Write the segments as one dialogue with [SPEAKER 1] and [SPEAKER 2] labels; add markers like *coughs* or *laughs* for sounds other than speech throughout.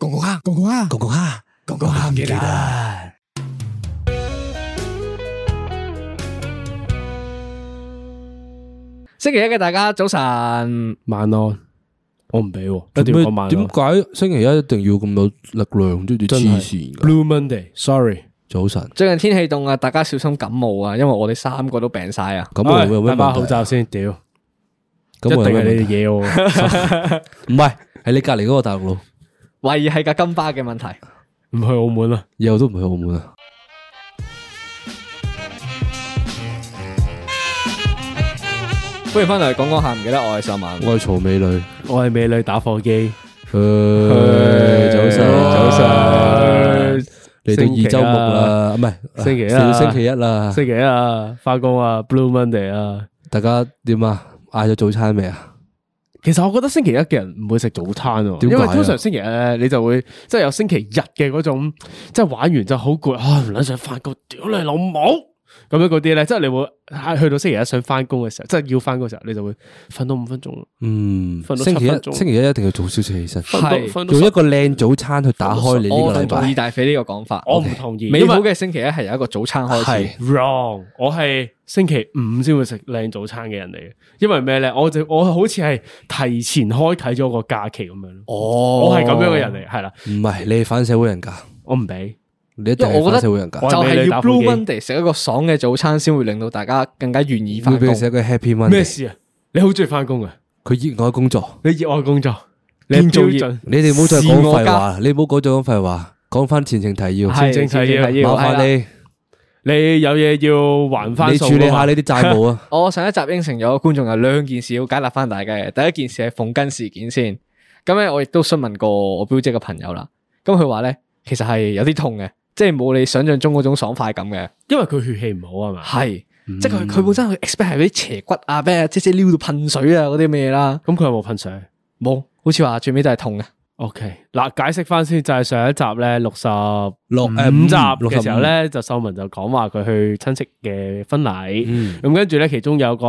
[SPEAKER 1] Kongoja, Kongoja, Kongoja, Kongoja Mkera.
[SPEAKER 2] 星期一嘅大家，早晨。
[SPEAKER 3] 晚安，我唔俾喎，一定要
[SPEAKER 2] 咩
[SPEAKER 3] 講晚
[SPEAKER 2] 點
[SPEAKER 3] 安。
[SPEAKER 2] 解星期一一定要咁有力量啫？你
[SPEAKER 3] 真
[SPEAKER 2] 黐
[SPEAKER 3] 係
[SPEAKER 2] 線噶！
[SPEAKER 3] Blue Monday，sorry，
[SPEAKER 2] 早晨，
[SPEAKER 1] 最近天氣凍啊，大家小心感冒啊，因為我哋三個都病晒啊。
[SPEAKER 2] 咁我
[SPEAKER 3] 唉
[SPEAKER 2] 有咩
[SPEAKER 3] 戴翻口
[SPEAKER 2] 問題？
[SPEAKER 3] 罩先，屌，
[SPEAKER 2] 咁
[SPEAKER 3] 一定
[SPEAKER 2] 我有咩
[SPEAKER 3] 係你
[SPEAKER 2] 問
[SPEAKER 3] 哋
[SPEAKER 2] 題？
[SPEAKER 3] 嘢喎，
[SPEAKER 2] 唔係，係你隔離嗰個大陸佬，
[SPEAKER 1] 懷疑係架金巴嘅問題。
[SPEAKER 3] *laughs* 唔去澳門啦。
[SPEAKER 2] 以後都唔去澳門啊！
[SPEAKER 1] 不如翻嚟講講下，唔記得我係十萬。
[SPEAKER 2] 我係曹美女，
[SPEAKER 3] 我係美女打火 *laughs* 機，
[SPEAKER 2] 誒早晨，
[SPEAKER 3] 早晨，
[SPEAKER 2] 嚟到二周目啦，唔係
[SPEAKER 3] 星期一
[SPEAKER 2] 嚟
[SPEAKER 3] 啊
[SPEAKER 2] 到星期一啦，
[SPEAKER 3] 星期一啊，翻工啊，Blue Monday 啊。
[SPEAKER 2] 大家點啊？嗌咗早餐未啊？
[SPEAKER 3] 其實我覺得星期一嘅人唔會食早餐喎，
[SPEAKER 2] 點
[SPEAKER 3] 因
[SPEAKER 2] 解啊
[SPEAKER 3] 為通常星期一咧，你就會即係有星期日嘅嗰種，即係玩完就好攰，啊唔撚想翻工，屌你老母咁樣嗰啲咧，即係你會去到星期一想翻工嘅時候，即係要翻工嘅時候，你就會瞓多五分鐘，
[SPEAKER 2] 嗯，
[SPEAKER 3] 瞓到
[SPEAKER 2] 星期一
[SPEAKER 3] 七分鐘
[SPEAKER 2] 星期一一定要早少少起身，
[SPEAKER 1] 係
[SPEAKER 3] 瞓到
[SPEAKER 2] 用
[SPEAKER 3] 十
[SPEAKER 2] 一個靚早餐去打開你呢
[SPEAKER 1] 我
[SPEAKER 2] 個禮
[SPEAKER 1] 同意
[SPEAKER 2] 拜。
[SPEAKER 1] 大肥呢個講法。
[SPEAKER 3] 我唔同意，
[SPEAKER 1] 美
[SPEAKER 3] 因
[SPEAKER 1] 好
[SPEAKER 3] 為
[SPEAKER 1] 嘅星期一係由一個早餐開
[SPEAKER 3] 係
[SPEAKER 1] 始。
[SPEAKER 3] wrong，我係星期五先會食靚早餐嘅人嚟嘅，因為咩咧？我就我好似係提前開啟咗個假期咁樣咯，
[SPEAKER 2] 哦
[SPEAKER 3] 我係咁樣嘅人嚟，係啦，
[SPEAKER 2] 唔係你係反社會人格，
[SPEAKER 3] 我唔俾。
[SPEAKER 2] 你一
[SPEAKER 1] 因
[SPEAKER 2] 定
[SPEAKER 1] 為
[SPEAKER 2] 係
[SPEAKER 1] 我
[SPEAKER 2] 反
[SPEAKER 1] 覺得
[SPEAKER 2] 社
[SPEAKER 1] 就
[SPEAKER 2] 會人格。
[SPEAKER 3] 我係美
[SPEAKER 1] 係
[SPEAKER 3] 女
[SPEAKER 1] 要
[SPEAKER 3] 打火機
[SPEAKER 1] Blue Monday 食一個爽嘅早餐，先會令到大家更加願意翻
[SPEAKER 2] 會俾
[SPEAKER 1] 工
[SPEAKER 2] 你。寫個 Happy
[SPEAKER 3] 咩
[SPEAKER 2] Monday。
[SPEAKER 3] 事啊？你好中意翻工啊？
[SPEAKER 2] 佢熱愛工作，
[SPEAKER 3] 你熱愛工作，你係
[SPEAKER 1] 建造業
[SPEAKER 3] 標準
[SPEAKER 2] 你哋唔好再
[SPEAKER 1] 自
[SPEAKER 2] 講
[SPEAKER 1] 我
[SPEAKER 2] 廢
[SPEAKER 1] 家
[SPEAKER 2] 話，你唔好講再講廢話，講翻前情提要。
[SPEAKER 1] 係
[SPEAKER 3] 正
[SPEAKER 1] 正
[SPEAKER 3] 係要
[SPEAKER 1] 係要
[SPEAKER 2] 麻
[SPEAKER 1] 係啦。
[SPEAKER 2] 煩
[SPEAKER 3] 你有嘢要還
[SPEAKER 2] 你，
[SPEAKER 3] 翻
[SPEAKER 2] 你
[SPEAKER 3] 數
[SPEAKER 2] 處理下你啲債務啊
[SPEAKER 1] 我上一集應承咗觀眾有兩件事要解答翻大家嘅，第一件事係馮根事件先。咁咧，我亦都詢問過我表姐嘅朋友啦。咁佢話咧，其實係有啲痛嘅，即係冇你想象中嗰種爽快感嘅。
[SPEAKER 3] 因為佢血氣唔好啊嘛。
[SPEAKER 1] 係，即係佢佢本身佢 expect 係嗰啲斜骨啊，咩即係撩到噴水啊嗰啲咩嘢啦，
[SPEAKER 3] 咁佢有冇噴水
[SPEAKER 1] 冇，好似話最尾都係痛嘅。
[SPEAKER 3] ？OK，嗱，解釋翻先，就係上一集咧 *laughs* 六十
[SPEAKER 2] 六嗯
[SPEAKER 3] 五集嘅時候，
[SPEAKER 2] 誒
[SPEAKER 3] 咧，就秀文就講話佢去親戚嘅婚禮。
[SPEAKER 2] 嗯
[SPEAKER 3] 咁跟住咧，其中有個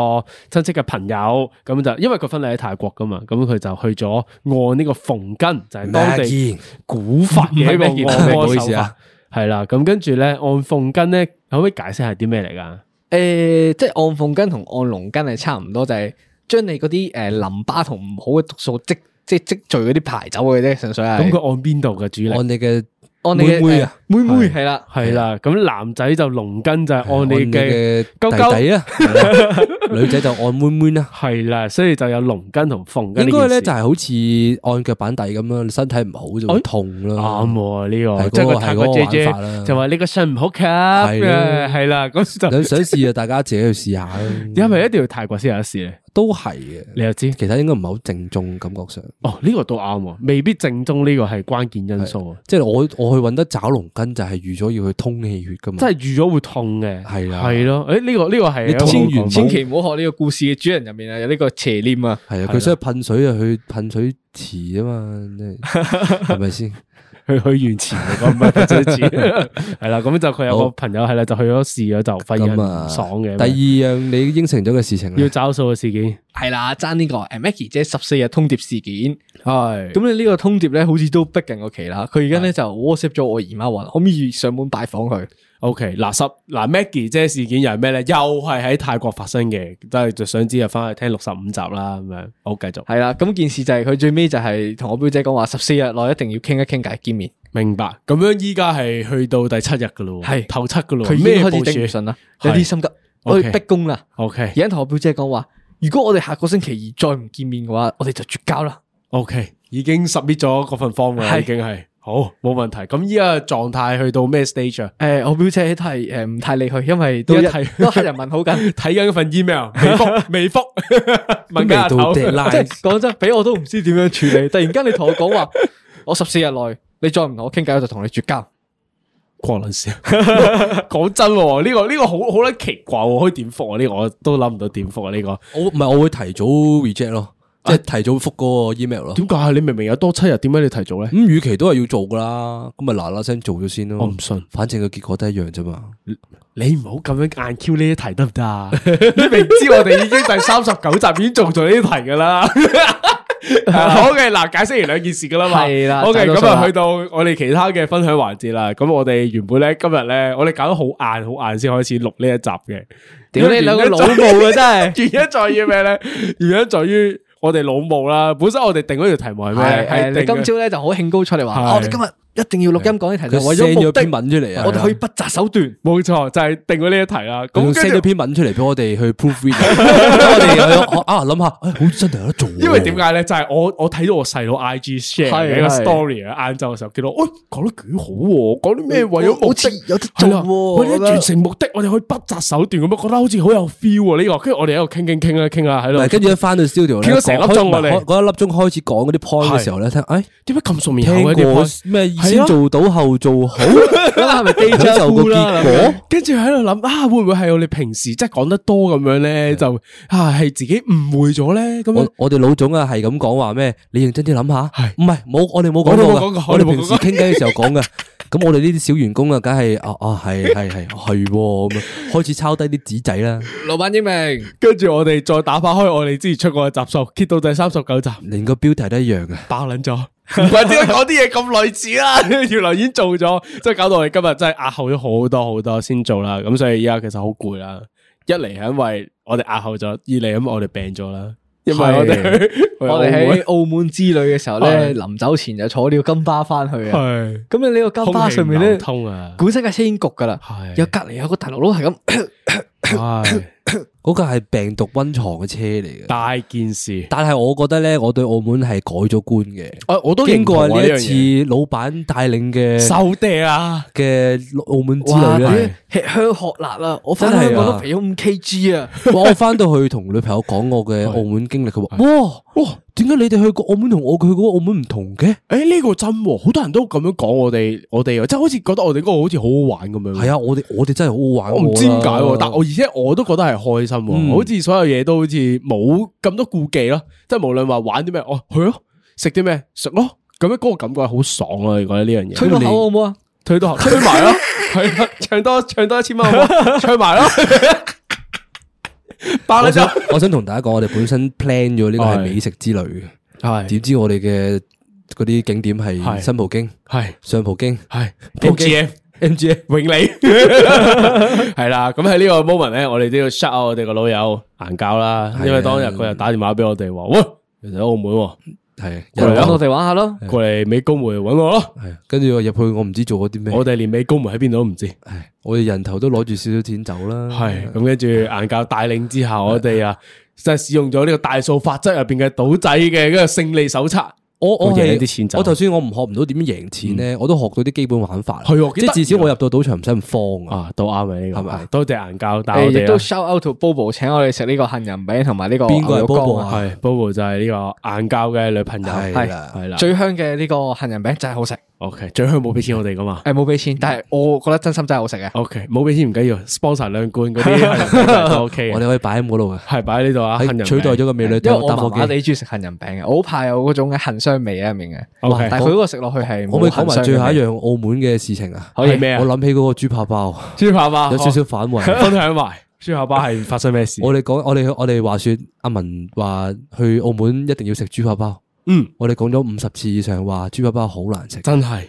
[SPEAKER 3] 親戚嘅朋友，咁就因為佢婚禮喺泰國噶嘛，咁佢就去咗按呢個縫根，就係、當地
[SPEAKER 2] Maggie
[SPEAKER 3] 古法嘅一個按
[SPEAKER 2] 唔係唔好
[SPEAKER 3] 摩
[SPEAKER 2] 意
[SPEAKER 3] 手
[SPEAKER 2] 思啊
[SPEAKER 3] 法。係啦，咁跟住咧按縫根咧，可唔可以解釋係啲咩嚟㗎？
[SPEAKER 1] 誒、即係按縫根同按龍根係差唔多，就係、將你嗰啲誒淋巴同唔好嘅毒素積即係積聚嗰啲排走嘅啫，純粹係。
[SPEAKER 3] 咁佢按邊度嘅主力？
[SPEAKER 2] 按你嘅
[SPEAKER 1] 按你嘅
[SPEAKER 2] 妹妹啊
[SPEAKER 1] 誒妹妹係啦。
[SPEAKER 3] 系啦，咁男仔就龍根就係按你嘅，
[SPEAKER 2] 嘅弟
[SPEAKER 3] 鳩鳩 *laughs*
[SPEAKER 2] 弟啊，係啦女仔就按妹妹啦。
[SPEAKER 3] 係啦，所以就有龍根同
[SPEAKER 2] 應
[SPEAKER 3] 鳳根呢件事。
[SPEAKER 2] 該啊咧就係好似按腳板底咁樣，你身體唔好就會
[SPEAKER 3] 哎
[SPEAKER 2] 痛啦。
[SPEAKER 3] 啱喎呢個，
[SPEAKER 2] 係
[SPEAKER 3] 即係
[SPEAKER 2] 嗰
[SPEAKER 3] 個
[SPEAKER 2] 個
[SPEAKER 3] 泰國姐姐
[SPEAKER 2] 係嗰個玩法啦
[SPEAKER 3] 就話你個肾唔好吸
[SPEAKER 2] 係
[SPEAKER 3] 嘅，
[SPEAKER 2] 啦
[SPEAKER 3] 係啦，咁就
[SPEAKER 2] 你想試啊，大家自己去試下
[SPEAKER 3] *laughs*
[SPEAKER 2] 啦。
[SPEAKER 3] 你係咪一定要泰國先有得試咧？
[SPEAKER 2] 都係嘅，
[SPEAKER 3] 你又知
[SPEAKER 2] 其他應該唔係好正宗，感覺上。
[SPEAKER 3] 哦？呢個都啱喎，未必正宗呢個係關鍵因素啊，
[SPEAKER 2] 即係我我去揾得找龍筋就係預咗要去通氣血噶嘛，啊
[SPEAKER 3] 真係預咗會痛嘅，
[SPEAKER 2] 係啊
[SPEAKER 3] 係咯，诶呢個呢個係
[SPEAKER 2] 你
[SPEAKER 3] 有
[SPEAKER 2] 痛
[SPEAKER 3] 講
[SPEAKER 2] 完
[SPEAKER 3] 過
[SPEAKER 2] 冇
[SPEAKER 1] 千祈唔好學呢個故事嘅主人入面啊，有呢個邪念啊。
[SPEAKER 2] 係啊，佢想去噴水啊，去噴水池啊
[SPEAKER 3] *laughs*
[SPEAKER 2] 嘛，即係係咪先？
[SPEAKER 3] 去去完前嚟講唔係最
[SPEAKER 1] *laughs*
[SPEAKER 3] 遲，
[SPEAKER 2] *laughs*
[SPEAKER 3] 係啦，咁就佢有個朋友係啦，就去咗試咗就發現
[SPEAKER 2] 咁
[SPEAKER 3] 係
[SPEAKER 2] 啊，
[SPEAKER 3] 唔爽嘅。
[SPEAKER 2] 第二樣你應承咗嘅事情
[SPEAKER 3] 要
[SPEAKER 2] 咧，
[SPEAKER 3] 找數嘅事件，
[SPEAKER 1] 係啦，爭呢、個誒 Maggie 姐十四日通牒事件，
[SPEAKER 3] 係
[SPEAKER 1] 咁你呢個通牒咧，好似都逼近個期啦。佢而家咧就 WhatsApp 咗我姨媽話，可唔可以上門拜訪佢？
[SPEAKER 3] OK 嗱十嗱 Maggie 姐事件又係咩咧？又係喺泰國發生嘅，都係就想知就翻去聽六十五集啦咁樣。好，繼續
[SPEAKER 1] 係啦，咁件事就係佢最尾就係同我表姐講話，十四日內一定要傾一傾偈見面。
[SPEAKER 3] 明白。咁樣依家係去到第七日噶咯喎，
[SPEAKER 1] 係
[SPEAKER 3] 頭七噶咯
[SPEAKER 1] 佢
[SPEAKER 3] 喎，
[SPEAKER 1] 已經
[SPEAKER 3] 咩
[SPEAKER 1] 開
[SPEAKER 3] 部
[SPEAKER 1] 始頂唔
[SPEAKER 3] 署
[SPEAKER 1] 順啦，有啲心急，我要
[SPEAKER 3] OK
[SPEAKER 1] 逼供啦。
[SPEAKER 3] ？OK
[SPEAKER 1] 而家同我表姐講話，如果我哋下個星期二再唔見面嘅話，我哋就絕交啦。
[SPEAKER 3] OK，已經 submit 咗嗰份 form 啦，
[SPEAKER 1] 係
[SPEAKER 3] 已經係好，冇問題。咁依家嘅狀態去到咩 stage 啊？
[SPEAKER 1] 诶，我表姐都系诶唔太理佢，因為都
[SPEAKER 3] 一
[SPEAKER 1] 一
[SPEAKER 3] 睇
[SPEAKER 1] *laughs* 都黑人問好緊。
[SPEAKER 3] 睇緊份 email，未 *laughs* 复，未复，問緊阿
[SPEAKER 2] 都
[SPEAKER 3] 頭
[SPEAKER 2] 未到 deadline
[SPEAKER 1] 即係講真，俾我都唔知點樣處理。突然間你同我講話，我十四日內你再唔同我傾偈，我就同你絕交。
[SPEAKER 3] 關撚 *laughs* 事啊！講真喎，呢個呢個好好撚奇怪喎，可以點复啊？呢個我都諗唔到點复啊！呢個
[SPEAKER 2] 我唔系我会提早 reject 咯，即系
[SPEAKER 3] 啊
[SPEAKER 2] 提早复嗰个 email 咯。
[SPEAKER 3] 點解啊？你明明有多七日，點解你提早咧？
[SPEAKER 2] 咁与其都系要做噶啦，咁咪嗱嗱声做咗先咯。
[SPEAKER 3] 我唔信
[SPEAKER 2] 反正个结果都一样啫嘛。
[SPEAKER 3] 你唔好咁樣硬 Q 呢啲題得唔得啊？
[SPEAKER 1] *laughs*
[SPEAKER 3] 你明知我哋已經第三十九集已經做咗呢啲題噶
[SPEAKER 1] *laughs*
[SPEAKER 3] 啦。 *laughs* 好嘅，嗱，解釋完兩件事噶啦嘛。
[SPEAKER 1] 係啦
[SPEAKER 3] o k
[SPEAKER 1] 賺到
[SPEAKER 3] 咁
[SPEAKER 1] 數
[SPEAKER 3] 啊，
[SPEAKER 1] 啦
[SPEAKER 3] 去到我哋其他嘅分享環節啦。咁我哋原本咧今日咧，我哋搞得好晏，好晏先開始錄呢一集嘅。
[SPEAKER 1] 屌你兩個老母啊！真 *laughs* 係。
[SPEAKER 3] 原因在於咩咧？
[SPEAKER 1] *laughs*
[SPEAKER 3] 原因在於我哋老母啦。本身我哋定嗰條題目係咩
[SPEAKER 1] 係
[SPEAKER 3] 呢？係
[SPEAKER 1] 誒你
[SPEAKER 3] 定
[SPEAKER 1] 今朝咧就好興高出嚟話，
[SPEAKER 3] 係
[SPEAKER 1] 啊我哋今日一定要錄音講呢題，
[SPEAKER 2] 佢
[SPEAKER 1] 就為
[SPEAKER 2] send
[SPEAKER 1] 咗目
[SPEAKER 2] 咗
[SPEAKER 1] 的
[SPEAKER 2] 篇，文出嚟啊，
[SPEAKER 1] 我哋可以不擇手段。
[SPEAKER 3] 冇錯，就係定咗呢一題啦。
[SPEAKER 2] 佢仲
[SPEAKER 3] 咁
[SPEAKER 2] send 咗
[SPEAKER 3] 跟住，
[SPEAKER 2] 篇文出嚟俾我哋去
[SPEAKER 3] *laughs*
[SPEAKER 2] proofread，我哋又有啊諗下，哎好真係有得做喎。
[SPEAKER 3] 因為點解咧？就係我我睇到我細佬 I G share
[SPEAKER 1] 係
[SPEAKER 3] 嘅一個
[SPEAKER 1] 係
[SPEAKER 3] story 啊，晏晝嘅時候見到，喂，講得幾好喎，講啲咩為咗目
[SPEAKER 4] 好
[SPEAKER 3] 的
[SPEAKER 4] 似。有得
[SPEAKER 3] 係
[SPEAKER 4] 做
[SPEAKER 3] 啦，
[SPEAKER 4] 喎
[SPEAKER 3] 為咗完成目的，我哋可以不擇手段咁樣，覺得好似好有 feel 喎呢個。跟住我哋喺度傾傾傾啦，傾啦啊喺
[SPEAKER 2] 唔係
[SPEAKER 3] 度。
[SPEAKER 2] 跟住一翻到 studio
[SPEAKER 3] 傾
[SPEAKER 2] 咧，
[SPEAKER 3] 咗成粒鐘我
[SPEAKER 2] 講
[SPEAKER 3] 哋
[SPEAKER 2] 開嗰一粒鐘開始講嗰啲 point 嘅時候咧，聽哎
[SPEAKER 3] 點解咁熟面
[SPEAKER 2] 聽
[SPEAKER 3] 口嘅啲
[SPEAKER 2] 過
[SPEAKER 3] point？
[SPEAKER 2] 咩
[SPEAKER 3] 係啊
[SPEAKER 2] 先做到後做
[SPEAKER 3] *laughs*
[SPEAKER 2] 好，係咪
[SPEAKER 1] déjà
[SPEAKER 2] 享受個
[SPEAKER 1] vu 啦
[SPEAKER 2] 結果？
[SPEAKER 3] 跟住喺度諗啊，會唔會係我哋平時即係講得多咁樣咧，就啊係自己誤會咗咧咁樣
[SPEAKER 2] 我。我哋老總啊，係咁講話咩？你認真啲諗下，
[SPEAKER 3] 係
[SPEAKER 2] 唔係冇我哋冇
[SPEAKER 3] 我
[SPEAKER 2] 講
[SPEAKER 3] 哋冇
[SPEAKER 2] 過
[SPEAKER 3] 講過
[SPEAKER 2] 㗎
[SPEAKER 3] 我
[SPEAKER 2] 我
[SPEAKER 3] 哋
[SPEAKER 2] 哋
[SPEAKER 3] 冇
[SPEAKER 2] 平時傾偈嘅時候講嘅。咁我哋呢啲小員工啊，梗係啊啊係係係係喎咁啊，開始抄低啲紙仔啦，
[SPEAKER 1] 老闆英明，
[SPEAKER 3] 跟住我哋再打翻開我哋之前出過嘅集數，揭到第三十九集，
[SPEAKER 2] 連個標題都一樣啊嘅。
[SPEAKER 3] 爆撚咗。唔怪之得講啲嘢咁類似啦， *laughs* 原來已經做咗，即係搞到我哋今日真係壓後咗好多好多先做啦。咁所以而家其實好攰啦。一嚟係因為我哋壓後咗，二嚟因為我哋病咗啦，因為 *laughs* 我哋
[SPEAKER 1] 我哋喺澳門之旅嘅時候
[SPEAKER 3] 係
[SPEAKER 1] 咧，臨走前就坐呢個金巴翻
[SPEAKER 3] à.
[SPEAKER 1] 去啊。
[SPEAKER 3] 係
[SPEAKER 1] 咁你呢個金巴上面
[SPEAKER 3] 空氣唔
[SPEAKER 1] 咧
[SPEAKER 3] 流，通啊，
[SPEAKER 1] 本身架車已經焗噶啦
[SPEAKER 3] 係，
[SPEAKER 1] 有隔離有個大陸佬係咁，
[SPEAKER 3] 係
[SPEAKER 2] 嗰架係病毒溫床嘅車嚟嘅。
[SPEAKER 3] 大件事。
[SPEAKER 2] 但係我覺得咧，我對澳門係改咗觀嘅。
[SPEAKER 3] 我我都
[SPEAKER 2] 經
[SPEAKER 3] 認過
[SPEAKER 2] 過
[SPEAKER 3] 呢
[SPEAKER 2] 呢
[SPEAKER 3] 一
[SPEAKER 2] 一
[SPEAKER 3] 次
[SPEAKER 2] 次老闆帶領嘅
[SPEAKER 3] 收爹啊，
[SPEAKER 2] 嘅澳門之
[SPEAKER 1] 哇！
[SPEAKER 2] 旅啊
[SPEAKER 1] 啲
[SPEAKER 2] 咧，
[SPEAKER 1] 吃香喝辣啦，我翻
[SPEAKER 2] 真係
[SPEAKER 1] 香港
[SPEAKER 2] 啊
[SPEAKER 1] 都肥咗五 kg 啊！
[SPEAKER 2] 哇我翻到去同女朋友講我嘅澳門經歷，佢話：哇哇，點解你哋去過澳門同我去嗰個澳門唔同嘅？
[SPEAKER 3] 诶呢個真喎，好多人都咁樣講我哋，我哋啊即係好似覺得我哋嗰個好似好好玩咁樣。
[SPEAKER 2] 係啊，我哋我哋真係好好玩。
[SPEAKER 3] 嗯我唔知點解喎，
[SPEAKER 2] 啦
[SPEAKER 3] 但我而且我都覺得係開心喎，
[SPEAKER 2] 嗯
[SPEAKER 3] 好似所有嘢都好似冇咁多顧忌咯，即係無論話玩啲咩，哦去咯，食啲咩食咯，咁樣嗰個感覺係好爽咯，你覺得呢樣嘢？ *laughs*
[SPEAKER 1] 吹到口好唔好啊？
[SPEAKER 3] 推到推埋咯，係啦，唱多唱多一千蚊好唔好？唱埋咯，爆
[SPEAKER 2] 我
[SPEAKER 3] 啦就
[SPEAKER 2] 想我想同大家講，我哋本身 plan 咗呢個係美食之旅嘅，
[SPEAKER 3] 係
[SPEAKER 2] 點知我哋嘅嗰啲景點
[SPEAKER 3] 係
[SPEAKER 2] 係新葡京、
[SPEAKER 3] 係
[SPEAKER 2] 上葡京、
[SPEAKER 3] 係
[SPEAKER 2] 報機
[SPEAKER 3] MGM。
[SPEAKER 2] MGM。
[SPEAKER 3] 永 *laughs* 利系啦，咁喺呢個 moment 咧，我哋都要 shut out 我哋個老友顏教啦，因為當日佢又打電話俾我哋話，喂，其實喺澳門喎，
[SPEAKER 2] 係
[SPEAKER 3] 過嚟啊
[SPEAKER 1] 搵我哋玩下咯。
[SPEAKER 3] 過嚟美高梅揾我咯，
[SPEAKER 2] 係跟住我入去，我唔知做咗啲咩，
[SPEAKER 3] 我哋連美高梅喺邊度都唔知，係
[SPEAKER 2] 係我哋人頭都攞住少少錢走啦。
[SPEAKER 3] 咁跟住顏教帶領之下，我
[SPEAKER 2] 嗯
[SPEAKER 3] 哋啊，即係使用咗呢個大數法則入邊嘅賭仔嘅嗰個勝利手冊，
[SPEAKER 2] 我我
[SPEAKER 3] 佢贏
[SPEAKER 2] 係
[SPEAKER 3] 一啲錢走嗯
[SPEAKER 2] 我就算我唔學唔到點樣贏錢咧，我都學到啲基本玩法。
[SPEAKER 3] 係喎幾
[SPEAKER 2] 即係
[SPEAKER 3] 得意
[SPEAKER 2] 至少
[SPEAKER 3] 啊
[SPEAKER 2] 我入到賭場唔使咁慌啊。
[SPEAKER 3] 啊，都啱嘅呢個，
[SPEAKER 2] 係咪
[SPEAKER 3] 多謝顏教帶
[SPEAKER 1] 誒
[SPEAKER 3] 我
[SPEAKER 1] 亦
[SPEAKER 3] 哋
[SPEAKER 1] 都
[SPEAKER 3] 啊
[SPEAKER 1] shout out to Bobo 請我哋食呢個杏仁餅同埋呢
[SPEAKER 3] 哦
[SPEAKER 1] 個
[SPEAKER 2] 邊個係
[SPEAKER 1] 牛肉乾
[SPEAKER 2] Bobo 啊
[SPEAKER 3] 係 Bobo 就係呢個顏教嘅女朋友，
[SPEAKER 2] 係
[SPEAKER 3] 係
[SPEAKER 2] 啦
[SPEAKER 3] 係啦
[SPEAKER 1] 最香嘅呢個杏仁餅真係好食，
[SPEAKER 3] ，OK，最香冇俾錢我哋噶嘛。
[SPEAKER 1] 誒冇俾錢，但係我覺得真心真係好食嘅。
[SPEAKER 3] O K，冇俾錢唔緊要，sponsor 兩罐
[SPEAKER 2] *laughs*
[SPEAKER 3] 嗰啲係都 O K
[SPEAKER 2] 我
[SPEAKER 3] 嘅，
[SPEAKER 2] 哋可以擺喺嗰度嘅，
[SPEAKER 3] 係擺喺呢度啊，
[SPEAKER 2] 喺取代咗個美女
[SPEAKER 1] 因為
[SPEAKER 2] 搭
[SPEAKER 1] 我
[SPEAKER 2] 搭
[SPEAKER 1] 麻麻
[SPEAKER 2] 火機。
[SPEAKER 1] 地中意食杏仁餅嘅，我好怕有嗰種嘅杏霜味喺入面嘅。
[SPEAKER 3] OK
[SPEAKER 1] 但係佢嗰個食落去係
[SPEAKER 2] 可唔可以
[SPEAKER 1] 冇
[SPEAKER 2] 講
[SPEAKER 1] 杏
[SPEAKER 2] 埋
[SPEAKER 1] 霜
[SPEAKER 2] 最後
[SPEAKER 1] 嘅
[SPEAKER 2] 一
[SPEAKER 1] 味
[SPEAKER 2] 樣澳門嘅事情啊？
[SPEAKER 3] 可以係咩啊啊哦
[SPEAKER 2] 我諗起嗰個豬扒包，
[SPEAKER 3] 豬扒包，
[SPEAKER 2] 有少少反
[SPEAKER 3] *laughs*
[SPEAKER 2] 胃。
[SPEAKER 3] 分享埋豬扒包係發生咩事？
[SPEAKER 2] 我哋講，我哋我哋話說，阿文話去澳門一定要食豬扒包。
[SPEAKER 3] 嗯，
[SPEAKER 2] 我哋講咗五十次以上，話豬扒包好難食，
[SPEAKER 3] 真係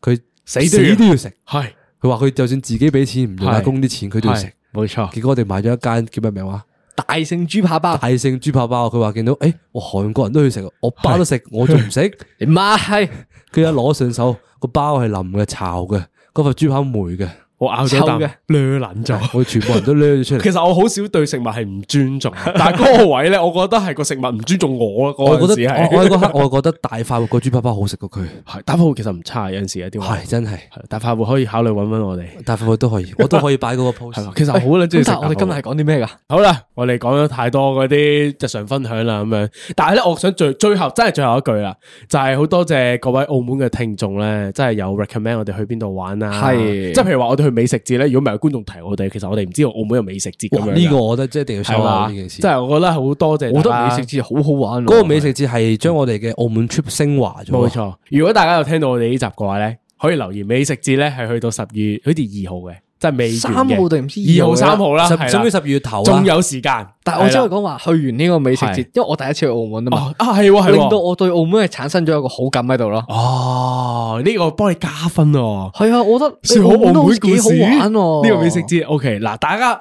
[SPEAKER 2] 佢
[SPEAKER 3] 死都要
[SPEAKER 2] 死都要食。
[SPEAKER 3] 係
[SPEAKER 2] 佢話佢就算自己俾錢唔用阿公啲錢，佢都要食
[SPEAKER 3] 係。冇錯，
[SPEAKER 2] 結果我哋買咗一間叫咩名話？
[SPEAKER 1] 大聖豬扒包，
[SPEAKER 2] 大聖豬扒包，佢話見到，诶、我韓國人都去食，我包都食，我仲唔食？
[SPEAKER 1] 你媽係
[SPEAKER 2] 佢一攞上手，個包係淋嘅、炒嘅，嗰塊豬扒梅嘅，
[SPEAKER 3] 我咬咗
[SPEAKER 1] 臭嘅
[SPEAKER 3] 啖，掠捻咗。
[SPEAKER 2] 我哋全部人都掠咗出嚟。
[SPEAKER 3] *laughs* 其實我好少對食物係唔尊 *laughs* 重，但係嗰個位咧，我覺得係個食物唔尊重我咯。
[SPEAKER 2] 我覺
[SPEAKER 3] 嗰陣時
[SPEAKER 2] 得我
[SPEAKER 3] 係， *laughs*
[SPEAKER 2] 我喺嗰刻，我覺得大快活個豬扒包好食過佢，
[SPEAKER 3] 哦係打泡其實唔差，有陣時有啲位
[SPEAKER 2] 係真係
[SPEAKER 3] 係大快活可以考慮揾揾我哋。
[SPEAKER 2] 大快活都可以，我都可以擺嗰個
[SPEAKER 3] 係啦
[SPEAKER 2] post。
[SPEAKER 3] 其實好撚中意
[SPEAKER 1] 咁
[SPEAKER 3] 食
[SPEAKER 1] 但係我哋今日係
[SPEAKER 3] 大快活
[SPEAKER 1] 講啲咩噶？
[SPEAKER 3] 好啦，我哋講咗太多嗰啲日常分享啦，咁樣。但係咧，我想最最後真係最後一句啦，就係好多謝各位澳門嘅聽眾咧，真係有 recommend 我哋去邊度玩啊。
[SPEAKER 1] 係
[SPEAKER 3] 即係譬如話我哋去美食節咧，如果唔係有觀眾提我哋，其實我哋唔知道澳門有美食節咁樣㗎。
[SPEAKER 2] 呢個我覺得即係一定要
[SPEAKER 3] 係
[SPEAKER 2] 收啦
[SPEAKER 3] 嘛？
[SPEAKER 2] 呢件
[SPEAKER 3] 即
[SPEAKER 2] 事。
[SPEAKER 3] 係我覺得好多謝
[SPEAKER 1] 我覺
[SPEAKER 3] 大
[SPEAKER 1] 得
[SPEAKER 3] 家
[SPEAKER 1] 美食節好好玩喎，
[SPEAKER 2] 嗰個美食節係將我哋嘅澳門 trip 升華咗。啊
[SPEAKER 1] 啊
[SPEAKER 3] 冇，錯，如果大家有聽到我哋呢集嘅話咧，可以留言美食節咧係去到十二月好似二號嘅，即係未
[SPEAKER 1] 三
[SPEAKER 3] 完嘅
[SPEAKER 1] 號定唔知
[SPEAKER 3] 二號
[SPEAKER 1] 號
[SPEAKER 3] 三號啦，係啦
[SPEAKER 2] 十甚至十二月頭
[SPEAKER 3] 仲
[SPEAKER 2] 啦。
[SPEAKER 3] 有時間。
[SPEAKER 1] 但係我只可以
[SPEAKER 3] 係啦
[SPEAKER 1] 講話去完呢個美食節，因為我第一次去澳門啊嘛
[SPEAKER 3] 哦，啊係喎係
[SPEAKER 1] 令到
[SPEAKER 3] 喎，
[SPEAKER 1] 我對澳門係產生咗一個好感喺度咯。
[SPEAKER 3] 哦呢個幫你加分喎，
[SPEAKER 1] 係啊，我覺得
[SPEAKER 3] 說好
[SPEAKER 1] 澳門
[SPEAKER 3] 澳
[SPEAKER 1] 都
[SPEAKER 3] 門故
[SPEAKER 1] 幾好
[SPEAKER 3] 事
[SPEAKER 1] 玩喎。
[SPEAKER 3] 呢個美食節 OK 嗱，大家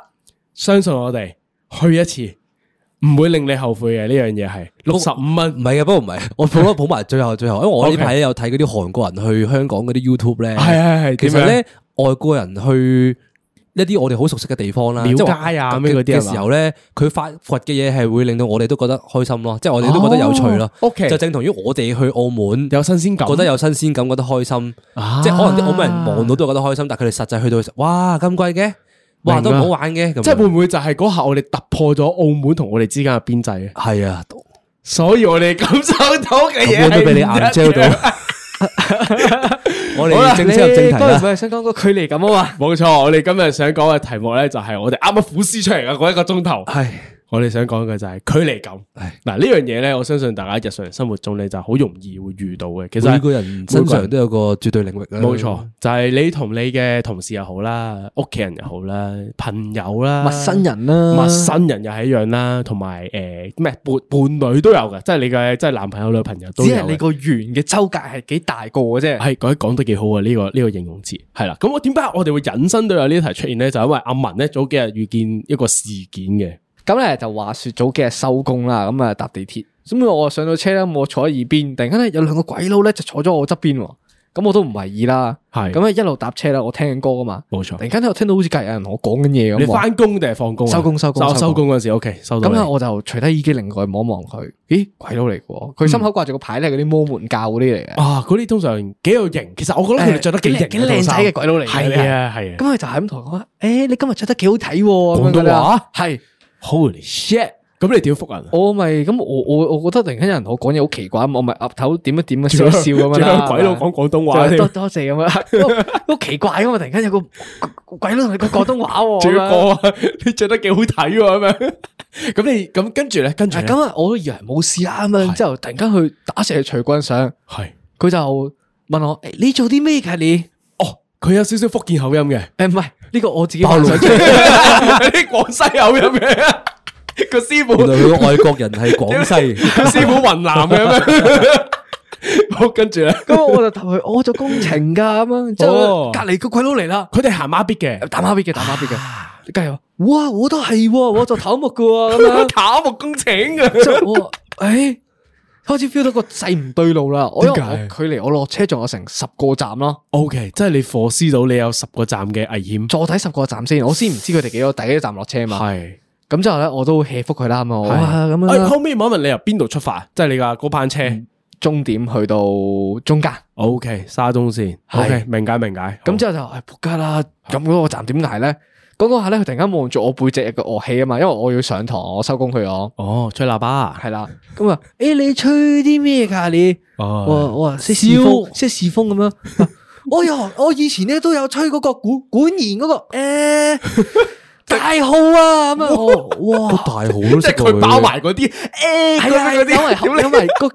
[SPEAKER 3] 相信我哋去一次唔會令你後悔嘅呢樣嘢係六十五
[SPEAKER 2] 唔
[SPEAKER 3] 蚊
[SPEAKER 2] 係啊嘅，不過唔係， *laughs* 我補一補埋最後最後，因為我呢
[SPEAKER 3] OK
[SPEAKER 2] 排有睇嗰啲韓國人去香港嗰啲 YouTube 咧，
[SPEAKER 3] 係係係
[SPEAKER 2] 其
[SPEAKER 3] 點
[SPEAKER 2] 實
[SPEAKER 3] 樣
[SPEAKER 2] 咧外國人去一啲我哋好熟悉嘅地方啦，
[SPEAKER 3] 廟
[SPEAKER 2] 即係
[SPEAKER 3] 街啊
[SPEAKER 2] 嘅
[SPEAKER 3] 咩嗰啲係
[SPEAKER 2] 嘅
[SPEAKER 3] 嘛
[SPEAKER 2] 時候咧，佢發掘嘅嘢係會令到我哋都覺得開心咯，即係我哋都覺得有趣咯
[SPEAKER 3] 哦。，OK
[SPEAKER 2] 就正同於我哋去澳門
[SPEAKER 3] 有新鮮感，
[SPEAKER 2] 覺得有新鮮感，覺得開心，
[SPEAKER 3] 啊
[SPEAKER 2] 即係可能啲澳門人望到都覺得開心，但係佢哋實際去到嘅時候，哇咁貴嘅，哇
[SPEAKER 3] 明
[SPEAKER 2] 都唔
[SPEAKER 3] 啦
[SPEAKER 2] 好玩嘅，咁
[SPEAKER 3] 即係會
[SPEAKER 2] 樣
[SPEAKER 3] 唔會就係嗰下我哋突破咗澳門同我哋之間嘅邊際咧？
[SPEAKER 2] 係啊，都
[SPEAKER 3] 所以我哋感受到嘅
[SPEAKER 2] 咁
[SPEAKER 3] 嘢
[SPEAKER 2] 樣都俾你硬
[SPEAKER 3] 係唔一樣
[SPEAKER 2] gel 到。我
[SPEAKER 3] 好啦
[SPEAKER 2] 哋正式入正題
[SPEAKER 1] 當然
[SPEAKER 2] 啦
[SPEAKER 1] 唔。係想講個距離感啊嘛。
[SPEAKER 3] *laughs* 冇錯，我哋今日想講嘅題目咧，就係我哋啱啱苦思出嚟嘅嗰一個
[SPEAKER 2] *laughs*
[SPEAKER 3] 鐘頭。
[SPEAKER 2] 係
[SPEAKER 3] 我哋想講嘅就係距離感。
[SPEAKER 2] 係
[SPEAKER 3] 嗱呢樣嘢咧，我相信大家日常生活中咧就好容易會遇到嘅。其實
[SPEAKER 2] 每個人身上都有個絕對領域啊啦。
[SPEAKER 3] 冇錯，就係你同你嘅同事又好啦，屋企人又好啦，朋友啦，
[SPEAKER 1] 陌生人啦，
[SPEAKER 3] 陌生人又係一樣啦，同埋誒咩伴伴侶都有嘅，即係你嘅即係男朋友女朋友
[SPEAKER 1] 只
[SPEAKER 3] 都有嘅。
[SPEAKER 1] 係你個圓嘅周界係幾大個嘅啫。
[SPEAKER 3] 系，講講得幾好啊！呢、個呢、個形容詞係啦。咁我點解我哋會引申到有呢題出現咧？就因為阿文咧早幾日遇見一個事件嘅，
[SPEAKER 1] 咁咧就話說早幾日收工啦，咁啊搭地鐵，咁我上到車咧，我坐喺耳邊，突然間咧有兩個鬼佬咧就坐咗我側邊喎，咁我都唔為意啦。
[SPEAKER 3] 係
[SPEAKER 1] 咁咧一路搭車啦，我聽緊歌噶嘛，
[SPEAKER 3] 冇
[SPEAKER 1] 突
[SPEAKER 3] 錯。
[SPEAKER 1] 然間咧我聽到好似隔日有人同我講緊嘢咁
[SPEAKER 3] 你
[SPEAKER 1] 喎。
[SPEAKER 3] 翻工定係放工啊？
[SPEAKER 1] 收工收工
[SPEAKER 3] 收
[SPEAKER 1] 收
[SPEAKER 3] 收工嗰陣時，OK，收到
[SPEAKER 1] 咁
[SPEAKER 3] 你。
[SPEAKER 1] 咧我就除低耳機，另外望一望佢，咦鬼佬嚟嘅喎，佢
[SPEAKER 3] 嗯
[SPEAKER 1] 心口掛住個牌咧，嗰啲摩門教嗰啲嚟嘅。
[SPEAKER 3] 啊，嗰啲通常幾有型，其實我覺得佢哋着得幾型啊，
[SPEAKER 1] 幾靚仔嘅鬼佬嚟嘅
[SPEAKER 3] 係啊，係
[SPEAKER 1] 咁
[SPEAKER 3] 啊。
[SPEAKER 1] 佢就係咁同我講：，誒，你今日着得幾好睇喎！
[SPEAKER 3] 廣東話
[SPEAKER 1] 咁樣㗎啦係
[SPEAKER 3] Holy shit！咁你點覆人啊？
[SPEAKER 1] 我咪咁，我我我覺得突然間有人同我講嘢好奇怪，咁我咪岌頭點一點啊，笑一笑咁樣
[SPEAKER 3] *laughs* 仲有
[SPEAKER 1] 啦。
[SPEAKER 3] 鬼佬講廣東話
[SPEAKER 1] 就
[SPEAKER 3] 添
[SPEAKER 1] 多，多謝咁啊
[SPEAKER 3] *laughs*
[SPEAKER 1] 樣，好奇怪咁啊！突然間有個鬼佬同你講廣東話喎。
[SPEAKER 3] *laughs* 仲
[SPEAKER 1] 咁
[SPEAKER 3] 要
[SPEAKER 1] 樣
[SPEAKER 3] 過啊！你着得幾好睇喎咁樣。 *laughs* 咁你咁跟住咧，跟住
[SPEAKER 1] 啊
[SPEAKER 3] 呢
[SPEAKER 1] 咁啊，我都以為冇事啊啦，咁樣之後突然間去打蛇隨棍上，
[SPEAKER 3] 係
[SPEAKER 1] 佢就問我：誒，你做啲咩㗎你？
[SPEAKER 3] 哦，佢有少少福建口音
[SPEAKER 1] *laughs*
[SPEAKER 3] 嘅。
[SPEAKER 1] 誒，唔係呢個我自己
[SPEAKER 2] 暴
[SPEAKER 1] 幻
[SPEAKER 2] 露
[SPEAKER 1] 想出嚟
[SPEAKER 3] 有 *laughs* 啲廣西口音嘅，個師傅
[SPEAKER 2] 原來佢個外國人係廣西，
[SPEAKER 3] 師傅雲
[SPEAKER 1] *laughs*
[SPEAKER 3] 南嘅咁樣。好，跟住咧，
[SPEAKER 1] 咁我就答佢：我做工程㗎咁樣。之後
[SPEAKER 3] 哦
[SPEAKER 1] 隔離個鬼佬嚟啦。
[SPEAKER 3] 佢哋行馬必嘅，
[SPEAKER 1] 打孖咇嘅，打孖咇
[SPEAKER 3] 啊
[SPEAKER 1] 嘅，跟住話， *laughs* 哇，我都係喎，我做頭目嘅喎，咁樣，
[SPEAKER 3] 打木工請嘅。
[SPEAKER 1] 之後我話，誒，開始 feel 到個勢唔對路啦，我因為
[SPEAKER 3] 點解
[SPEAKER 1] 我距離我落車仲有成十個站咯，
[SPEAKER 3] O K，即係你 foresee 到你有十個站嘅危險，
[SPEAKER 1] 坐睇十個站先，我先唔知佢哋幾多第幾站落車嘛，
[SPEAKER 3] 係
[SPEAKER 1] 咁之後咧，我都 hea 福佢啦，咁啊我
[SPEAKER 3] 係嗯
[SPEAKER 1] 啊，咁
[SPEAKER 3] 哎
[SPEAKER 1] 樣啦
[SPEAKER 3] 後尾問一問你由邊度出發，即係你架嗰班車。
[SPEAKER 1] 終點去到中間，
[SPEAKER 3] O K，沙中線。O
[SPEAKER 1] 係
[SPEAKER 3] K，明解明解。
[SPEAKER 1] 咁之後就係仆街啦，咁嗰個站點捱咧？嗰嗰下咧，佢突然間望住我背脊有個樂器啊嘛，因為我要上堂，我收工去我。
[SPEAKER 3] 哦，吹喇叭。
[SPEAKER 1] 系啦，咁啊，诶、你吹啲咩噶你？
[SPEAKER 3] 哦
[SPEAKER 1] 我我話識士風，識士風咁樣。 *laughs* 我有我以前咧都有吹嗰個管管弦嗰個
[SPEAKER 2] *laughs*
[SPEAKER 1] 诶大號啊咁啊，我
[SPEAKER 2] 個
[SPEAKER 1] 哇
[SPEAKER 2] 大號都
[SPEAKER 3] 哦即
[SPEAKER 2] 識
[SPEAKER 3] 係
[SPEAKER 2] 喎
[SPEAKER 3] 佢包，埋嗰啲，欸誒
[SPEAKER 1] 係啊，係
[SPEAKER 3] 嗰啲嗰
[SPEAKER 1] 啊有
[SPEAKER 3] 啲
[SPEAKER 1] 埋有埋個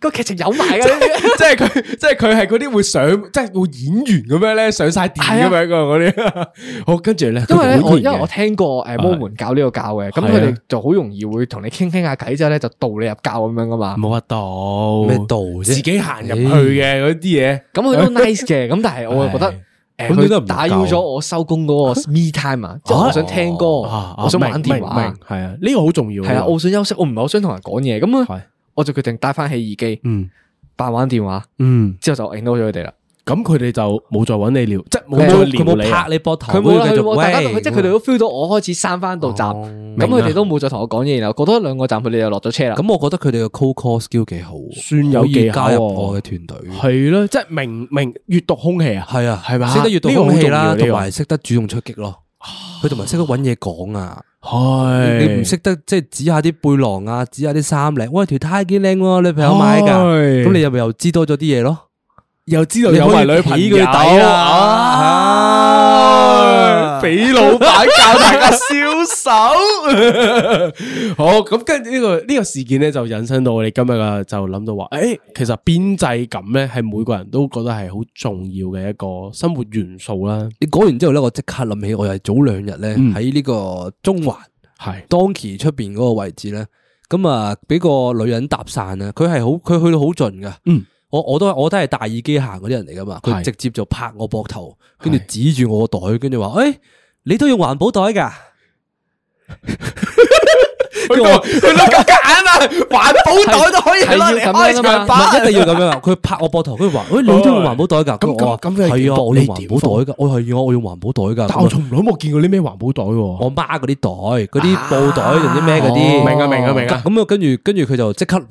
[SPEAKER 1] 個劇情有埋噶，
[SPEAKER 3] *laughs* 即係佢，即係佢係嗰啲會上，即係會演員咁樣咧，上晒電
[SPEAKER 1] 係啊
[SPEAKER 3] 咁樣嘅嗰啲。 *laughs* 好，跟住咧，
[SPEAKER 1] 因為
[SPEAKER 3] 佢
[SPEAKER 1] 咧
[SPEAKER 3] 好
[SPEAKER 1] 我
[SPEAKER 3] 熱
[SPEAKER 1] 因為
[SPEAKER 3] 嘅
[SPEAKER 1] 我聽過诶摩門教呢個教嘅，咁佢哋就好容易會同你傾傾下偈之後咧就導你入教咁樣噶嘛，
[SPEAKER 3] 冇得到
[SPEAKER 2] 咩道啫
[SPEAKER 3] 自己行入去嘅嗰啲嘢，
[SPEAKER 1] 咁佢都 nice 嘅，咁但係我又覺得
[SPEAKER 3] 係。
[SPEAKER 1] 誒
[SPEAKER 2] 咁點解唔
[SPEAKER 1] 佢打擾咗
[SPEAKER 2] 教
[SPEAKER 1] 我收工嗰個 me time 啊，即係我想聽歌，
[SPEAKER 3] 啊
[SPEAKER 1] 我想玩電話，
[SPEAKER 3] 係啊，呢個好重要。
[SPEAKER 1] 系啊，我想休息，我唔係好想同人講嘢，咁啊，
[SPEAKER 3] 係
[SPEAKER 1] 我就決定戴翻起耳機，
[SPEAKER 3] 嗯
[SPEAKER 1] 扮玩電話，
[SPEAKER 3] 嗯，
[SPEAKER 1] 之後就 ignore 咗佢哋啦。
[SPEAKER 3] 咁佢哋就冇再揾你聊，即係冇
[SPEAKER 2] 佢
[SPEAKER 3] 再
[SPEAKER 2] 冇佢
[SPEAKER 3] 撩
[SPEAKER 2] 冇
[SPEAKER 3] 你啊
[SPEAKER 2] 拍。你膊頭，
[SPEAKER 1] 佢冇啦，
[SPEAKER 2] 跟
[SPEAKER 1] 佢
[SPEAKER 2] 住
[SPEAKER 1] 冇，大家都
[SPEAKER 2] 喂
[SPEAKER 1] 即係佢哋都 feel 到我開始閂翻到站，咁佢哋都冇再同我講嘢，然後過多一兩個站，佢哋就落咗車啦。
[SPEAKER 2] 咁我覺得佢哋嘅 cold call skill 幾好，
[SPEAKER 3] 算有
[SPEAKER 2] 可以
[SPEAKER 3] 技巧
[SPEAKER 2] 加入
[SPEAKER 3] 喎
[SPEAKER 2] 我嘅團隊。
[SPEAKER 3] 係咯，即係明明阅讀空氣啊，
[SPEAKER 2] 係啊，
[SPEAKER 3] 係嘛
[SPEAKER 2] 識得阅讀
[SPEAKER 3] 呢個好
[SPEAKER 2] 空氣
[SPEAKER 3] 重要
[SPEAKER 2] 啦，
[SPEAKER 3] 呢個
[SPEAKER 2] 同埋識得主動出擊咯。佢同埋識得揾嘢講啊！你
[SPEAKER 3] 係
[SPEAKER 2] 唔識得即係指下啲背囊啊，指下啲衫領，喂條呔幾靚喎，女朋友買㗎，
[SPEAKER 3] 係
[SPEAKER 2] 咁你又咪又知多咗啲嘢咯？
[SPEAKER 3] 又知道
[SPEAKER 2] 你
[SPEAKER 3] 有
[SPEAKER 2] 可
[SPEAKER 3] 埋
[SPEAKER 2] 以
[SPEAKER 3] 女朋
[SPEAKER 2] 起
[SPEAKER 3] 友
[SPEAKER 2] 佢底啦
[SPEAKER 3] 啊
[SPEAKER 2] 啊
[SPEAKER 3] 俾老闆教大家銷售。 *laughs* 好，咁跟住呢個呢個事件咧，就引申到我哋今日嘅就諗到話，誒，其實邊際感咧係每個人都覺得係好重要嘅一個生活元素啦。
[SPEAKER 2] 你講完之後咧，我即刻諗起我係早兩日咧
[SPEAKER 3] 嗯
[SPEAKER 2] 喺呢個中環
[SPEAKER 3] 係
[SPEAKER 2] Donkey 出邊嗰個位置咧，咁啊俾個女人搭訕啊，佢係好佢去到好盡噶，
[SPEAKER 3] 嗯，
[SPEAKER 2] 我我都我都係大耳機行嗰啲人嚟噶嘛，佢
[SPEAKER 3] 係
[SPEAKER 2] 直接就拍我膊頭，跟住
[SPEAKER 3] 係
[SPEAKER 2] 指住我個袋，跟住話：，誒，你都用環保袋㗎？
[SPEAKER 3] *laughs* 佢都佢都咁揀啊，環保袋都可以
[SPEAKER 1] 係
[SPEAKER 3] 攞嚟
[SPEAKER 1] 要咁樣啊
[SPEAKER 3] 開場
[SPEAKER 2] 唔
[SPEAKER 1] 嘛
[SPEAKER 3] 白。
[SPEAKER 2] 係一定要咁樣啊！佢拍我膊頭，跟住話：，誒，你都用環保袋㗎？
[SPEAKER 3] 咁
[SPEAKER 2] 我話
[SPEAKER 3] 咁咁佢係
[SPEAKER 2] 係
[SPEAKER 3] 點
[SPEAKER 2] 啊，
[SPEAKER 3] 放
[SPEAKER 2] 我用
[SPEAKER 3] 你
[SPEAKER 2] 環
[SPEAKER 3] 點
[SPEAKER 2] 保袋㗎，我係啊，我用環保袋㗎。
[SPEAKER 3] 但我
[SPEAKER 2] 咁啊
[SPEAKER 3] 從來冇見過啲咩環保袋喎。
[SPEAKER 2] 我媽嗰啲袋，嗰啲布袋定啲咩嗰
[SPEAKER 3] 哦
[SPEAKER 2] 啲，
[SPEAKER 3] 明啊明啊明啊
[SPEAKER 2] 咁啊，跟住跟住佢就即刻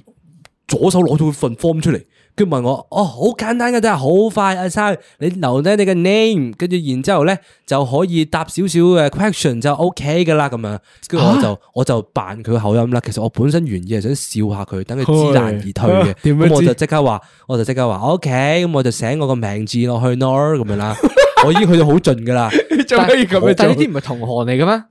[SPEAKER 2] 左手攞咗份 form 出嚟，跟住問我，哦，好簡單嘅啫，好快啊，生，你留低你嘅 name，跟住然之後咧就可以答少少嘅 question 就 OK 噶啦，咁樣，跟住我
[SPEAKER 3] 啊
[SPEAKER 2] 就我就扮佢口音啦。其實我本身原意係想笑下佢，等佢知難而退嘅
[SPEAKER 3] 唉， *laughs* 點樣
[SPEAKER 2] 咁我
[SPEAKER 3] 知
[SPEAKER 2] 就即刻話，我就即刻話 OK，咁我就寫我個名字落去 nor 咁樣啦。我已經去到好盡噶啦，
[SPEAKER 3] 做咩要咁樣
[SPEAKER 1] 但係呢
[SPEAKER 3] 做
[SPEAKER 1] 啲唔係同行嚟嘅咩？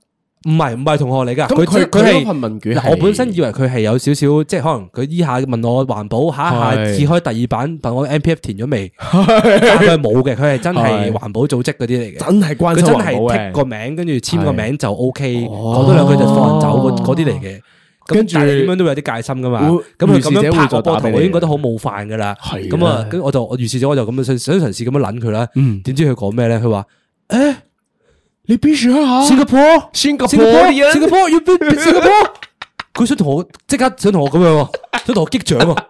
[SPEAKER 2] 唔係唔係同學嚟噶，佢
[SPEAKER 3] 咁佢
[SPEAKER 2] 佢佢
[SPEAKER 3] 佢嗰
[SPEAKER 2] 係
[SPEAKER 3] 份問卷係
[SPEAKER 2] 嗱，我本身以為佢係有少少，即係可能佢依下問我環保，下一下
[SPEAKER 3] 係
[SPEAKER 2] 揭開第二版，問我 M P F 填咗
[SPEAKER 3] *laughs*
[SPEAKER 2] 未？但係佢係冇嘅，佢係真係
[SPEAKER 3] 係
[SPEAKER 2] 環保組織嗰啲嚟嘅。
[SPEAKER 3] 真係關
[SPEAKER 2] 佢
[SPEAKER 3] 心
[SPEAKER 2] 真
[SPEAKER 3] 環
[SPEAKER 2] 係
[SPEAKER 3] 保
[SPEAKER 2] 剔
[SPEAKER 3] 嘅
[SPEAKER 2] 個。名，跟住簽個名就 O K，
[SPEAKER 3] 哦
[SPEAKER 2] 講多兩句就放人走嗰嗰啲嚟嘅。跟
[SPEAKER 3] 跟
[SPEAKER 2] 住
[SPEAKER 3] 住
[SPEAKER 2] 點樣都會有啲戒心噶嘛。
[SPEAKER 3] 會
[SPEAKER 2] 咁佢咁
[SPEAKER 3] 如是
[SPEAKER 2] 樣
[SPEAKER 3] 者
[SPEAKER 2] 拍
[SPEAKER 3] 會
[SPEAKER 2] 我
[SPEAKER 3] 再
[SPEAKER 2] 膊頭，
[SPEAKER 3] 打俾你
[SPEAKER 2] 我已經覺得好冒犯噶啦。
[SPEAKER 3] 係
[SPEAKER 2] 咁啊
[SPEAKER 3] 啦，
[SPEAKER 2] 跟住我就我如是者我就咁樣想想嘗試咁樣撚佢啦。
[SPEAKER 3] 嗯
[SPEAKER 2] 點知佢講咩咧？佢話
[SPEAKER 3] 你必須啊下
[SPEAKER 2] 新加坡。
[SPEAKER 3] 新加
[SPEAKER 2] 新加坡，新加坡要變 *laughs* 變新加坡。佢想同我即刻想同我咁樣喎，想同我擊掌啊！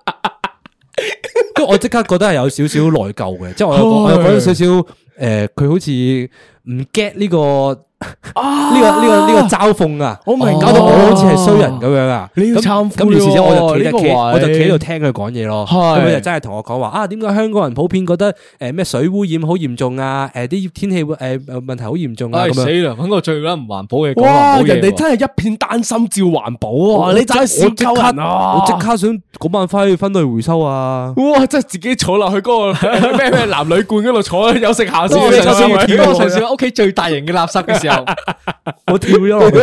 [SPEAKER 2] 跟住我即刻覺得係有少少內疚嘅，即係我有個我有覺得少少誒，呃佢好似唔 get 呢個呢個呢個呢個嘲諷啊！
[SPEAKER 3] 我明
[SPEAKER 2] 搞到我好似係衰人咁樣啊！
[SPEAKER 3] 你要
[SPEAKER 2] 咁
[SPEAKER 3] 懺悔
[SPEAKER 2] 咁於是者我就企
[SPEAKER 3] 喎呢個
[SPEAKER 2] 得企，
[SPEAKER 3] 位
[SPEAKER 2] 我就企喺度聽佢講嘢咯。
[SPEAKER 3] 係
[SPEAKER 2] 咁佢就真係同我講話啊，點解香港人普遍覺得誒咩水污染好嚴重啊？誒啲天氣誒誒問題好嚴重啊
[SPEAKER 1] 唉
[SPEAKER 2] 咁
[SPEAKER 1] 死
[SPEAKER 2] 樣。
[SPEAKER 1] 啦！揾個最啦唔環保嘅講
[SPEAKER 3] 哇！
[SPEAKER 1] 環保
[SPEAKER 3] 人
[SPEAKER 1] 嘢
[SPEAKER 3] 哋
[SPEAKER 1] 喎。
[SPEAKER 3] 真係一片丹心照環保啊！你真係
[SPEAKER 2] 我
[SPEAKER 3] 笑
[SPEAKER 2] 即
[SPEAKER 3] 鳩人啊！
[SPEAKER 2] 我即刻想嗰晚翻去分類回收啊！
[SPEAKER 3] 哇！真係自己坐落去嗰個 *laughs* 咩咩男女館嗰度坐休息下
[SPEAKER 1] 當我
[SPEAKER 3] 先。
[SPEAKER 1] 上次當我上次喺屋企最大型嘅垃圾嘅時候，
[SPEAKER 2] 我跳咗落去，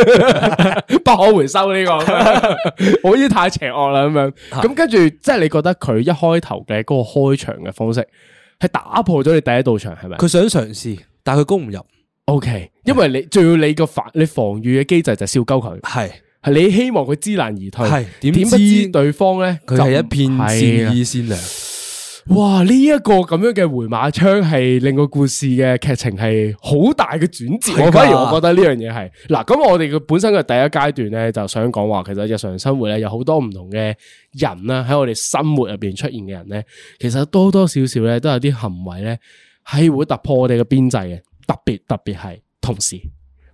[SPEAKER 3] *laughs* 不可回收呢個， *laughs* 我已經太邪惡啦咁樣。咁跟住，即係你覺得佢一開頭嘅嗰個開場嘅方式，係打破咗你第一道牆係咪
[SPEAKER 2] *laughs* 佢想嘗試，但係佢攻唔入，
[SPEAKER 3] ？OK，因為你仲要你個防你防禦嘅機制就係笑鳩佢。
[SPEAKER 2] 係
[SPEAKER 3] 系你希望佢知難而退，
[SPEAKER 2] 係點
[SPEAKER 3] 點不
[SPEAKER 2] 知
[SPEAKER 3] 知對方咧
[SPEAKER 2] 佢係一片善意
[SPEAKER 3] 意。
[SPEAKER 2] 善良，
[SPEAKER 3] 啊哇！呢一個咁樣嘅回馬槍係令個故事嘅劇情係好大嘅轉
[SPEAKER 2] 係㗎
[SPEAKER 3] 折。我反而我覺得呢樣嘢係嗱，咁我哋嘅本身嘅第一階段咧，就想講話其實日常生活咧有好多唔同嘅人啦，喺我哋生活入邊出現嘅人咧，其實多多少少咧都有啲行為咧係會突破我哋嘅邊際嘅，特別特別係同事。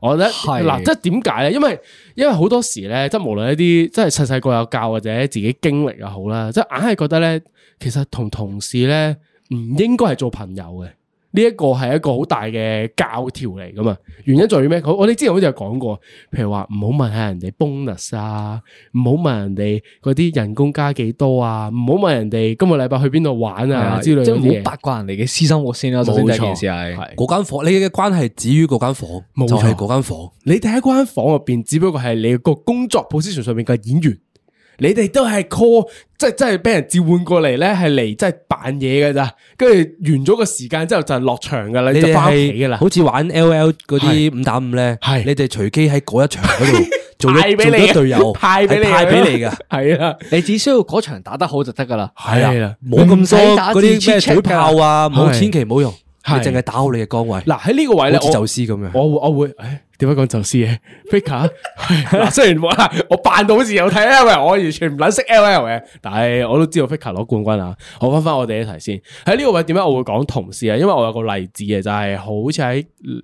[SPEAKER 3] 我覺得
[SPEAKER 1] 係
[SPEAKER 3] 嗱，即係點解咧？因為因為好多時咧，即係無論一啲即係細細個有教或者自己經歷又好啦，即係硬係覺得咧，其實同同事咧唔應該係做朋友嘅。呢一個係一個好大嘅教條嚟噶嘛？原因在於咩？我我哋之前好似有講過，譬如話唔好問下人哋 bonus 啊，唔好問人哋嗰啲人工加幾多啊，唔好問人哋今個禮拜去邊度玩啊之類
[SPEAKER 1] 即係
[SPEAKER 3] 嗰
[SPEAKER 1] 唔
[SPEAKER 3] 啲
[SPEAKER 1] 好
[SPEAKER 3] 嘢。
[SPEAKER 1] 八卦人哋嘅私生活先啦。首先第一件事係，
[SPEAKER 2] 嗰間房你嘅關係止於嗰間房，
[SPEAKER 3] 冇錯
[SPEAKER 2] 就係嗰間房。
[SPEAKER 3] 你哋喺嗰間房入邊，只不過係你個工作 position 上面嘅演員，你哋都係 call，即係即係俾人召喚過嚟咧，係嚟即係扮嘢嘅咋，跟住完咗個時間之後就落場噶啦，
[SPEAKER 2] 你
[SPEAKER 3] 就
[SPEAKER 2] 哋
[SPEAKER 3] 翻屋企噶
[SPEAKER 2] 係
[SPEAKER 3] 啦。
[SPEAKER 2] 好似玩 L L 嗰啲五打五咧，
[SPEAKER 3] 係
[SPEAKER 2] 你哋隨機喺嗰一場嗰度做
[SPEAKER 3] 派
[SPEAKER 2] 咗做
[SPEAKER 3] 俾你
[SPEAKER 2] 咗
[SPEAKER 3] 嘅
[SPEAKER 2] 隊友，
[SPEAKER 3] 派俾你
[SPEAKER 2] 係
[SPEAKER 3] 嘅
[SPEAKER 2] 派俾你
[SPEAKER 3] *laughs*
[SPEAKER 2] 噶。
[SPEAKER 3] 係啦，
[SPEAKER 1] 你只需要嗰場打得好就得噶啦。啊
[SPEAKER 3] 係啊啦，
[SPEAKER 2] 冇咁多
[SPEAKER 1] 唔使打字
[SPEAKER 2] 嗰啲咩
[SPEAKER 1] check check
[SPEAKER 2] 水炮啊，冇
[SPEAKER 3] 係
[SPEAKER 2] 千祈唔好用，你
[SPEAKER 3] 係
[SPEAKER 2] 淨係打好你嘅崗位。
[SPEAKER 3] 嗱喺呢個位咧，
[SPEAKER 2] 好似
[SPEAKER 3] 我
[SPEAKER 2] 走私咁樣。
[SPEAKER 3] 我會我會，唉點解講宙斯嘅 *laughs* Faker？係 *laughs* 嗱，雖然話我扮到好似有睇 L L，我完全唔撚識 L L 嘅，但係我都知道 Faker 攞冠軍啊！我翻翻我哋一題先，喺呢個位點解我會講同事啊？因為我有個例子嘅，就係、好似喺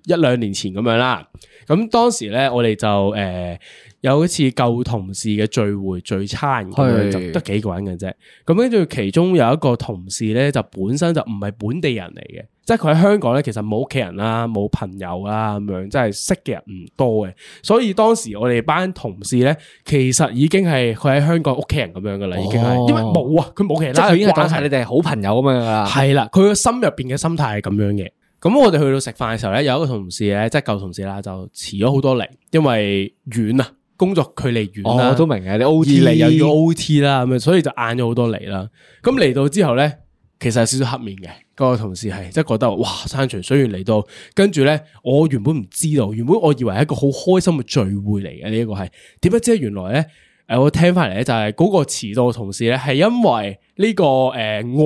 [SPEAKER 3] 一兩年前咁樣啦。咁當時咧，我哋就誒、呃有一次舊同事嘅聚會聚餐咁樣，
[SPEAKER 1] 係
[SPEAKER 3] 就得幾個人嘅啫。咁跟住其中有一個同事咧，就本身就唔係本地人嚟嘅，即係佢喺香港咧，其實冇屋企人啦，冇朋友啦咁樣，即係識嘅人唔多嘅。所以當時我哋班同事咧，其實已經係佢喺香港屋企人咁樣噶啦，已經係，因為冇啊，佢冇其
[SPEAKER 1] 即係
[SPEAKER 3] 他
[SPEAKER 1] 佢已經係當
[SPEAKER 3] 關
[SPEAKER 1] 晒
[SPEAKER 3] 係
[SPEAKER 1] 你。哋係好朋友咁樣噶啦。
[SPEAKER 3] 系啦，佢個心入边嘅心態係咁樣嘅。咁我哋去到食飯嘅時候咧，有一個同事咧，即係舊同事啦，就遲咗好多嚟，因為遠啊，工作距離遠啦，
[SPEAKER 1] 我哦都明嘅，你 O
[SPEAKER 3] 二
[SPEAKER 1] T
[SPEAKER 3] 嚟
[SPEAKER 1] 你
[SPEAKER 3] 又
[SPEAKER 1] 又
[SPEAKER 3] 要
[SPEAKER 1] 要
[SPEAKER 3] O T 啦，咁樣所以就晏咗好多嚟啦。咁嚟到之後咧，其實有少少黑面嘅，嗰、個同事係即係覺得哇山長水遠嚟到，跟住咧我原本唔知道，原本我以為係一個好開心嘅聚會嚟嘅呢一個係，點不知呢原來咧。誒，我聽翻嚟咧，就係嗰個遲到嘅同事咧，係因為呢個誒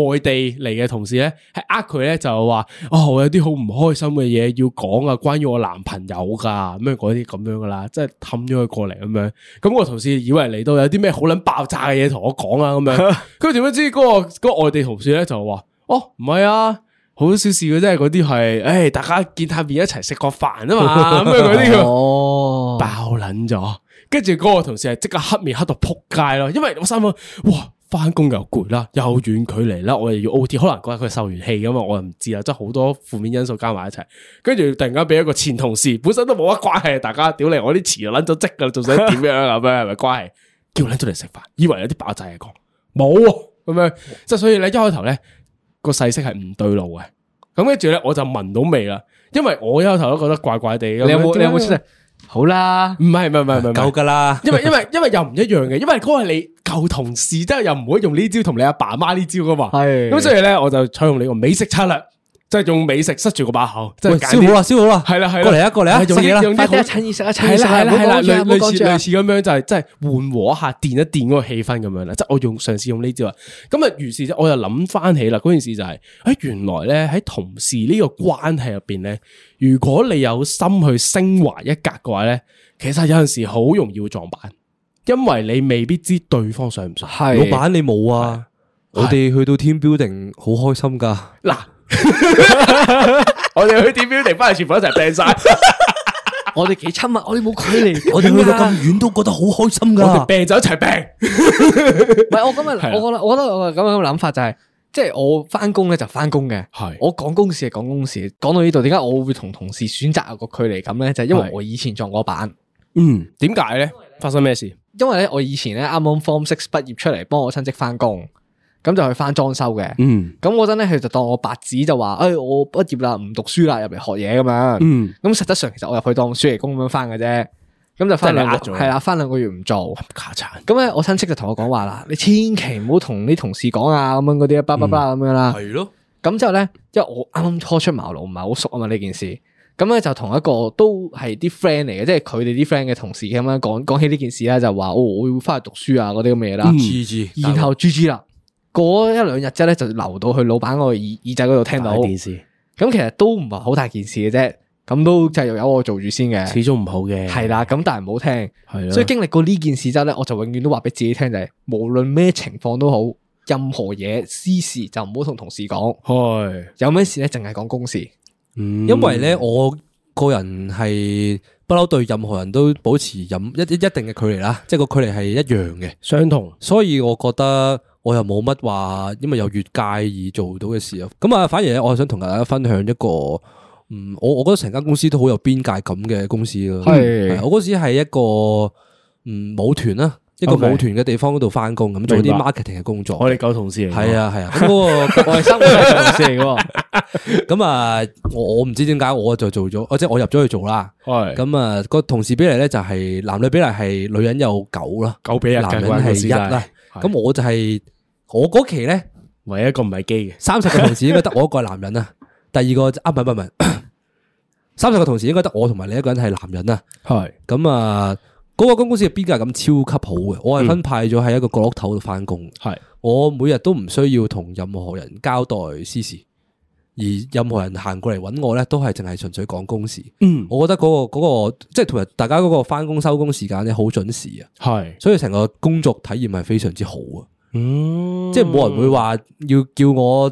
[SPEAKER 3] 外地嚟嘅同事咧，係呃佢咧就話，哦，我有啲好唔開心嘅嘢要講啊，關於我男朋友㗎，咁樣嗰啲咁樣噶啦，即係氹咗佢過嚟咁樣。咁我同事以為嚟到有啲咩好撚爆炸嘅嘢同我講啊，咁樣。跟住點樣知嗰、個嗰個外地同事咧就話：哦，唔係啊，好小事嘅啫，嗰啲係，誒，大家見下面一齊食個飯啊嘛，咁樣嗰啲佢
[SPEAKER 2] 哦，
[SPEAKER 3] 爆撚咗。跟住嗰個同事係即刻黑面黑到撲街咯，因為我心諗，哇！翻工又攰啦，又遠距離啦，我又要 O T，可能嗰日佢受完氣咁嘛，啊我又唔知啦，即係好多負面因素加埋一齊，跟住突然間俾一個前同事，本身都冇乜關係，大家屌你，我啲遲撚咗職噶啦，仲想點樣啊咁樣係咪關係？叫撚咗嚟食飯，以為有啲爆炸嘢講，冇啊咁樣，即係所以咧一開頭咧個細息係唔對路嘅，咁跟住咧我就聞到味啦，因為我一開頭都覺得怪怪地咁樣，
[SPEAKER 1] 你有冇你有冇
[SPEAKER 3] 點
[SPEAKER 1] 出
[SPEAKER 3] 解
[SPEAKER 1] 嚟？好啦，
[SPEAKER 3] 唔係唔係唔係唔係唔係
[SPEAKER 2] 夠噶啦，
[SPEAKER 3] 因為因為因為又唔一樣嘅，因為嗰個係你舊同事，即係又唔可以用呢招同你阿爸媽呢招噶嘛。
[SPEAKER 1] 係
[SPEAKER 3] 咁，所以咧，我就採用你個美食策略，即係用美食塞住個把口，即
[SPEAKER 2] 喂，
[SPEAKER 3] 係
[SPEAKER 2] 燒
[SPEAKER 3] 揀
[SPEAKER 2] 好
[SPEAKER 3] 啲
[SPEAKER 2] 啦，燒好啦，
[SPEAKER 3] 係啦係啦
[SPEAKER 2] 過嚟啊，過嚟啊，
[SPEAKER 3] 係
[SPEAKER 2] 食
[SPEAKER 3] 用
[SPEAKER 2] 嘢啦，
[SPEAKER 3] 用
[SPEAKER 1] 快啲
[SPEAKER 3] 啲好
[SPEAKER 1] 一趁熱食一趁
[SPEAKER 3] 係
[SPEAKER 1] 熱食，
[SPEAKER 3] 啦係啦係啦，
[SPEAKER 1] 唔好講
[SPEAKER 3] 類
[SPEAKER 1] 住啊唔好
[SPEAKER 3] 類
[SPEAKER 1] 講
[SPEAKER 3] 似
[SPEAKER 1] 住啊
[SPEAKER 3] 類似咁樣就係即係緩和一下電一電嗰個氣氛咁樣啦。即係我用嘗試用呢招啊。咁啊，於是我就諗翻起啦，嗰件事就係，誒原來咧喺同事呢個關係入邊咧，如果你有心去升華一格嘅話咧，其實有陣時好容易會撞板，因為你未必知對方 *laughs* 想唔想。
[SPEAKER 1] 係
[SPEAKER 2] 老闆你冇啊？我哋去到 team building 好開心噶。
[SPEAKER 3] 嗱，我哋去點 building 翻嚟，全部一齊病 *laughs* 晒。
[SPEAKER 1] 我哋幾親密，我哋冇距
[SPEAKER 2] *laughs*
[SPEAKER 1] 離，
[SPEAKER 2] 我哋去到咁遠都覺得好開心
[SPEAKER 3] 我哋
[SPEAKER 2] 噶。
[SPEAKER 3] 病就一齊病，
[SPEAKER 1] 唔係我今
[SPEAKER 3] 係啊
[SPEAKER 1] 日
[SPEAKER 3] 啦
[SPEAKER 1] 我覺得我覺得我咁樣嘅諗法就係、即係我翻工咧就翻工嘅，
[SPEAKER 3] 係
[SPEAKER 1] 我講公事係講公事。講到呢度，點解我會同同事選擇有個距離感咧？就係因為
[SPEAKER 3] 係
[SPEAKER 1] 我以前撞過板，
[SPEAKER 3] 嗯，點解咧？發生咩事？
[SPEAKER 1] 因為咧我以前咧啱啱 form six 畢業出嚟，幫我親戚翻工，咁就去翻裝修嘅。
[SPEAKER 3] 嗯
[SPEAKER 1] 咁嗰陣咧，佢就當我白紙就話：，誒、哎我畢業啦，唔讀書啦，入嚟學嘢咁樣。
[SPEAKER 3] 嗯，
[SPEAKER 1] 咁實質上其實我入去當暑期工咁樣翻嘅啫，咁就翻兩個
[SPEAKER 3] 即係你呃咗佢
[SPEAKER 1] 係啦，翻兩個月唔做。
[SPEAKER 3] 卡殘。
[SPEAKER 1] 咁咧，我親戚就同我講話啦，你千祈唔好同啲同事講啊，咁樣嗰啲巴巴巴咁樣啦。
[SPEAKER 2] 係咯，
[SPEAKER 1] 咁之後咧，因為我啱啱初出茅廬，唔係好熟啊嘛呢件事。咁啊咧就同一個都係啲 friend 嚟嘅，即係佢哋啲 friend 嘅同事咁樣講講起呢件事啦，就話哦，我會翻去讀書啊嗰啲咁嘅嘢
[SPEAKER 3] 嗯
[SPEAKER 1] 啦。
[SPEAKER 2] 次次
[SPEAKER 1] 然後 G G 啦，嗰一兩日之後咧就流到去老闆個耳耳仔嗰度聽到。咁
[SPEAKER 3] 視
[SPEAKER 1] 其實都唔係好大件事嘅啫，咁都繼續由我做住先嘅。
[SPEAKER 3] 始終唔好嘅，
[SPEAKER 1] 係啦，咁但係唔好聽。
[SPEAKER 3] 係
[SPEAKER 1] 所以經歷過呢件事之後咧，我就永遠都話俾自己聽就係、無論咩情況都好，任何嘢私事就唔好同同事講，
[SPEAKER 3] 係，
[SPEAKER 1] 有咩事咧淨係講公事。
[SPEAKER 3] 因
[SPEAKER 2] 因為咧，我個人係不嬲對任何人都保持任一一一定嘅距離啦，即係個距離係一樣嘅，
[SPEAKER 3] 相同
[SPEAKER 2] 所以我覺得。我又冇乜話，因為有越界而做到嘅事啊。咁啊，反而咧，我係想同大家分享一個，嗯，我我覺得成間公司都好有邊界感嘅公司咯。
[SPEAKER 1] 係
[SPEAKER 2] 係啊我嗰時係一個嗯舞團啦，一個舞
[SPEAKER 3] OK
[SPEAKER 2] 團嘅地方嗰度翻工，咁做啲
[SPEAKER 3] 明白
[SPEAKER 2] marketing 嘅工作。
[SPEAKER 3] 我哋舊同事嚟，
[SPEAKER 2] 係，啊係啊，咁嗰個 *laughs*
[SPEAKER 1] *laughs* 我係生活上同事嚟嘅 *laughs* 喎，
[SPEAKER 2] 咁啊，我我唔知點解我就做咗，哦即係我入咗去做啦。
[SPEAKER 3] 係
[SPEAKER 2] 咁啊，個同事比例咧就係男女比例係女人有九啦，
[SPEAKER 3] 九比一
[SPEAKER 2] 男
[SPEAKER 3] 嘅
[SPEAKER 2] 人
[SPEAKER 3] 嗰個
[SPEAKER 2] 係
[SPEAKER 3] 時
[SPEAKER 2] 一
[SPEAKER 3] 代
[SPEAKER 2] 啦。
[SPEAKER 3] 係
[SPEAKER 2] 咁我就係我嗰期咧，
[SPEAKER 3] 唯一一個唔係基嘅，
[SPEAKER 2] 三十個同事應該得我一個係男人啊，第二個就啊唔係唔係唔係， *coughs* 三十個同事應該得我同埋另一個人係男人啊。
[SPEAKER 3] 係
[SPEAKER 2] 咁啊，嗰個公司嘅邊界咁超級好嘅，我係分派咗喺一個角落頭度翻工。
[SPEAKER 3] 係
[SPEAKER 2] 我每日都唔需要同任何人交代私事，而任何人行過嚟揾我咧，都係淨係純粹講工時。嗯，我覺得嗰、個嗰、個即係同埋大家嗰個翻工收工時間咧，好準時啊，
[SPEAKER 3] 系，
[SPEAKER 2] 所以成個工作體驗係非常之好啊。
[SPEAKER 3] 嗯
[SPEAKER 2] 即係冇人會話要叫我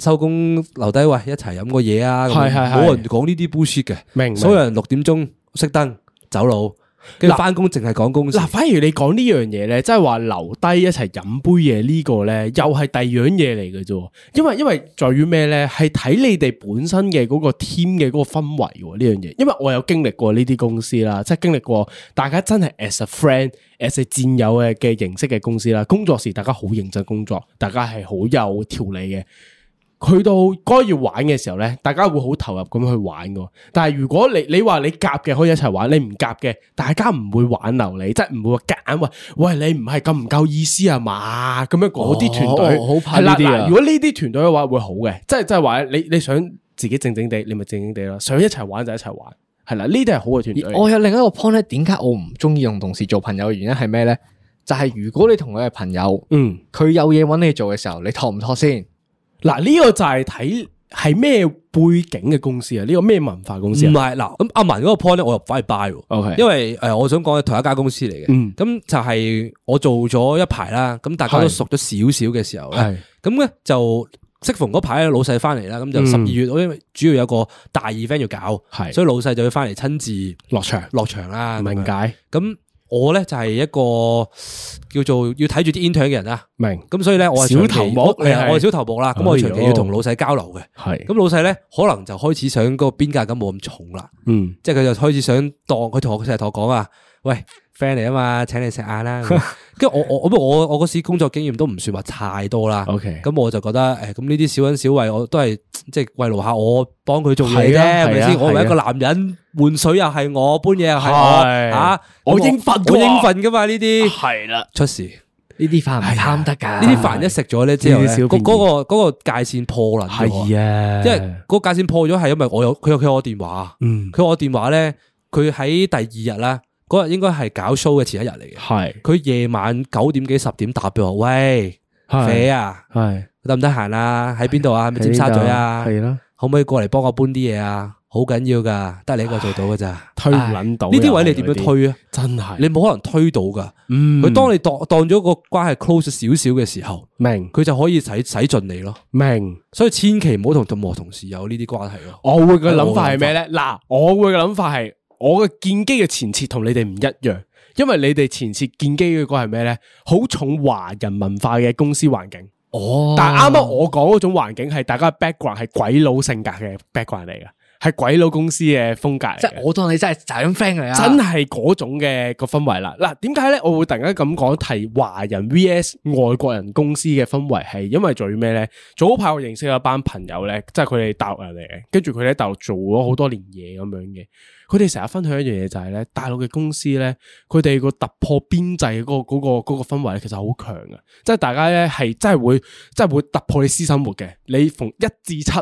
[SPEAKER 2] 收工留低，喂一齊飲個嘢啊！咁樣
[SPEAKER 3] 係係係
[SPEAKER 2] 冇人講呢啲 bullshit 嘅，
[SPEAKER 3] 明
[SPEAKER 2] 所有人六點鐘熄燈走佬，跟住翻工淨係講公司
[SPEAKER 3] 嗱，。反而你講呢樣嘢咧，即係話留低一齊飲杯嘢呢個咧，又係第二樣嘢嚟嘅啫喎。因為因為在於咩咧，係睇你哋本身嘅嗰個 team 嘅嗰個氛圍喎呢樣嘢。因為我有經歷過呢啲公司啦，即係經歷過大家真係 as a friend、as a 戰友嘅嘅形式嘅公司啦。工作時大家好認真工作，大家係好有條理嘅。去到該要玩嘅時候咧，大家會好投入咁去玩嘅。但係如果你你話你夾嘅可以一齊玩，你唔夾嘅，大家唔會挽留你，即係唔會話夾硬話，喂你唔係咁唔夠意思啊嘛？咁樣嗰啲團隊
[SPEAKER 1] 哦好怕呢啲啊
[SPEAKER 3] 係啦嗱如果呢啲團隊嘅話會好嘅，即係即係話你你想自己靜靜地，你咪靜靜地咯，想一齊玩就一齊玩，係啦，呢啲係好嘅團隊。
[SPEAKER 1] 我有另一個 point 咧，點解我唔中意同同事做朋友嘅原因係咩咧？就係如果你同佢係朋友，
[SPEAKER 3] 嗯，
[SPEAKER 1] 佢有嘢揾你做嘅時候，你托唔托先？
[SPEAKER 3] 嗱呢個就係睇係咩背景嘅公司啊？呢個咩文化公司
[SPEAKER 2] 唔
[SPEAKER 3] 啊
[SPEAKER 2] 係嗱，咁阿文嗰個 point 咧，我又反而 buy 喎。
[SPEAKER 3] ？OK，
[SPEAKER 2] 因為誒、呃我想講係同一家公司嚟嘅，
[SPEAKER 3] 嗯
[SPEAKER 2] 咁、就係我做咗一排啦，咁大家都
[SPEAKER 3] 係
[SPEAKER 2] 熟咗少少嘅時候咧
[SPEAKER 3] 係，
[SPEAKER 2] 咁咧就適逢嗰排老細翻嚟啦，咁就
[SPEAKER 3] 嗯
[SPEAKER 2] 十二月，我因為主要有個大 event 要搞，
[SPEAKER 3] 係
[SPEAKER 2] 所以老細就要翻嚟親自
[SPEAKER 3] 落場
[SPEAKER 2] 落場啦。
[SPEAKER 3] 明
[SPEAKER 2] 咁樣
[SPEAKER 3] 解
[SPEAKER 2] 咁我咧就係一個叫做要睇住啲 intern 嘅人啦。
[SPEAKER 3] 明
[SPEAKER 2] 咁所以咧，我係
[SPEAKER 3] 小
[SPEAKER 2] 長期
[SPEAKER 3] 頭目
[SPEAKER 2] 係啊
[SPEAKER 3] 你係
[SPEAKER 2] 我係小頭目啦。咁我長期
[SPEAKER 3] 哎呦
[SPEAKER 2] 要同老細交流嘅。
[SPEAKER 3] 係
[SPEAKER 2] 咁老細咧，可能就開始想嗰個邊界感冇咁重啦。
[SPEAKER 3] 嗯
[SPEAKER 2] 即係佢就開始想當佢同我成日同我講啊，喂 friend 嚟啊嘛，請你食晏啦。咁樣
[SPEAKER 3] *laughs*
[SPEAKER 2] 跟住我我我不過我我嗰時工作經驗都唔算話太多啦。
[SPEAKER 3] OK
[SPEAKER 2] 咁我就覺得誒，咁呢啲小恩小惠我都係即係慰勞下我幫佢做嘢啫，
[SPEAKER 3] 係啊
[SPEAKER 2] 係咪
[SPEAKER 3] 係啊
[SPEAKER 2] 先？我係一個
[SPEAKER 3] 係
[SPEAKER 2] 男人，換水又係我，搬嘢又係我
[SPEAKER 3] 係
[SPEAKER 2] 嚇，
[SPEAKER 3] 我
[SPEAKER 2] 咁
[SPEAKER 3] 應份㗎喎
[SPEAKER 2] 我應份噶嘛呢啲
[SPEAKER 3] 係啦，
[SPEAKER 2] 出事。
[SPEAKER 1] 呢啲飯唔貪得㗎。
[SPEAKER 2] 呢啲
[SPEAKER 1] *laughs*
[SPEAKER 2] 飯一食咗咧之後咧，
[SPEAKER 3] 呢啲小
[SPEAKER 2] 嗰
[SPEAKER 3] 便宜
[SPEAKER 2] 嗰個嗰個界線破撚咗啊，
[SPEAKER 3] 係啊，
[SPEAKER 2] 因為嗰個界線破咗係因為我有佢有佢有我電話，
[SPEAKER 3] 嗯
[SPEAKER 2] 佢有我電話咧，佢喺第二日啦，嗰日應該係搞 show 嘅前一日嚟嘅，
[SPEAKER 3] 係
[SPEAKER 2] 佢夜晚九點幾十點打俾我，喂，肥啊，
[SPEAKER 3] 係
[SPEAKER 2] 得唔得閒啊？喺邊度啊？係咪尖沙咀啊？
[SPEAKER 3] 係啦，
[SPEAKER 2] 可唔可以過嚟幫我搬啲嘢啊？好緊要噶，得你一個做到噶咋？呢
[SPEAKER 3] *laughs* 推唔捻到
[SPEAKER 2] 啲位你點樣？推啊？
[SPEAKER 3] 真係
[SPEAKER 2] 你冇可能推到噶。
[SPEAKER 3] 嗯
[SPEAKER 2] 佢當你當當咗個關係 close 少少嘅時候，
[SPEAKER 3] 明
[SPEAKER 2] 佢就可以使使盡你咯。
[SPEAKER 3] 明，
[SPEAKER 2] 所以千祈唔好同任何同事有呢啲關係咯。
[SPEAKER 3] 我會嘅諗法係咩咧？嗱，我會嘅諗法係我嘅建基嘅前設同你哋唔一樣，因為你哋前設建基嘅個係咩咧？好重華人文化嘅公司環境。
[SPEAKER 2] 哦
[SPEAKER 3] 但
[SPEAKER 1] Ờ.
[SPEAKER 3] 係啱啱我講嗰種環境係大家 background 係鬼佬性格嘅 background à? 嚟嘅，係鬼佬公司嘅風格嚟嘅。
[SPEAKER 1] 即係我當你真係就咁 friend 嚟啊！
[SPEAKER 3] 真係嗰種嘅個氛圍啦。嗱，點解咧？我會突然間咁講提華人 VS 外國人公司嘅氛圍，係因為在於咩咧？早排我認識咗一班朋友咧，即係佢哋大陸人嚟嘅，跟住佢哋喺大陸做咗好多年嘢咁樣嘅。佢哋成日分享一樣嘢就係、咧，大陸嘅公司咧，佢哋個突破邊際嗰、個嗰、個嗰、個氛圍咧，其實好強啊嘅，即係大家咧係真係會真係會突破你私生活嘅。你逢一至七。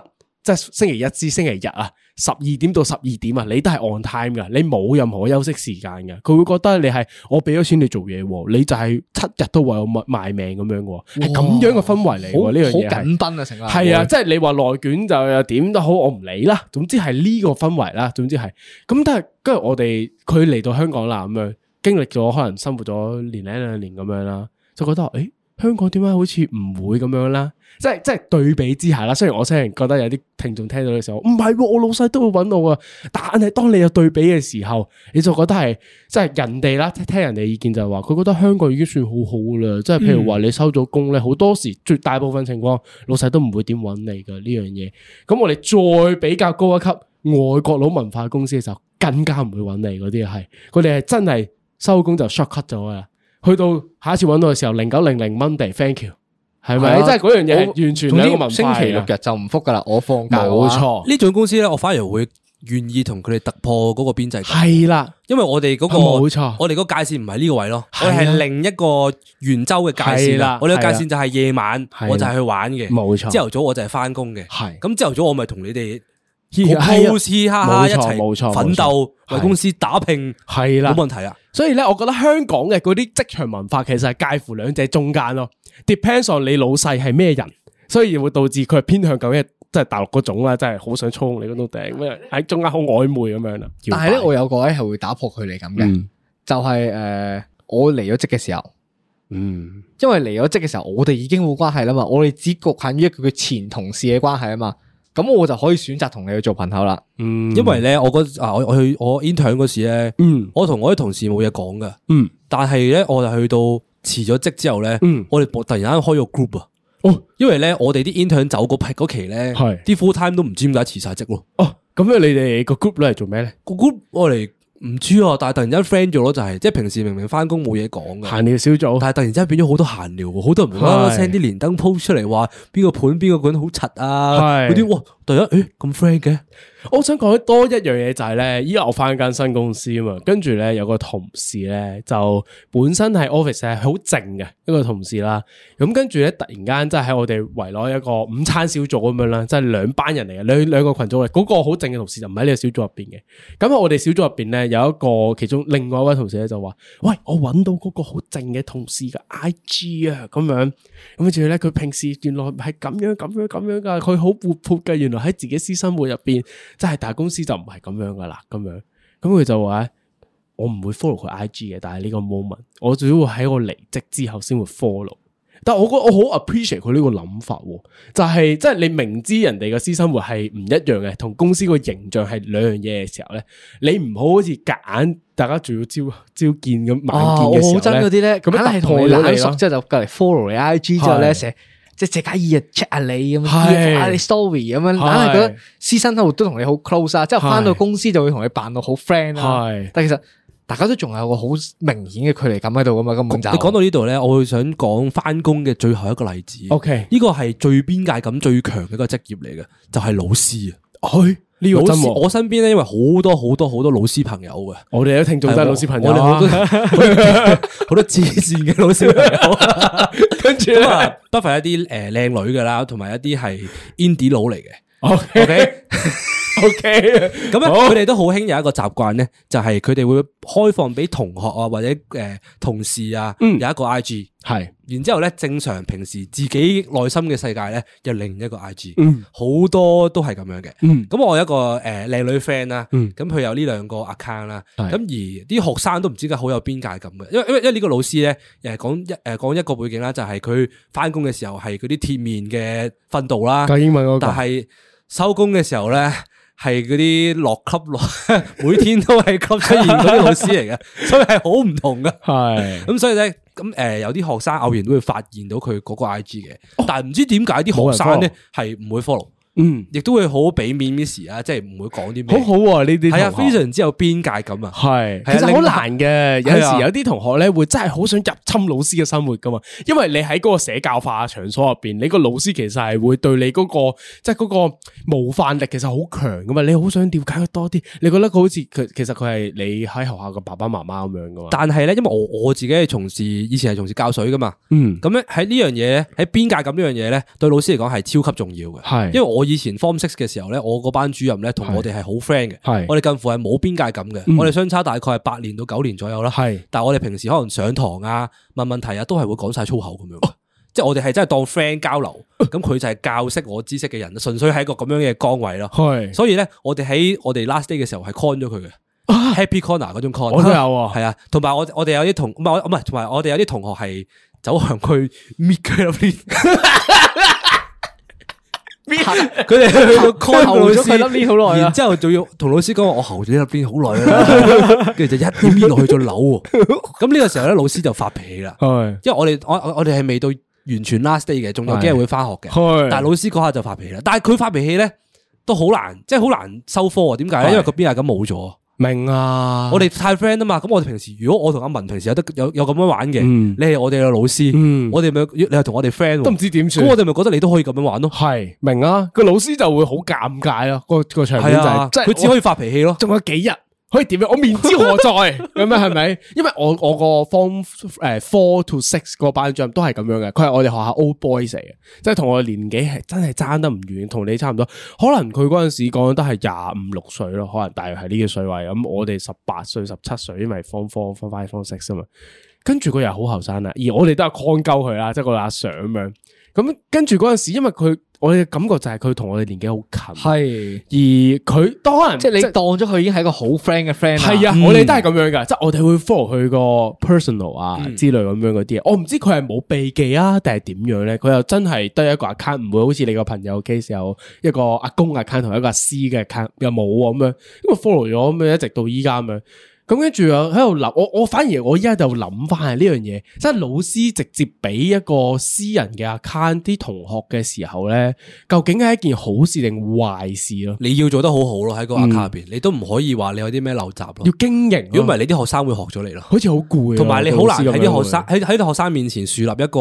[SPEAKER 3] 即係星期一至星期日啊，十二點到十二點啊，你都係 on time 噶，你冇任何休息時間嘅。佢會覺得你係我俾咗錢你做嘢喎，你就係七日都為我賣賣命咁樣喎，係咁樣嘅氛圍嚟
[SPEAKER 1] 好
[SPEAKER 3] 喎呢樣嘢
[SPEAKER 1] 好
[SPEAKER 3] 係。
[SPEAKER 1] 緊賓啊，成個
[SPEAKER 3] 係啊，即係你話內卷就又點都好，我唔理啦。總之係呢個氛圍啦，總之係咁。但係跟住我哋佢嚟到香港啦，咁樣經歷咗可能生活咗年零兩年咁樣啦，就覺得誒、欸香港點解好似唔會咁樣啦？即係即係對比之下啦。雖然我雖然覺得有啲聽眾聽到嘅時候，唔係喎，我老細都會揾我啊。但係當你有對比嘅時候，你就覺得係即係人哋啦，聽聽人哋意見就係話，佢覺得香港已經算好好啦。即係譬
[SPEAKER 2] 嗯
[SPEAKER 3] 如話你收咗工咧，好多時絕大部分情況，老細都唔會點揾你嘅呢樣嘢。咁我哋再比較高一級外國佬文化公司嘅時候，更加唔會揾你嗰啲係，佢哋係真係收工就 short cut 咗啊！去到下一次揾到嘅時候，零九零零 Monday，thank
[SPEAKER 2] 嗯
[SPEAKER 3] you，係咪？
[SPEAKER 1] 係啊
[SPEAKER 3] 即係嗰樣嘢係
[SPEAKER 1] 我
[SPEAKER 3] 完全
[SPEAKER 1] 總
[SPEAKER 3] 兩
[SPEAKER 1] 之
[SPEAKER 3] 個文化
[SPEAKER 1] 星期六
[SPEAKER 3] 嘅，
[SPEAKER 1] 日就唔復噶啦，我放假嘅
[SPEAKER 3] 冇
[SPEAKER 1] 話。
[SPEAKER 3] 錯，
[SPEAKER 2] 呢種公司咧，我反而會願意同佢哋突破嗰個邊際感，
[SPEAKER 3] 係啦，
[SPEAKER 2] 因為我哋嗰個
[SPEAKER 3] 冇錯
[SPEAKER 2] 我哋嗰個界線唔係呢個位咯，我
[SPEAKER 3] 係啊
[SPEAKER 2] 哋係另一個圓周嘅界線
[SPEAKER 3] 係
[SPEAKER 2] 啦
[SPEAKER 3] 啦。
[SPEAKER 2] 我哋個界線就係夜晚
[SPEAKER 3] 係，啦
[SPEAKER 2] 我就係去玩嘅，
[SPEAKER 3] 冇錯
[SPEAKER 2] 朝頭早我就係翻工嘅，
[SPEAKER 3] 係
[SPEAKER 2] 咁朝頭早我咪同你哋
[SPEAKER 3] 係啊
[SPEAKER 2] 好嘻哈哈
[SPEAKER 3] 冇
[SPEAKER 2] 一
[SPEAKER 3] 錯
[SPEAKER 2] 齊
[SPEAKER 3] 冇錯
[SPEAKER 2] 奮鬥，
[SPEAKER 3] 冇錯
[SPEAKER 2] 為公司打拼，
[SPEAKER 3] 係啦
[SPEAKER 2] 冇。問題啊。
[SPEAKER 3] 所以咧，我覺得香港嘅嗰啲職場文化其實係介乎兩者中間咯，depends on 你老細係咩人，所以會導致佢係偏向究竟係即係大陸嗰種啦，真係好想操控你嗰種頂，咩喺中間好曖昧咁樣啊啦。
[SPEAKER 1] 但系咧，我有個咧係會打破佢哋咁嘅，就係呃我離咗職嘅時候，
[SPEAKER 3] 嗯，
[SPEAKER 1] 因為離咗職嘅時候，我哋已經冇關係啦嘛，我哋只局限於一個佢前同事嘅關係啊嘛，咁我就可以選擇同你去做朋友啦。
[SPEAKER 3] 嗯，
[SPEAKER 2] 因為咧，我嗰啊，我我去我 intern 嗰時咧，
[SPEAKER 3] 嗯
[SPEAKER 2] 我同我啲同事冇嘢講噶，
[SPEAKER 3] 嗯，
[SPEAKER 2] 但係咧，我就去到辭咗職之後咧，
[SPEAKER 3] 嗯
[SPEAKER 2] 我哋突然間開咗 group 啊，
[SPEAKER 3] 哦
[SPEAKER 2] 因為咧我哋啲 intern 走嗰批嗰期咧，
[SPEAKER 3] 係
[SPEAKER 2] 啲 full time 都唔知點解辭晒職咯，
[SPEAKER 3] 哦，咁樣你哋個 group 咧係做咩咧？
[SPEAKER 2] 個 group 我嚟唔知啊，但係突然間 friend 咗咯，就係即係平時明明翻工冇嘢講
[SPEAKER 1] 啊
[SPEAKER 2] 嘅。
[SPEAKER 3] 閒聊小組，
[SPEAKER 2] 但係突然之間變咗好多閒聊喎，好多人無啦啦
[SPEAKER 3] 哦係
[SPEAKER 2] send 啲連登 post 出嚟話邊個盤邊個管好柒啊，
[SPEAKER 3] 係
[SPEAKER 2] 嗰啲哇突然間誒咁 friend 嘅，
[SPEAKER 3] 我想講多一樣嘢就係咧，依家我翻間新公司啊嘛，跟住咧有個同事咧就本身係 office 係好靜嘅一個同事啦，咁跟住咧突然間即係喺我哋圍內一個午餐小組咁樣啦，即係兩班人嚟嘅，兩兩個群組嚟，嗰、個好靜嘅同事就唔喺呢個小組入邊嘅。咁我哋小組入邊咧有一個其中另外一位同事咧就話：，喂，我揾到嗰個好靜嘅同事嘅 I G 啊，咁樣。咁跟住咧，佢平時原來係咁樣咁樣咁樣噶，佢好活潑嘅。原來喺自己私生活入邊，即係大公司就唔係咁樣噶啦，咁樣。咁佢就話：我唔會 follow 佢 IG 嘅，但係呢個 moment，我只會喺我離職之後先會 follow。但我覺得我好 appreciate 佢呢個諗法喎，就係即係你明知人哋嘅私生活係唔一樣嘅，同公司個形象係兩樣嘢嘅時候咧，你唔好好似夾硬大家仲要朝朝見
[SPEAKER 1] 啊，
[SPEAKER 3] 咁晚
[SPEAKER 1] 我
[SPEAKER 3] 見嘅
[SPEAKER 1] 好
[SPEAKER 3] 時
[SPEAKER 1] 憎
[SPEAKER 3] 候
[SPEAKER 1] 嗰
[SPEAKER 3] 咧，
[SPEAKER 1] 啲咧，
[SPEAKER 3] 咁
[SPEAKER 1] 硬係
[SPEAKER 3] 樣突
[SPEAKER 1] 同你
[SPEAKER 3] 破咗
[SPEAKER 1] 冷
[SPEAKER 3] 你
[SPEAKER 1] 熟
[SPEAKER 3] 咯。
[SPEAKER 1] 之後就隔嚟 follow 你 IG 之後咧，
[SPEAKER 3] 係
[SPEAKER 1] 成即係借假意日 check 下你咁樣
[SPEAKER 3] 係
[SPEAKER 1] ，check 下你 story 咁樣，硬係覺得私生活都同你好 close 啊。之後翻到
[SPEAKER 3] 係
[SPEAKER 1] 公司就會同你扮到好 friend 啦。
[SPEAKER 3] 係
[SPEAKER 1] 但其實大家都仲有個好明顯嘅距離感喺度噶嘛，根本
[SPEAKER 2] 你
[SPEAKER 1] 就
[SPEAKER 2] 講到呢度咧，我會想講翻工嘅最後一個例子。
[SPEAKER 3] OK，
[SPEAKER 2] 呢個係最邊界感最強嘅一個職業嚟嘅，就係老師啊。
[SPEAKER 3] 去呢
[SPEAKER 2] 老
[SPEAKER 3] 個真
[SPEAKER 2] 師，
[SPEAKER 3] 喎
[SPEAKER 2] 我身邊咧，因為好多好多好多老師朋友嘅，
[SPEAKER 3] 我哋有聽眾都係老師朋友
[SPEAKER 2] 哦我哋好
[SPEAKER 3] 啊 *laughs*
[SPEAKER 2] 多好多慈善嘅老師朋友，
[SPEAKER 3] *laughs*
[SPEAKER 2] 跟住 *laughs*
[SPEAKER 3] 啊
[SPEAKER 2] 咧，不乏一啲誒靚女噶啦，同埋一啲係 indie 佬嚟嘅。OK，
[SPEAKER 3] *laughs* OK，
[SPEAKER 2] 咁咧，佢哋都好興有一個習慣咧，就係佢哋會開放俾同學啊或者誒同事啊，有一個 IG。
[SPEAKER 3] 係
[SPEAKER 2] 然之後咧，正常平時自己內心嘅世界咧，有另一個 I G，好多都係咁樣嘅。咁我有一個誒靚女 friend 啦，咁佢有呢兩個 account 啦。咁而啲學生都唔知點解好有邊界感嘅，因為因為因為呢個老師咧，誒講一誒講一個背景啦，就係佢翻工嘅時候係嗰啲鐵面嘅訓導啦，
[SPEAKER 3] 教英
[SPEAKER 1] *laughs*
[SPEAKER 3] 文嗰個
[SPEAKER 2] 但係收工嘅時候咧。係嗰啲落級落， *laughs* 每天都係級出現嗰啲老師嚟
[SPEAKER 3] *laughs*
[SPEAKER 2] 嘅，所以係好唔同噶。
[SPEAKER 3] 係
[SPEAKER 2] 咁所以咧，咁誒、呃有啲學生偶然都會發現到佢嗰個 I G 嘅，
[SPEAKER 3] 哦
[SPEAKER 2] 但係唔知點解啲學生咧係唔會 follow，
[SPEAKER 3] 嗯，
[SPEAKER 2] 亦都會好俾面 Miss 啊，即係唔會講啲咩，
[SPEAKER 3] 好好喎呢啲
[SPEAKER 2] 係啊，
[SPEAKER 3] 同
[SPEAKER 2] 非
[SPEAKER 3] 學
[SPEAKER 2] 常之有邊界感啊。
[SPEAKER 3] 係，
[SPEAKER 2] 係啊
[SPEAKER 3] 其實
[SPEAKER 2] 另外
[SPEAKER 3] 好難嘅。有
[SPEAKER 2] 係啊
[SPEAKER 3] 陣時有啲同學咧，會真係好想入侵老師嘅生活噶嘛，因為你喺嗰個社教化嘅場所入邊，你個老師其實係會對你嗰、個即係嗰個冒犯力其實好強噶嘛，你好想了解佢多啲，你覺得佢好似佢其實佢係你喺學校嘅爸爸媽媽咁樣噶嘛。
[SPEAKER 2] 但係咧，因為我我自己係從事以前係從事教水噶嘛，
[SPEAKER 3] 嗯，
[SPEAKER 2] 咁咧喺呢樣嘢咧，喺邊界感呢樣嘢咧，對老師嚟講係超級重要嘅。
[SPEAKER 3] 係
[SPEAKER 2] 因為我以前 form six 嘅時候咧，我個班主任咧同我哋係好 friend 嘅
[SPEAKER 3] 係，嗯
[SPEAKER 2] 我哋近乎係冇邊界感嘅，我哋相差大概係八年到九年左右啦。
[SPEAKER 3] 係
[SPEAKER 2] 但係我哋平時可能上堂啊、問問題啊，都係會講晒粗口咁
[SPEAKER 3] 哦
[SPEAKER 2] 樣。即係我哋係真係當 friend 交流，咁佢就係教識我知識嘅人，純粹係一個咁樣嘅崗位咯。
[SPEAKER 3] 哦係
[SPEAKER 2] 所以咧，我哋喺我哋 last day 嘅時候係 con 咗佢嘅。Happy Corner 嗰種 con，
[SPEAKER 3] 啊我都有啊
[SPEAKER 2] 係啊，同埋我我哋有啲同唔係我唔係，同埋我哋有啲同學係走向去搣佢入邊，佢
[SPEAKER 3] *laughs*
[SPEAKER 2] 哋去到 con 個老
[SPEAKER 1] 候咗
[SPEAKER 2] 師
[SPEAKER 1] 佢粒呢好
[SPEAKER 3] 啊
[SPEAKER 1] 耐啦
[SPEAKER 2] 然之後仲要同老師講話我候咗呢粒邊好耐啦，跟住就一搣搣落去咗扭
[SPEAKER 3] *laughs*
[SPEAKER 2] 喎。咁呢個時候咧，老師就發脾氣啦，
[SPEAKER 3] 係
[SPEAKER 2] 因為我哋我我我哋係未到完全 last day 嘅，仲有幾日會翻學嘅。
[SPEAKER 3] 係，
[SPEAKER 2] 但係老師嗰下就發脾氣啦。但係佢發脾氣咧都好難，即係好難收科啊。點解咧？
[SPEAKER 3] 係
[SPEAKER 2] 因為個邊界咁冇咗。
[SPEAKER 3] 明啊，
[SPEAKER 2] 我哋太 friend 啊嘛。咁我哋平時如果我同阿文平時有得有有咁樣玩嘅，
[SPEAKER 3] 嗯
[SPEAKER 2] 你係我哋嘅老師，
[SPEAKER 3] 嗯
[SPEAKER 2] 我哋咪你係同我哋 friend，喎
[SPEAKER 3] 都唔知點算
[SPEAKER 2] 咁我哋咪覺得你都可以咁樣玩咯。
[SPEAKER 3] 系明啊，個老師就會好尷尬咯，個個場面
[SPEAKER 2] 係
[SPEAKER 3] 就
[SPEAKER 2] 啊
[SPEAKER 3] 係，即係
[SPEAKER 2] 佢只可以發脾氣咯
[SPEAKER 3] 我。仲有幾日。可以點樣？我面之何在？咁樣係咪？ *laughs* 因為我我個 form 誒 four to six 個班長都係咁樣嘅，佢係我哋學校 old boys 嚟嘅，即係同我年紀係真係爭得唔遠，同你差唔多。可能佢嗰陣時講得係廿五六歲咯，可能大約係呢個歲位。咁我哋十八歲、十七歲，因為 form four、form five、form six 啊嘛。跟住佢又好後生啦，而我哋都係 con 鳩佢啦，即係個阿 Sir 咁樣。咁跟住嗰陣時，因為佢我嘅感覺就係佢同我哋年紀好近，
[SPEAKER 1] 系，
[SPEAKER 3] 而佢當可能
[SPEAKER 1] 即系你當咗佢已經係一個好 friend 嘅 friend 嗯啦
[SPEAKER 3] 系啊，我哋都係咁樣噶，即系我哋會 follow 佢個 personal 啊之類咁樣嗰啲嘢。我唔知佢係冇避忌啊，定係點樣咧？佢又真係得一個 account，唔會好似你個朋友 case 有一個阿公 account 同一個阿師嘅 account 又冇啊咁樣，因為 follow 咗咁樣一直到依家咁樣。咁跟住啊又喺度諗，我我反而我依家就諗翻係呢樣嘢，即係老師直接俾一個私人嘅 account 啲同學嘅時候咧，究竟係一件好事定壞事咯？
[SPEAKER 2] 你要做得好好咯，喺個 account 入边，你都唔可以話你有啲咩陋習咯
[SPEAKER 3] 嗯要。經營咯，啊
[SPEAKER 2] 如果唔係，你啲學生會學咗你咯。
[SPEAKER 3] 好似好攰啊，
[SPEAKER 2] 同埋你好難
[SPEAKER 3] 老師咁
[SPEAKER 2] 喺
[SPEAKER 3] 樣
[SPEAKER 2] 啲
[SPEAKER 3] 會
[SPEAKER 2] 學生喺喺啲學生面前樹立一個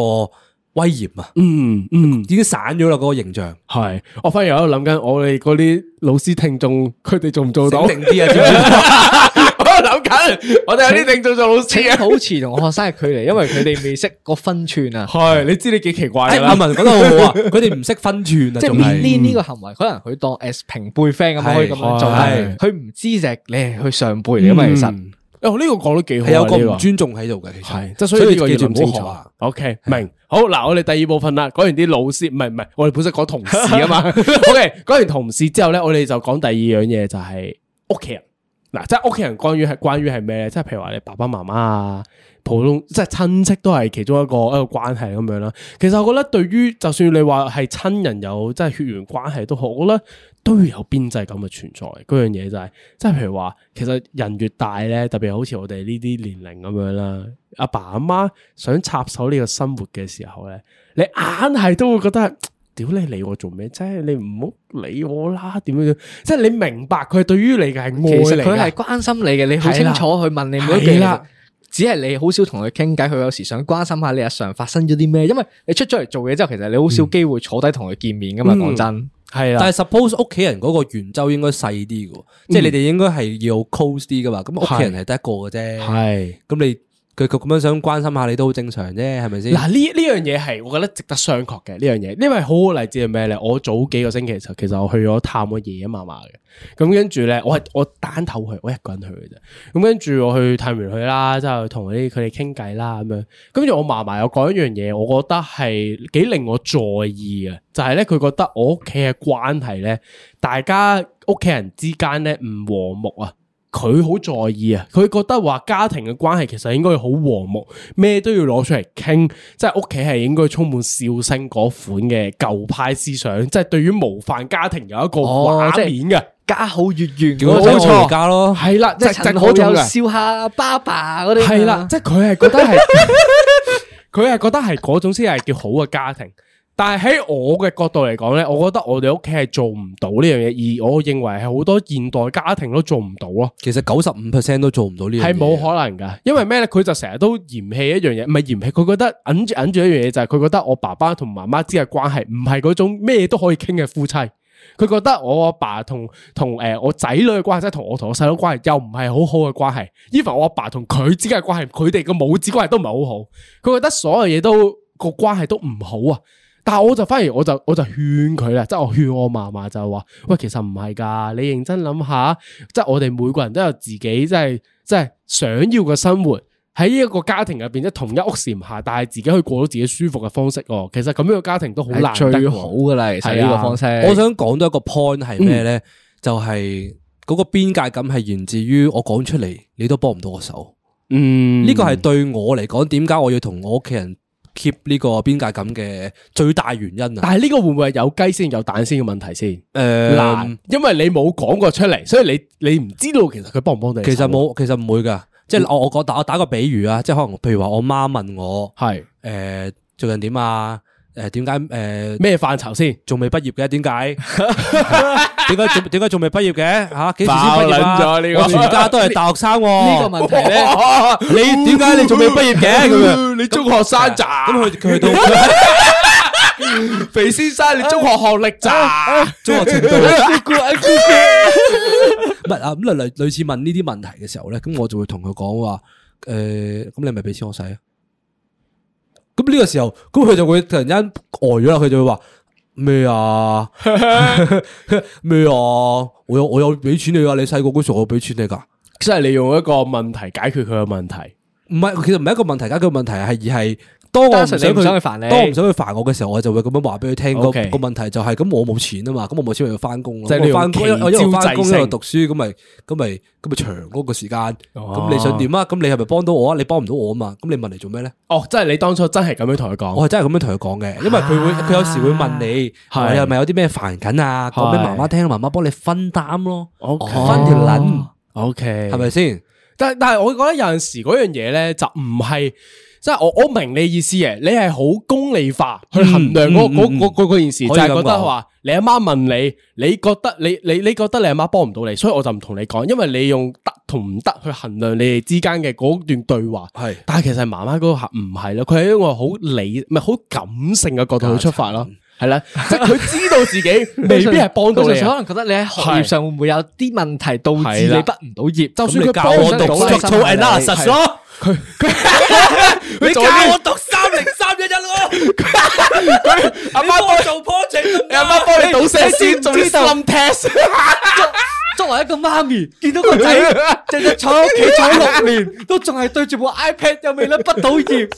[SPEAKER 2] 威嚴啊，
[SPEAKER 3] 嗯嗯，
[SPEAKER 2] 已經散咗啦嗰個形象。
[SPEAKER 3] 系，我反而喺度諗緊，我哋嗰啲老師聽眾，佢哋做唔做到？我 *laughs*
[SPEAKER 2] 醒定啲啊知唔知，
[SPEAKER 3] 諗緊，我哋有啲聽眾做老
[SPEAKER 1] 請
[SPEAKER 3] 師啊。
[SPEAKER 1] 保持同學生嘅距離，因為佢哋未識個分寸啊。
[SPEAKER 3] 係，你知你幾奇怪
[SPEAKER 2] 哎
[SPEAKER 3] 㗎
[SPEAKER 2] 阿
[SPEAKER 3] 啦。
[SPEAKER 2] 文講得好好啊，佢哋唔識分寸啊，
[SPEAKER 1] 即係
[SPEAKER 2] 仲
[SPEAKER 1] m e
[SPEAKER 2] 係
[SPEAKER 1] n 呢個行為，可能佢當 as 平輩 friend 咁
[SPEAKER 2] 係
[SPEAKER 1] 可以咁樣做，
[SPEAKER 2] 係
[SPEAKER 1] 但係佢唔知就係你係佢上輩嚟噶嘛。其實
[SPEAKER 3] 哦，呢個講得幾好啊，
[SPEAKER 2] 係有個
[SPEAKER 3] 呢
[SPEAKER 2] 唔尊重喺度嘅，其
[SPEAKER 3] 係，
[SPEAKER 2] 實
[SPEAKER 3] 即係所以呢個
[SPEAKER 2] 所以記
[SPEAKER 3] 要
[SPEAKER 2] 住
[SPEAKER 3] 諗
[SPEAKER 2] 唔
[SPEAKER 3] 清
[SPEAKER 2] 好
[SPEAKER 3] 楚
[SPEAKER 2] 學啊。。
[SPEAKER 3] OK，明。好嗱，我哋第二部分啦，講完啲老師，唔係唔係，我哋本身講同事啊嘛。OK，講完同事之後咧，我哋就講第二樣嘢，就係屋企人。嗱，即係屋企人關於係關於係咩咧？即係譬如話你爸爸媽媽啊，普通即係親戚都係其中一個一個關係咁樣啦。其實我覺得對於就算你話係親人有即係血緣關係都好，我覺得都要有邊際咁嘅存在。嗰樣嘢就係、即係譬如話，其實人越大咧，特別好似我哋呢啲年齡咁樣啦，阿爸阿媽想插手呢個生活嘅時候咧，你硬係都會覺得。屌你理我做咩啫？你唔好理我啦，點樣樣？即係你明白佢對於你嘅係愛嚟
[SPEAKER 1] 其實
[SPEAKER 3] 㗎
[SPEAKER 1] 佢係關心你嘅，你好清楚佢問你每一
[SPEAKER 3] 係
[SPEAKER 1] 句
[SPEAKER 3] 啦。
[SPEAKER 1] 只係你好少同佢傾偈，佢有時想關心下你日常發生咗啲咩，因為你出咗嚟做嘢之後，其實你好少機會坐低同佢見面噶嘛。
[SPEAKER 3] 嗯
[SPEAKER 1] 講真，
[SPEAKER 3] 系啦，
[SPEAKER 2] 但係 suppose 屋企人嗰個圓周應該細啲嘅，
[SPEAKER 3] 嗯
[SPEAKER 2] 即係你哋應該係要 close 啲噶嘛。咁屋企人係得一個嘅啫，
[SPEAKER 3] 系
[SPEAKER 2] 咁你佢佢咁樣想關心下你都好正常啫，係咪先？
[SPEAKER 3] 嗱呢呢樣嘢係我覺得值得商榷嘅呢樣嘢，因為好好例子係咩咧？我早幾個星期就其實我去咗探我爺爺嫲嫲嘅，咁跟住咧我係我單頭去，我一個人去嘅啫。咁跟住我去探完佢啦，之後同佢哋佢哋傾偈啦咁樣。跟住我嫲嫲有講一樣嘢，我覺得係幾令我在意嘅，就係咧佢覺得我屋企嘅關係咧，大家屋企人之間咧唔和睦啊。佢好在意啊！佢覺得話家庭嘅關係其實應該要好和睦，咩都要攞出嚟傾，即係屋企係應該充滿笑聲嗰款嘅舊派思想，即係對於模範家庭有一個
[SPEAKER 1] 哦
[SPEAKER 3] 畫
[SPEAKER 1] 即係
[SPEAKER 3] 面嘅。
[SPEAKER 1] 家好月圓
[SPEAKER 2] 叫我
[SPEAKER 1] 嗰
[SPEAKER 2] 仔
[SPEAKER 1] 種
[SPEAKER 2] 我而家咯，
[SPEAKER 3] 系啦，即
[SPEAKER 1] 即
[SPEAKER 3] 係
[SPEAKER 1] 係
[SPEAKER 3] 即係
[SPEAKER 1] 陳
[SPEAKER 3] 嗰
[SPEAKER 1] 好
[SPEAKER 3] 種
[SPEAKER 1] 有
[SPEAKER 3] 嘅，
[SPEAKER 1] 笑下爸爸嗰啲啊。
[SPEAKER 3] 係啦，即係佢係覺得係， *laughs* 佢係覺得係嗰種先係叫好嘅家庭。但係喺我嘅角度嚟講咧，我覺得我哋屋企係做唔到呢樣嘢，而我認為係好多現代家庭都做唔到咯。
[SPEAKER 2] 其實九十五 percent 都做唔到呢樣嘢。
[SPEAKER 3] 係冇可能噶，因為咩咧？佢就成日都嫌棄一樣嘢，唔係嫌棄，佢覺得忍住忍住一樣嘢就係佢覺得我爸爸同媽媽之間嘅關係唔係嗰種咩都可以傾嘅夫妻。佢覺得我阿爸同同誒我仔女嘅關係，即係同我同我細佬關係，又唔係好好嘅關係。even 我阿爸同佢之間嘅關係，佢哋嘅母子關係都唔係好好。佢覺得所有嘢都個關係都唔好啊。但係我就反而我就我就勸佢啦，即係我勸我嫲嫲就係話：喂，其實唔係㗎，你認真諗下，即係我哋每個人都有自己即係即係想要嘅生活。喺呢一個家庭入邊，即係同一屋檐下，但係自己去過到自己舒服嘅方式喎。其實咁樣嘅家庭都好難
[SPEAKER 1] 係
[SPEAKER 3] 得
[SPEAKER 1] 最
[SPEAKER 3] 喎
[SPEAKER 1] 好噶啦，其實呢
[SPEAKER 3] 係
[SPEAKER 1] 個
[SPEAKER 3] 啊
[SPEAKER 1] 方式。
[SPEAKER 2] 我想講到一個 point 係咩咧？就係嗰個邊界感係源自於我講出嚟，你都幫唔到我手。
[SPEAKER 3] 嗯，
[SPEAKER 2] 呢個係對我嚟講，點解我要同我屋企人 keep 呢個邊界感嘅最大原因啊？
[SPEAKER 3] 但係呢個會唔會係有雞先有蛋先嘅問題先？
[SPEAKER 2] 誒
[SPEAKER 3] 難，因為你冇講過出嚟，所以你你唔知道其實佢幫唔幫到你手。
[SPEAKER 2] 其實冇，嗯其實唔會噶。即係我我講打我打個比喻啊，即係可能譬如話我媽問我
[SPEAKER 3] 係
[SPEAKER 2] 誒、最近點啊？誒點解誒
[SPEAKER 3] 咩範疇先？
[SPEAKER 2] 仲未畢業嘅？點
[SPEAKER 3] *laughs*
[SPEAKER 2] 解？點解仲點解仲未畢業嘅？嚇、幾時先畢業啊？
[SPEAKER 3] 爆撚咗呢個
[SPEAKER 2] 我全家都係大學生喎、
[SPEAKER 1] 呢個問題咧，
[SPEAKER 2] 你
[SPEAKER 3] *laughs*
[SPEAKER 2] 點解你仲未畢業嘅？咁樣
[SPEAKER 3] 你中學生咋？
[SPEAKER 2] 咁佢佢去到
[SPEAKER 3] *laughs* 肥先生，你中學學歷 *laughs* 咋？
[SPEAKER 2] 中學程度，
[SPEAKER 3] *laughs*
[SPEAKER 2] 唔係啊咁類類類似問呢啲問題嘅時候咧，咁我就會同佢講話誒，咁、你咪俾錢我使啊？咁呢個時候，咁佢就會突然間呆咗啦，佢就會話咩
[SPEAKER 3] *laughs*
[SPEAKER 2] 啊咩啊？我有我有俾錢你啊！你細個嗰時候我有俾錢你㗎。
[SPEAKER 3] 即係你用一個問題解決佢嘅問題。
[SPEAKER 2] 唔係，其實唔係一個問題解決問題，係而係當我唔
[SPEAKER 1] 單
[SPEAKER 2] 想
[SPEAKER 1] 純你唔
[SPEAKER 2] 佢，
[SPEAKER 1] 想佢煩你
[SPEAKER 2] 當我唔想佢煩我嘅時候，我就會咁樣話俾佢聽。個
[SPEAKER 3] OK
[SPEAKER 2] 個問題就係咁，我冇錢啊嘛，咁我冇錢咪要翻工咯。
[SPEAKER 3] 即係
[SPEAKER 2] 咁
[SPEAKER 3] 你
[SPEAKER 2] 我翻工，我
[SPEAKER 3] 用
[SPEAKER 2] 一路翻工
[SPEAKER 3] 奇
[SPEAKER 2] 一
[SPEAKER 3] 招制
[SPEAKER 2] 路
[SPEAKER 3] 勝
[SPEAKER 2] 讀書，咁咪咁咪咁咪長嗰個時間。
[SPEAKER 3] 哦
[SPEAKER 2] 咁你想點啊？咁你係咪幫到我啊？你幫唔到我啊嘛？咁你問嚟做咩咧？
[SPEAKER 3] 哦，即係你當初真係咁樣同佢講，
[SPEAKER 2] 我係真係咁樣同佢講嘅，因為佢會佢有時會問你，
[SPEAKER 3] 係
[SPEAKER 2] 你係咪有啲咩煩緊啊？講俾媽媽聽，媽媽幫你分擔咯，
[SPEAKER 3] OK
[SPEAKER 2] 分條撚
[SPEAKER 3] O K，
[SPEAKER 2] 係咪先？
[SPEAKER 3] 但但系我覺得有阵时嗰樣嘢咧，就唔係即係我我明你意思嘅，你係好功利化去衡量嗰
[SPEAKER 2] 嗯
[SPEAKER 3] 嗰嗰嗰嗰件事，就
[SPEAKER 2] 可以咁
[SPEAKER 3] 係覺得
[SPEAKER 2] 講
[SPEAKER 3] 話你阿媽問你，你覺得你你你觉得你阿媽幫唔到你，所以我就唔同你講，因為你用得同唔得去衡量你哋之間嘅嗰段對話。
[SPEAKER 2] 係
[SPEAKER 3] 但係其實媽媽嗰個客唔係咯，佢係一個好理唔係好感性嘅角度去出發
[SPEAKER 2] 嗯
[SPEAKER 3] 咯，係啦，即係佢知道自己未必係幫到
[SPEAKER 1] 佢
[SPEAKER 3] 你
[SPEAKER 1] 純粹可
[SPEAKER 3] 啊。
[SPEAKER 1] 能覺得你喺行業上會唔會有啲問題導致
[SPEAKER 3] 係啦
[SPEAKER 1] 你畢唔到業？
[SPEAKER 3] 就算佢
[SPEAKER 1] 咁你
[SPEAKER 3] 幫我
[SPEAKER 1] 幫
[SPEAKER 3] 讀
[SPEAKER 1] 到你
[SPEAKER 3] structural
[SPEAKER 1] 心態你
[SPEAKER 3] analysis
[SPEAKER 1] 係
[SPEAKER 3] 咯，佢佢
[SPEAKER 2] 教
[SPEAKER 3] 做啲
[SPEAKER 2] 我讀三零三一一咯，
[SPEAKER 3] 阿
[SPEAKER 2] 你幫
[SPEAKER 3] 媽幫
[SPEAKER 2] 我做
[SPEAKER 1] 啊
[SPEAKER 2] project，
[SPEAKER 3] 阿媽幫你倒寫先，
[SPEAKER 1] 做
[SPEAKER 3] 做
[SPEAKER 1] 啲
[SPEAKER 3] 啲
[SPEAKER 1] *laughs*
[SPEAKER 3] slim test，
[SPEAKER 1] 作為一個媽咪，見到個
[SPEAKER 3] *laughs*
[SPEAKER 1] 仔日日坐喺屋企坐咗六年，都仲係對住部 iPad 又未甩畢到業，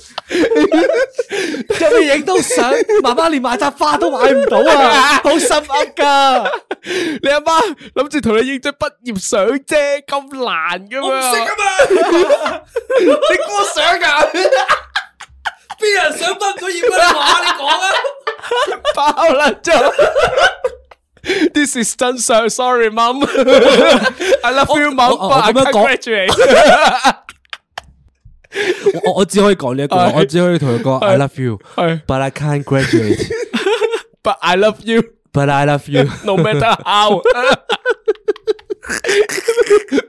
[SPEAKER 1] 又未影到相，媽媽連買扎花都買唔到
[SPEAKER 2] à.
[SPEAKER 1] 啊！好心噏噶，
[SPEAKER 3] 你阿媽諗住同你影張畢業相啫，咁難噶嘛？ *laughs*
[SPEAKER 2] 你估想噶？邊人想畢唔到業啊？你講啊！
[SPEAKER 3] 爆啦咗。This is 真相，sorry mum。I love you mum，
[SPEAKER 2] 我
[SPEAKER 3] but
[SPEAKER 2] 我
[SPEAKER 3] I
[SPEAKER 2] 咁樣
[SPEAKER 3] can't
[SPEAKER 2] 講
[SPEAKER 3] graduate。 *laughs*
[SPEAKER 2] 我我只可以講呢一句，
[SPEAKER 3] 係
[SPEAKER 2] 我只可以同佢講 I love you，
[SPEAKER 3] 係
[SPEAKER 2] but I can't graduate。
[SPEAKER 3] But I love you，no
[SPEAKER 2] But I love you。
[SPEAKER 3] matter how。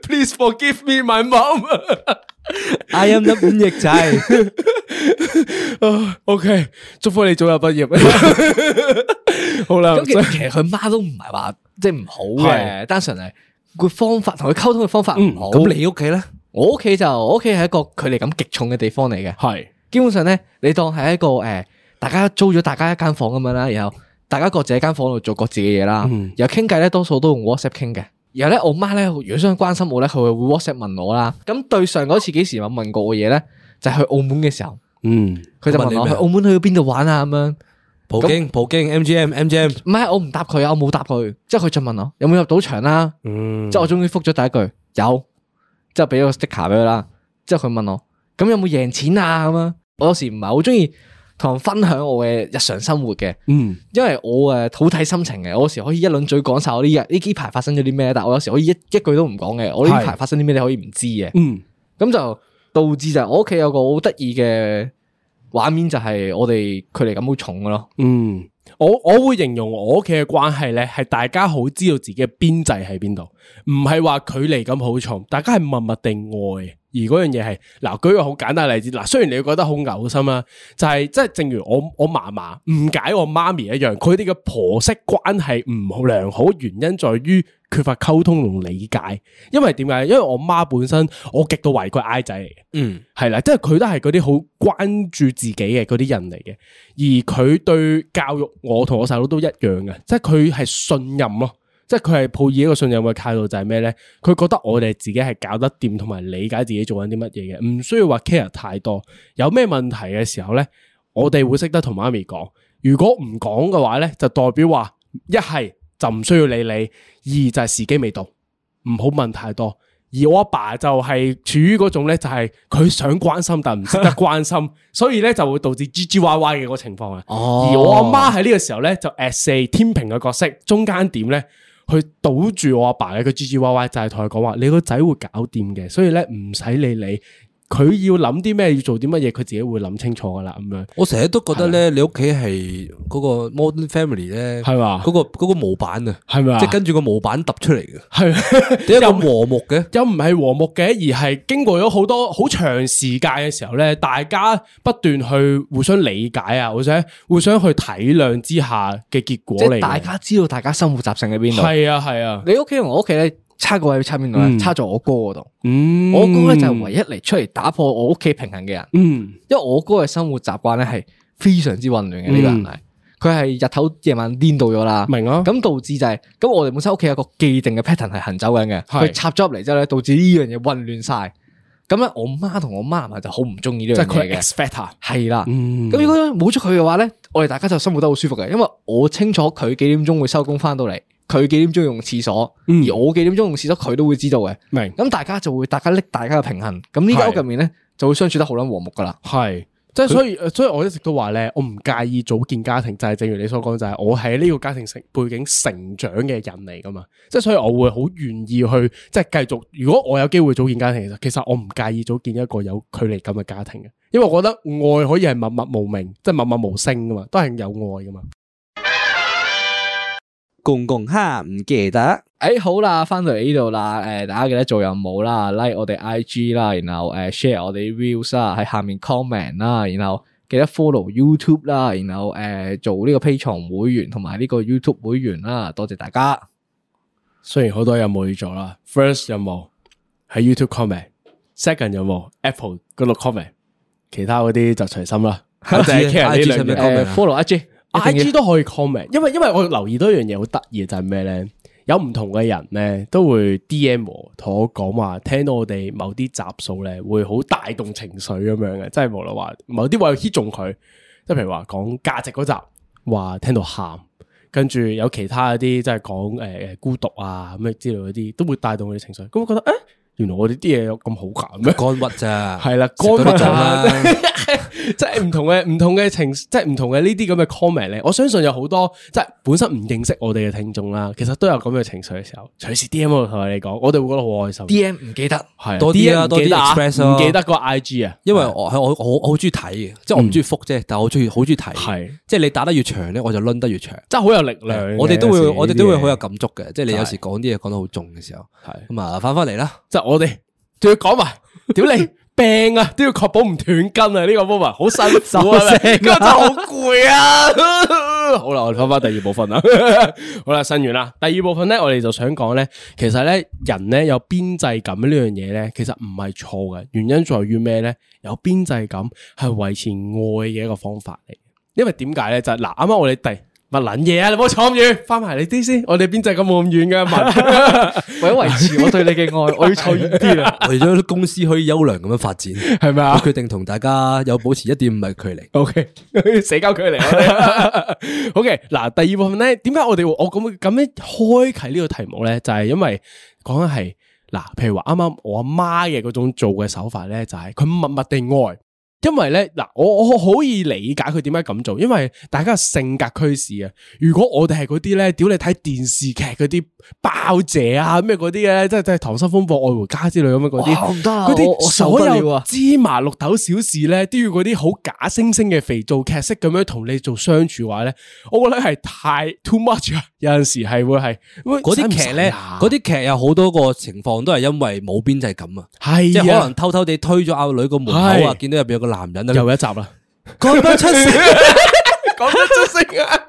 [SPEAKER 3] Please forgive me, my mom。 *laughs*
[SPEAKER 2] I am the 五翼仔。
[SPEAKER 3] OK，祝福你早日畢 *laughs* 業。好啦，
[SPEAKER 1] 咁其實其實佢媽都唔係話即係唔好嘅，
[SPEAKER 3] 係嗯
[SPEAKER 1] 單純係個方法同佢溝通嘅方法唔好。
[SPEAKER 2] 咁你屋企咧？
[SPEAKER 1] 我屋企就我屋企係一個距離感極重嘅地方嚟嘅。
[SPEAKER 3] 係
[SPEAKER 1] 基本上咧，你當係一個诶、呃大家租咗大家一間房咁樣啦，然後大家各自喺間房度做各自嘅嘢啦，
[SPEAKER 3] 嗯
[SPEAKER 1] 然後傾偈咧多數都用 WhatsApp 傾嘅。然後咧，我媽咧，如果想關心我咧，佢會 WhatsApp 問我啦。咁對上嗰次幾時問問過我嘢咧，就係去澳門嘅時候，
[SPEAKER 3] 嗯。
[SPEAKER 1] 佢就
[SPEAKER 2] 問你
[SPEAKER 1] 問我
[SPEAKER 2] 咩啊
[SPEAKER 1] 去澳門去邊度玩啊咁樣。
[SPEAKER 2] 葡京，葡京，MGM MGM，
[SPEAKER 1] 唔係，我唔答佢啊，我冇答佢。之後佢再問我有冇入賭場啊啦、
[SPEAKER 3] 嗯
[SPEAKER 1] 即係我終於覆咗第一句有，之後俾咗個 sticker 俾佢啦。之後佢問我咁有冇贏錢啊咁樣。我有時唔係好中意同人分享我嘅日常生活嘅，
[SPEAKER 3] 嗯，
[SPEAKER 1] 因為我誒好睇心情嘅。我有時可以一輪嘴講晒我呢日呢幾排發生咗啲咩，但我有時可以一一句都唔講嘅。我呢
[SPEAKER 3] 係
[SPEAKER 1] 排發生啲咩你可以唔知嘅，
[SPEAKER 3] 嗯，
[SPEAKER 1] 咁就導致就係我屋企有個好得意嘅畫面，就係我哋距離感好重嘅咯。
[SPEAKER 3] 嗯，我我会形容我屋企嘅關係咧，係大家好知道自己嘅邊際喺邊度，唔係話距離咁好重，大家係默默地愛。而嗰樣嘢係嗱，舉個好簡單例子，嗱，雖然你會覺得好嘔心啦，就係即係正如我我嫲嫲誤解我媽咪一樣，佢哋嘅婆媳關係唔好良好，原因在於缺乏溝通同理解。因為點解？因為我媽本身我極度懷佢 I 仔嚟嘅。
[SPEAKER 2] 嗯，
[SPEAKER 3] 系啦，即系佢都系嗰啲好關注自己嘅嗰啲人嚟嘅，而佢對教育我同我細佬都一樣嘅，即係佢係信任咯，即係佢係抱以一個信任嘅態度，就係咩咧？佢覺得我哋自己係搞得掂，同埋理解自己做緊啲乜嘢嘅，唔需要話 care 太多。有咩問題嘅時候咧，我哋會識得同媽咪講。如果唔講嘅話咧，就代表話一係就唔需要理你，二就係時機未到。唔好問太多。而我阿爸就係處於嗰種咧，就係佢想關心但唔識得關心，所以咧就會導致唧唧歪歪嘅嗰個情況啊。
[SPEAKER 2] 哦
[SPEAKER 3] 而我阿媽喺呢個時候咧就 S a 天平嘅角色，中間點咧去堵住我阿爸嘅佢唧唧歪歪，就係同佢講話：你個仔會搞掂嘅，所以咧唔使理你。佢要諗啲咩，要做啲乜嘢，佢自己會諗清楚噶啦，咁
[SPEAKER 1] 嗯
[SPEAKER 3] 樣
[SPEAKER 2] 我成日都覺得咧，你屋企係嗰個 Modern Family 咧，
[SPEAKER 3] 係嘛
[SPEAKER 2] 嗰個嗰個模板啊，
[SPEAKER 3] 係咪啊
[SPEAKER 2] 即係跟住個模板揼出嚟嘅，
[SPEAKER 3] *laughs* 係
[SPEAKER 2] 點解咁和睦嘅？
[SPEAKER 3] 又唔係和睦嘅，而係經過咗好多好長時間嘅時候咧，大家不斷去互相理解啊，或者互相去體諒之下嘅結果
[SPEAKER 1] 即
[SPEAKER 3] 嚟嘅。
[SPEAKER 1] 係大家知道大家生活習性喺邊度。
[SPEAKER 3] 啊係啊係啊，
[SPEAKER 1] 你屋企同我屋企咧差個位差邊度咧？啊
[SPEAKER 3] 嗯
[SPEAKER 1] 差咗我哥嗰度。
[SPEAKER 3] 嗯
[SPEAKER 1] 我哥咧就係唯一嚟出嚟打破我屋企平衡嘅人，
[SPEAKER 3] 嗯
[SPEAKER 1] 因為我哥嘅生活習慣咧係非常之混亂嘅
[SPEAKER 3] 嗯
[SPEAKER 1] 呢個人係，佢係日頭夜晚顛倒咗啦。
[SPEAKER 3] 明啊，
[SPEAKER 1] 咁導致就係、咁，我哋本身屋企有個既定嘅 pattern 係行走緊嘅，
[SPEAKER 3] 係
[SPEAKER 1] 佢插咗入嚟之後咧，導致呢樣嘢混亂晒。咁咧，我媽同我媽咪就好唔中意呢樣
[SPEAKER 3] 即係
[SPEAKER 1] 嘢
[SPEAKER 3] 佢係
[SPEAKER 1] 嘅。expect 係啦。
[SPEAKER 3] 嗯
[SPEAKER 1] 咁如果冇咗佢嘅話咧，我哋大家就生活得好舒服嘅，因為我清楚佢幾點鐘會收工翻到嚟，佢幾點鐘用廁所，
[SPEAKER 3] 嗯
[SPEAKER 1] 而我幾點鐘用廁所，佢都會知道嘅。
[SPEAKER 3] 明
[SPEAKER 1] 咁大家就會大家拎大家嘅平衡，咁呢間
[SPEAKER 3] 係
[SPEAKER 1] 屋入面咧就會相處得好撚和睦噶啦。
[SPEAKER 3] 系，即系所以，呃所以我一直都話咧，我唔介意組建家庭，就係正如你所講，就係我喺呢個家庭成背景成長嘅人嚟噶嘛，即係所以我會好願意去即係繼續。如果我有機會組建家庭，其實其實我唔介意組建一個有距離感嘅家庭嘅，因為我覺得愛可以係默默無名，即係默默無聲噶嘛，都係有愛噶嘛。
[SPEAKER 5] 公公哈唔記得，
[SPEAKER 1] 诶、哎好啦，翻到嚟呢度啦，诶、大家記得做任務啦，like 我哋 IG 啦，然後诶、share 我哋 views 啦，喺下面 comment 啦，然後記得 follow YouTube 啦，然後诶、誒做呢個 p a t r o n 會員同埋呢個 YouTube 會員啦，多謝大家。
[SPEAKER 3] 雖然好多任務要做啦，first 任務喺 YouTube comment，second 任務 Apple 嗰度 comment，其他嗰啲就隨心
[SPEAKER 2] *laughs*
[SPEAKER 3] 啦。
[SPEAKER 2] IG
[SPEAKER 3] 就係 care 呢
[SPEAKER 2] IG
[SPEAKER 3] 兩
[SPEAKER 2] 上面
[SPEAKER 3] 樣嘢
[SPEAKER 2] comment
[SPEAKER 1] 诶、
[SPEAKER 2] 啊
[SPEAKER 1] follow IG，
[SPEAKER 3] I
[SPEAKER 1] 一定
[SPEAKER 3] G
[SPEAKER 1] 要
[SPEAKER 3] 都可以 comment，因為因為我留意到一樣嘢好得意嘅就係咩咧？有唔同嘅人咧都會 D M 我，同我講話聽到我哋某啲集數咧會好帶動情緒咁樣嘅，即係無論話某啲位 hit 中佢，即係譬如話講價值嗰集，話聽到喊，跟住有其他嗰啲即係講誒孤獨啊咁樣之類嗰啲，都會帶動佢哋情緒。咁我覺得誒、欸原來我哋啲嘢有咁好㗎咁樣。
[SPEAKER 2] 肝鬱咋，
[SPEAKER 3] *laughs* 係啦
[SPEAKER 2] 食多啲
[SPEAKER 3] 肝鬱
[SPEAKER 2] 酒
[SPEAKER 3] 啊
[SPEAKER 2] 啦。
[SPEAKER 3] *laughs* 即系唔同嘅唔同嘅情，即系唔同嘅呢啲咁嘅 comment 咧，我相信有好多即系本身唔認識我哋嘅聽眾啦，其實都有咁嘅情緒嘅時候，隨時 D M 我同你講，我哋會覺得好開心。
[SPEAKER 1] DM 唔記得。
[SPEAKER 3] 係
[SPEAKER 2] 多啲啊
[SPEAKER 3] DM 唔記得啊
[SPEAKER 2] 多啲 express 啊
[SPEAKER 3] 唔記得個 I G 啊，
[SPEAKER 2] 因為我係我我我好中意睇嘅，即係我唔中意覆啫，但係我中意好中意睇。
[SPEAKER 3] 嗯係
[SPEAKER 2] 即係你打得越長咧，我就抡得越長。
[SPEAKER 3] 真係好有力量嘅。
[SPEAKER 2] 我哋都會
[SPEAKER 3] 有時呢啲
[SPEAKER 2] 我哋都會
[SPEAKER 3] 嘢
[SPEAKER 2] 好有感觸嘅，即係你有時
[SPEAKER 3] 係
[SPEAKER 2] 講啲嘢講得好重嘅時候，
[SPEAKER 3] 係
[SPEAKER 2] 咁啊翻翻嚟
[SPEAKER 3] *laughs*
[SPEAKER 2] 啦。
[SPEAKER 3] 即系我哋仲要講埋，屌你病啊，都要確保唔斷筋啊！呢個 moment *laughs* 好辛苦啊，今日真係好攰啊！ *laughs* 好啦，我哋翻翻第二部分啦。 *laughs* 好啦，新完啦，第二部分咧，我哋就想講咧，其實咧人咧有邊際感呢樣嘢咧，其實唔係錯嘅，原因在於咩咧？有邊際感係維持愛嘅一個方法嚟。因為點解咧？就係嗱，啱啱我哋第乜撚嘢啊！你唔好坐咁遠，翻埋你啲先。我哋邊際感冇咁遠嘅，
[SPEAKER 1] 為咗
[SPEAKER 3] 問
[SPEAKER 1] 維持我對你嘅愛，我要坐遠啲啦。
[SPEAKER 2] 為咗公司可以優良咁樣發展，
[SPEAKER 3] 係咪
[SPEAKER 2] 我
[SPEAKER 3] 啊？
[SPEAKER 2] 決定同大家有保持一點五米距離。
[SPEAKER 3] O K，社 *laughs* 交距離。O 啊 *laughs* K，嗱，第二部分咧，點解我哋會我咁咁樣開啟呢個題目咧？就係因為講緊係嗱，譬如話啱啱我阿媽嘅嗰種做嘅手法咧，就係佢默默地愛。因為咧，嗱，我我好可以理解佢點解咁做，因為大家嘅性格驅使啊。如果我哋係嗰啲咧，屌你睇電視劇嗰啲爆姐啊，咩嗰啲咧，即係即係《溏心風暴》《愛回家》之類咁樣嗰
[SPEAKER 1] *laughs* 哇
[SPEAKER 3] 啲，
[SPEAKER 1] 唔得啊我
[SPEAKER 3] 嗰
[SPEAKER 1] 我
[SPEAKER 3] 啲
[SPEAKER 1] 受不
[SPEAKER 3] 所
[SPEAKER 1] 了
[SPEAKER 3] 有
[SPEAKER 1] 啊
[SPEAKER 3] 芝麻綠豆小事咧，都要嗰啲好假惺惺嘅肥皂劇式咁樣同你做相處嘅話咧，我覺得係太 too much 啊！有陣時係會係喂
[SPEAKER 2] 嗰啲劇咧，
[SPEAKER 3] 使唔使啊
[SPEAKER 2] 嗰啲劇有好多個情況都係因為冇邊際感啊，即
[SPEAKER 3] 係
[SPEAKER 2] 係
[SPEAKER 3] 啊
[SPEAKER 2] 可能偷偷地推咗阿女個門口啊，
[SPEAKER 3] 係
[SPEAKER 2] 見到入邊有個男人啊，
[SPEAKER 3] 又一集啦，
[SPEAKER 2] 講得出聲，
[SPEAKER 3] 講得出聲啊！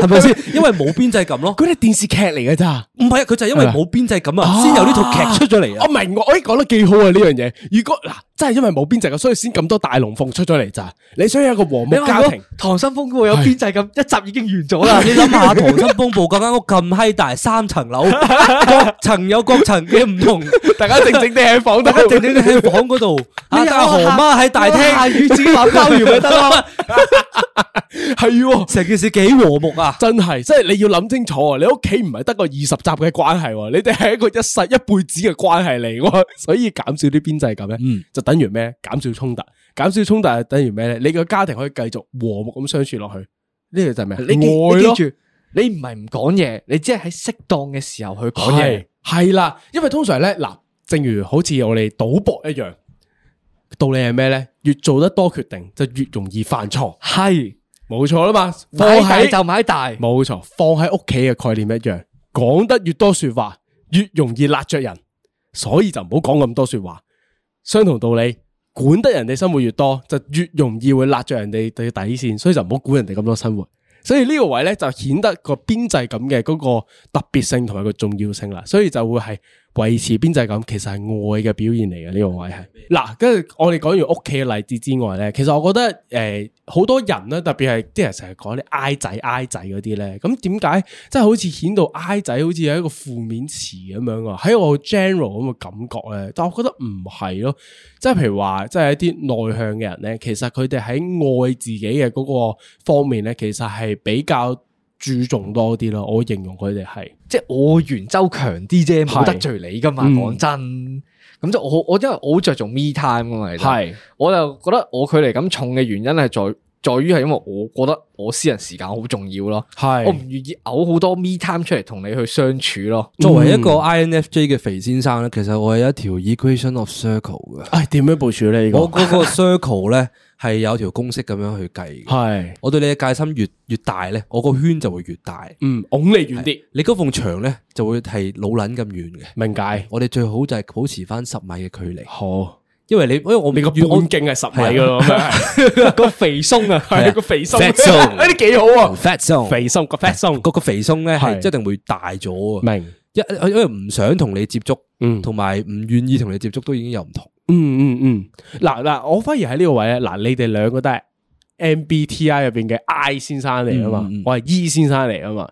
[SPEAKER 2] 係咪先？ *laughs* 因為冇邊際感咯，
[SPEAKER 3] *laughs* 嗰啲係電視劇嚟嘅咋。
[SPEAKER 2] 唔係啊，佢就係因為冇邊際感啊，先有呢套劇出咗嚟
[SPEAKER 3] 我
[SPEAKER 2] 啊。
[SPEAKER 3] 明喎，哎，講得幾好啊呢樣嘢。如果嗱，真係因為冇邊際嘅，所以先咁多大龍鳳出咗嚟咋。你想有一個和睦
[SPEAKER 1] 你話
[SPEAKER 2] 啊
[SPEAKER 3] 家
[SPEAKER 1] 如
[SPEAKER 3] 庭
[SPEAKER 1] 果，溏心風暴有邊際咁，一集已經完
[SPEAKER 2] *laughs*
[SPEAKER 1] 咗啦。
[SPEAKER 2] 你諗下，溏心風暴嗰間屋咁閪大，三層 *laughs* 樓，各層有各層嘅唔同，
[SPEAKER 3] 大家靜靜地喺房度
[SPEAKER 2] 大，家靜靜地喺房嗰 *laughs* 度，啊
[SPEAKER 1] 又
[SPEAKER 2] 阿何媽喺大
[SPEAKER 1] 下
[SPEAKER 2] 廳，
[SPEAKER 1] 雨自己玩鮑魚咪
[SPEAKER 2] *laughs*
[SPEAKER 1] 得咯。
[SPEAKER 3] 係喎。
[SPEAKER 2] 成件事幾和睦啊！
[SPEAKER 3] 真係，即係你要諗清楚啊！你屋企唔係得個二十集嘅關係喎，你哋係一個一世一輩子嘅關係嚟喎， *laughs* 所以減少啲邊際感咧，
[SPEAKER 1] 嗯
[SPEAKER 3] 就等於咩？減少衝突，減少衝突係等於咩咧？你個家庭可以繼續和睦咁相處落去，呢個就係咩？
[SPEAKER 1] 你記
[SPEAKER 3] 愛
[SPEAKER 1] 你
[SPEAKER 3] 咯
[SPEAKER 1] 記住，你唔係唔講嘢，你只係喺適當嘅時候去講嘢
[SPEAKER 3] 係。係啦，因為通常咧嗱，正如好似我哋賭博一樣，道理係咩咧？越做得多決定，就越容易犯錯，
[SPEAKER 1] 係
[SPEAKER 3] 冇錯啦嘛。放
[SPEAKER 1] 買大
[SPEAKER 3] 喺
[SPEAKER 1] 就買大，
[SPEAKER 3] 冇错，放喺屋企嘅概念一樣，講得越多说話，越容易辣着人，所以就唔好講咁多说話。相同道理，管得人哋生活越多，就越容易會辣着人哋嘅底線，所以就唔好管人哋咁多生活。所以呢個位咧就顯得個邊際感嘅嗰個特別性同埋個重要性啦，所以就會係維持邊際感，其實係愛嘅表現嚟嘅呢個位係。嗱，跟住我哋講完屋企嘅例子之外咧，其實我覺得誒好、多人咧，特別係啲人成日講啲 I 仔 I 仔嗰啲咧，咁點解即係好似顯到 I 仔好似係一個負面詞咁樣啊？喺我 general 咁嘅感覺咧，但我覺得唔係咯，即係譬如話，即係一啲內向嘅人咧，其實佢哋喺愛自己嘅嗰個方面咧，其實係比較注重多啲咯。我形容佢哋係。
[SPEAKER 1] 即系我圓周強啲啫，冇
[SPEAKER 3] 係
[SPEAKER 1] 得罪你噶嘛。
[SPEAKER 3] 嗯
[SPEAKER 1] 講真，咁就我我因為我好着重 me time 噶嘛，其實
[SPEAKER 3] 係
[SPEAKER 1] 我就覺得我距離感重嘅原因係在在於係因為我覺得我私人時間好重要咯，
[SPEAKER 3] 係
[SPEAKER 1] 我唔願意嘔好多 me time 出嚟同你去相處咯。
[SPEAKER 2] *laughs* 作為一個 INFJ 嘅肥先生咧，其實我係有一條 equation of circle 嘅。
[SPEAKER 3] 唉，點樣部署呢？呢個
[SPEAKER 2] 我嗰個 circle 咧係有條公式咁樣去計嘅。
[SPEAKER 3] 係
[SPEAKER 2] 我對你嘅戒心越越大咧，我個圈就會越大。
[SPEAKER 3] 嗯，拱你遠啲，
[SPEAKER 2] 你嗰埲牆咧就會係老撚咁遠嘅。
[SPEAKER 3] 明解。
[SPEAKER 2] 我哋最好就係保持翻十米嘅距離，
[SPEAKER 3] 好，
[SPEAKER 2] 因為你因為我
[SPEAKER 3] 你個半
[SPEAKER 2] 越我
[SPEAKER 3] 徑係十米噶咯， *laughs*
[SPEAKER 1] 個肥松啊，
[SPEAKER 3] 係個肥松，呢
[SPEAKER 2] Fat
[SPEAKER 3] *laughs*
[SPEAKER 2] zone
[SPEAKER 3] 啲幾好啊！
[SPEAKER 2] fat zone
[SPEAKER 3] 肥松個 fat 松，
[SPEAKER 2] 個個肥松咧係
[SPEAKER 3] 係
[SPEAKER 2] 一定會大咗啊！
[SPEAKER 3] 明，
[SPEAKER 2] 一因為唔想同你接觸，
[SPEAKER 3] 嗯
[SPEAKER 2] 同埋唔願意同你接觸都已經有唔同。
[SPEAKER 3] 嗯嗯嗯，嗱嗱，我反而喺呢個位咧，嗱，你哋兩個都係 MBTI 入邊嘅 I 先生嚟啊嘛，
[SPEAKER 2] 嗯嗯嗯
[SPEAKER 3] 我係 E 先生嚟啊嘛。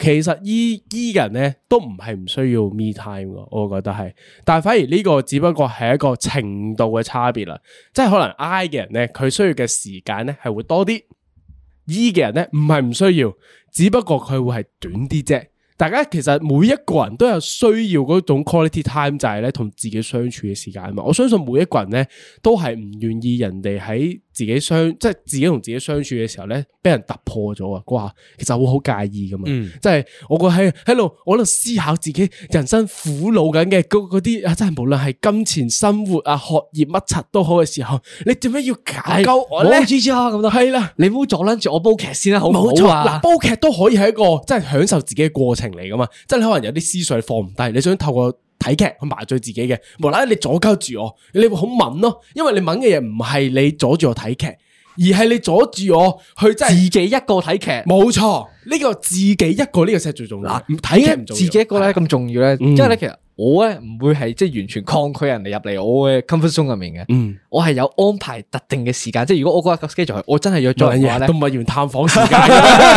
[SPEAKER 3] 其實 E E 嘅人咧都唔係唔需要 me time 噶，我覺得係，但係反而呢個只不過係一個程度嘅差別啦，即係可能 I 嘅人咧，佢需要嘅時間咧係會多啲，E 嘅人咧唔係唔需要，只不過佢會係短啲啫。大家其實每一個人都有需要嗰種 quality time，就係咧同自己相處嘅時間啊嘛。我相信每一個人咧都係唔願意人哋喺自己相，即係自己同自己相處嘅時候咧，俾人突破咗啊！哇，其實會好介意噶嘛。即係我個喺喺度，我喺度思考自己人生苦惱緊嘅嗰嗰啲啊，真係無論係金錢、生活啊、學業乜柒都好嘅時候，你點解要搞鳩啊我咧？
[SPEAKER 1] 知知啊咁都
[SPEAKER 3] 係啦。
[SPEAKER 1] 你唔好阻撚住我煲劇先啦，好唔
[SPEAKER 3] 冇錯，
[SPEAKER 1] 好
[SPEAKER 3] 嗱，
[SPEAKER 1] 啊？
[SPEAKER 3] 煲劇都可以係一個即係享受自己嘅過程嚟噶嘛，即係你可能有啲思緒你放唔低，你想透過睇劇去麻醉自己嘅，無啦啦你阻鳩住我，你會好敏咯，因為你敏嘅嘢唔係你阻住我睇劇，而係你阻住我去真
[SPEAKER 1] 自
[SPEAKER 3] 係
[SPEAKER 1] 己一個睇劇。
[SPEAKER 3] 冇錯，呢個自己一個呢個先係最重要，
[SPEAKER 1] 嗱，
[SPEAKER 3] 唔睇
[SPEAKER 1] 睇
[SPEAKER 3] 劇
[SPEAKER 1] 嘅
[SPEAKER 3] 唔重要，
[SPEAKER 1] 自己一個咧
[SPEAKER 3] 係
[SPEAKER 1] 咁重要咧，
[SPEAKER 3] 嗯
[SPEAKER 1] 因為咧其實我咧唔會係即係完全抗拒人哋入嚟我嘅 comfort zone 入面嘅，
[SPEAKER 3] 嗯，
[SPEAKER 1] 我係有安排特定嘅時間，即係如果我嗰日個 schedule 係我真係約咗
[SPEAKER 3] 做
[SPEAKER 1] 人嘅話
[SPEAKER 3] 嘢
[SPEAKER 1] 咧
[SPEAKER 3] 都，唔係完探訪時 *laughs* 間，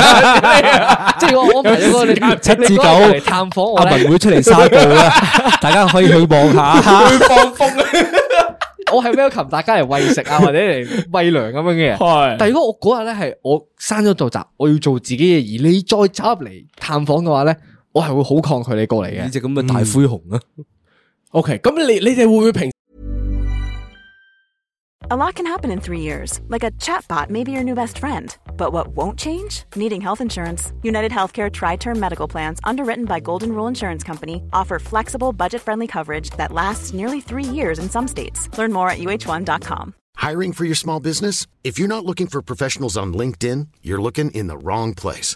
[SPEAKER 1] *laughs* 即係我安排咗個
[SPEAKER 3] *laughs*
[SPEAKER 1] 你
[SPEAKER 2] 七至
[SPEAKER 1] 你
[SPEAKER 2] 九
[SPEAKER 1] 嗰日嚟探訪我
[SPEAKER 2] 阿文
[SPEAKER 1] 咧，
[SPEAKER 2] 會出嚟沙布
[SPEAKER 3] *laughs*
[SPEAKER 2] 啦，大家可以去望下。
[SPEAKER 3] 會放風啊，
[SPEAKER 1] 我係 welcome 大家嚟餵食啊，或者嚟餵糧咁樣嘅
[SPEAKER 3] *laughs*
[SPEAKER 1] 嘢。但係如果我嗰日咧係我閂咗道閘，我要做自己嘅嘢，而你再走入嚟探訪嘅話咧，我係會好抗拒你過嚟
[SPEAKER 2] 呢
[SPEAKER 3] *laughs*
[SPEAKER 1] 嘅。
[SPEAKER 2] 只咁嘅大灰熊啊！
[SPEAKER 3] OK，咁你你哋會唔會平？
[SPEAKER 6] A lot can happen in three years, like a chatbot may be your new best friend. But what won't change? Needing health insurance. United Healthcare Tri Term Medical Plans, underwritten by Golden Rule Insurance Company, offer flexible, budget friendly coverage that lasts nearly three years in some states. Learn more at uh1.com.
[SPEAKER 4] Hiring for your small business? If you're not looking for professionals on LinkedIn, you're looking in the wrong place.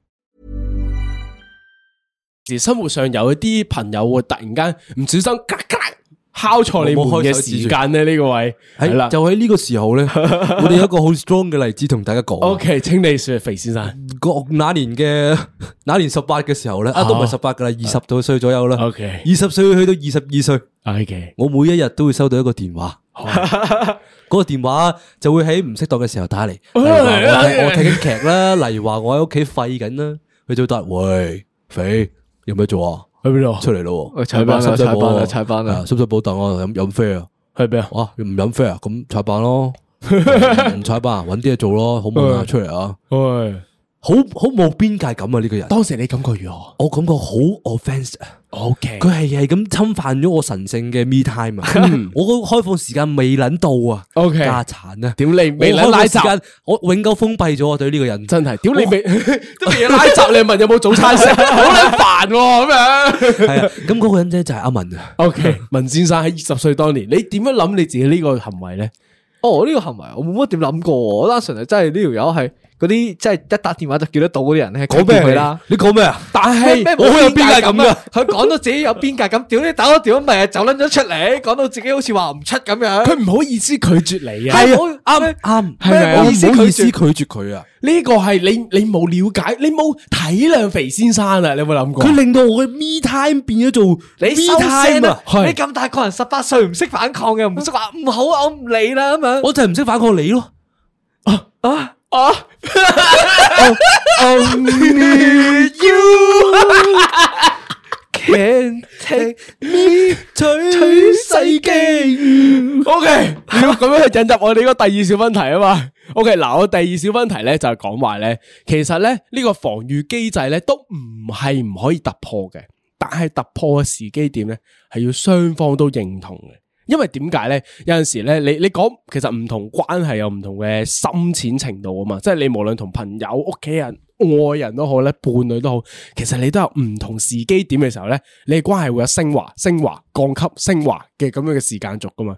[SPEAKER 3] 時生活上有一啲朋友會突然間唔小心咔咔敲錯你門嘅時間咧，呢個位係啦
[SPEAKER 2] 喺。就喺呢個時候
[SPEAKER 3] *laughs*
[SPEAKER 2] 咧，我哋有一個好 strong 嘅例子同大家講。
[SPEAKER 3] O K，請你說，肥先生。
[SPEAKER 2] 嗰那年嘅 *laughs* 那年十八嘅時候咧，啊都唔係十八噶啦，二十到歲左右啦。
[SPEAKER 3] OK
[SPEAKER 2] 二十歲去到二十二歲，
[SPEAKER 3] O K，
[SPEAKER 2] 我每一日都會收到一個電話， *laughs* 嗰個電話就會喺唔適當嘅時候打嚟，例如話我睇我睇緊劇啦，例如話我喺屋企廢緊啦，佢就會答喂肥有咩做啊？
[SPEAKER 3] 去邊度？
[SPEAKER 2] 出嚟咯喎，啊
[SPEAKER 1] 喂踩板啦
[SPEAKER 2] 深水埗喎
[SPEAKER 1] 踩板啦踩板啦
[SPEAKER 2] 啊深水埗等我飲飲啡啊！
[SPEAKER 3] 去邊啊？
[SPEAKER 2] 哇，唔飲啡啊？咁踩板咯，唔踩板啊，搵啲嘢做咯，好唔好啊？
[SPEAKER 3] 嗯
[SPEAKER 2] 出嚟啊！
[SPEAKER 3] 喂，
[SPEAKER 2] 好好冇邊界感啊！呢個人，
[SPEAKER 3] 當時你感覺如何
[SPEAKER 2] 我感覺好 offense 啊！
[SPEAKER 3] ？O K，
[SPEAKER 2] 佢係係咁侵犯咗我神聖嘅 me time 啊！我個開放時間未撚到啊
[SPEAKER 3] OK
[SPEAKER 2] 家產啊！
[SPEAKER 3] 屌你未撚拉閘，
[SPEAKER 2] 間，我永久封閉咗啊我對呢個人，
[SPEAKER 3] 真係屌你未 *laughs* 都未拉閘，你問有冇早
[SPEAKER 1] *laughs*
[SPEAKER 3] 餐食？好撚煩喎咁樣。
[SPEAKER 2] 係啊！咁嗰個人咧就係阿文啊！
[SPEAKER 3] O K，文先生喺二十歲當年，你點樣諗你自己呢個行為咧？
[SPEAKER 1] *laughs* 哦，呢、個行為我冇乜點諗過喎，我單純係真係呢條友係嗰啲即係一打電話就叫得到嗰啲人咧，
[SPEAKER 2] 講
[SPEAKER 1] 俾
[SPEAKER 2] 咩
[SPEAKER 1] 佢啦。？
[SPEAKER 2] 你講咩啊？
[SPEAKER 1] 但係
[SPEAKER 2] 咩我有邊界
[SPEAKER 1] 啊
[SPEAKER 2] 感㗎？
[SPEAKER 1] 佢講到自己有邊界感，屌你打咗屌咪就撚咗出嚟，講到自己好似話唔出咁樣。
[SPEAKER 3] 佢唔好意思拒絕你啊！
[SPEAKER 1] 係
[SPEAKER 3] 我
[SPEAKER 1] 啊
[SPEAKER 2] 啱啱，
[SPEAKER 3] 係咪啊
[SPEAKER 2] 我唔好意
[SPEAKER 3] 意思
[SPEAKER 2] 思
[SPEAKER 3] 拒絕
[SPEAKER 2] 拒絕佢啊！
[SPEAKER 3] 呢個係你你冇了解，你冇體諒肥先生啊！你有冇諗過？
[SPEAKER 2] 佢令到我嘅 me time 變咗做
[SPEAKER 1] 你
[SPEAKER 2] me
[SPEAKER 1] 收聲
[SPEAKER 2] time
[SPEAKER 1] 啦
[SPEAKER 2] 啊！！
[SPEAKER 3] 係
[SPEAKER 1] 你咁大個人，十八歲唔識反抗嘅，唔識話唔好啊，我唔理啦咁樣。
[SPEAKER 2] 我就係唔識反抗你咯。
[SPEAKER 1] Can take
[SPEAKER 2] 取世機，
[SPEAKER 3] O K，你要咁樣去引入我哋嗰個第二小分題啊嘛。O K，嗱，我第二小分題咧就係講話咧，其實咧呢個防禦機制咧都唔係唔可以突破嘅，但係突破嘅時機點咧係要雙方都認同嘅。因為點解咧？有陣時咧，你你講其實唔同關係有唔同嘅深淺程度啊嘛，即係你無論同朋友、屋企人、愛人都好咧，伴侶都好，其實你都有唔同時機點嘅時候咧，你嘅關係會有升華、升華、降級、升華嘅咁樣嘅時間軸噶嘛。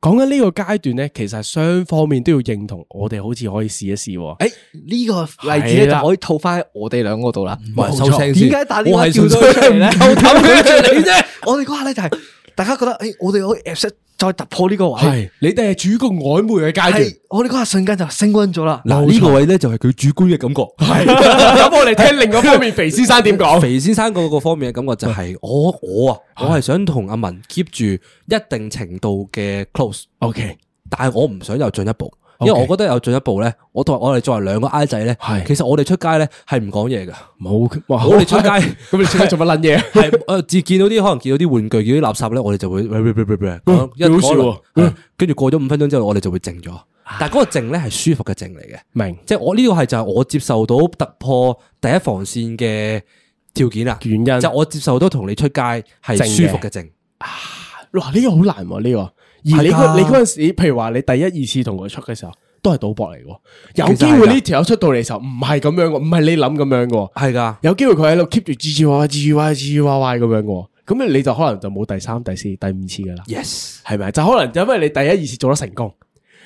[SPEAKER 3] 講緊呢個階段咧，其實係雙方面都要認同，我哋好似可以試一試喎。
[SPEAKER 1] 诶哎呢個例子咧
[SPEAKER 3] 係啦
[SPEAKER 1] 就可以套翻喺我哋兩個度啦。
[SPEAKER 2] 喂收聲先
[SPEAKER 1] 點解打電
[SPEAKER 2] 我
[SPEAKER 1] 話
[SPEAKER 2] 係
[SPEAKER 1] 叫
[SPEAKER 2] 純
[SPEAKER 1] 到
[SPEAKER 2] 粹
[SPEAKER 1] 佢出 *laughs* 嚟咧？
[SPEAKER 2] 唔夠膽佢出嚟
[SPEAKER 1] 啫。我哋嗰下咧就係大家覺得，诶我哋可以 accept 再突破呢個位。
[SPEAKER 3] 係你哋係處於一個曖昧嘅階段， *laughs*
[SPEAKER 1] 係我哋嗰下瞬間就升温咗啦。
[SPEAKER 2] 嗱呢個位咧就係佢主觀嘅感覺。
[SPEAKER 3] 係咁我哋聽另外一方面 *laughs* 肥先生點講。
[SPEAKER 2] 肥先生嗰個方面嘅感覺就係我我啊，我係想同阿文 keep 住一定程度嘅 close，
[SPEAKER 3] O K，
[SPEAKER 2] 但係我唔想有進一步，因為
[SPEAKER 3] OK
[SPEAKER 2] 我覺得有進一步咧，我同我哋作為兩個 I 仔咧
[SPEAKER 3] 係，
[SPEAKER 2] 其實我哋出街咧係唔講嘢噶。
[SPEAKER 3] 冇哇
[SPEAKER 2] 我哋出
[SPEAKER 3] *laughs*
[SPEAKER 2] 街
[SPEAKER 3] 咁你出街做乜撚嘢？
[SPEAKER 2] 系诶，自呃見到啲可能見到啲玩具、見到啲垃圾咧，我哋就會
[SPEAKER 3] 嗯
[SPEAKER 2] 一
[SPEAKER 3] 幾好笑喎
[SPEAKER 2] 可能係跟住過咗五分鐘之後，我哋就會靜咗。但係嗰個靜咧係舒服嘅靜嚟嘅，
[SPEAKER 3] 明
[SPEAKER 2] 即係我呢個係就係我接受到突破第一防線嘅條件啊，
[SPEAKER 3] 原因
[SPEAKER 2] 就我接受到同你出街係舒服嘅靜。
[SPEAKER 3] 哇呢個好難喎呢個。而你
[SPEAKER 2] 係
[SPEAKER 3] 嗰
[SPEAKER 2] 㗎
[SPEAKER 3] 你嗰阵时，譬如話你第一二次同佢出嘅時候，都係賭博嚟嘅。有
[SPEAKER 2] 其
[SPEAKER 3] 機
[SPEAKER 2] 實係㗎
[SPEAKER 3] 會呢條友出到嚟嘅時候，唔係咁樣嘅，唔係你諗咁樣嘅。
[SPEAKER 2] 係㗎，
[SPEAKER 3] 有機會佢喺度 keep 住吱吱哇哇、吱吱哇哇、吱吱哇哇咁樣嘅。咁你就可能就冇第三、第四、第五次噶啦。
[SPEAKER 2] yes，
[SPEAKER 3] 系咪？就可能因為你第一、二次做得成功，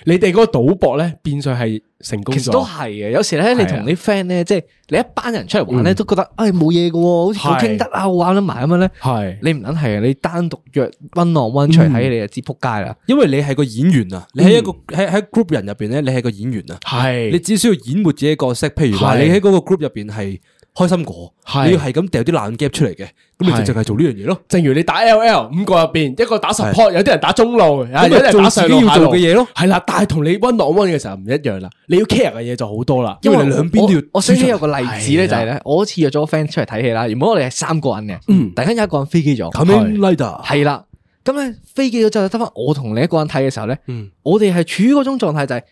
[SPEAKER 3] 你哋嗰個賭博咧，變相係成功
[SPEAKER 1] 其實都
[SPEAKER 3] 咗。
[SPEAKER 1] 係嘅，有時咧你
[SPEAKER 3] 係啊
[SPEAKER 1] 同啲 friend 咧，即係你一班人出嚟玩咧，都覺得唉冇嘢嘅喎，好似好
[SPEAKER 3] 係
[SPEAKER 1] 傾得啊，好玩得埋咁樣咧。
[SPEAKER 3] 係
[SPEAKER 1] 你唔撚係啊，你單獨約温浪温出嚟睇，你就知撲街啦。
[SPEAKER 2] 因為你係個演員啊，你喺一個喺喺 group 人入邊咧，你係個演員啊。
[SPEAKER 3] 嗯係
[SPEAKER 2] 你只需要演活自己嘅角色，譬如話
[SPEAKER 3] 係
[SPEAKER 2] 你喺嗰個 group 入邊係開心果，
[SPEAKER 3] 係
[SPEAKER 2] 你要係咁掉啲爛 gap 出嚟嘅，咁你
[SPEAKER 3] 係
[SPEAKER 2] 就淨係做呢樣嘢咯。
[SPEAKER 3] 正如你打 L L 五個入邊，一個打 support，有啲人打中路，有
[SPEAKER 2] 咪
[SPEAKER 3] 啲人打上路
[SPEAKER 2] 做自己要
[SPEAKER 3] 下路
[SPEAKER 2] 做嘅嘢咯
[SPEAKER 3] 係啦，但係同你 one on one 嘅時候唔一樣啦，你要 care 嘅嘢就好多啦。
[SPEAKER 2] 因為你兩邊都要
[SPEAKER 1] 我我想起有個例子
[SPEAKER 2] 啊
[SPEAKER 1] 咧，
[SPEAKER 3] 係
[SPEAKER 1] 就
[SPEAKER 3] 啦
[SPEAKER 1] 係咧，我好似約咗個 friend 出嚟睇戲啦，原本我哋係三個人嘅，
[SPEAKER 2] 嗯
[SPEAKER 1] 突然間有一個人飛機咗，
[SPEAKER 2] Kamen Rider
[SPEAKER 1] 係啦，咁咧飛機咗之後得翻我同另一個人睇嘅時候咧，
[SPEAKER 2] 嗯
[SPEAKER 1] 我哋係處於嗰種狀態就係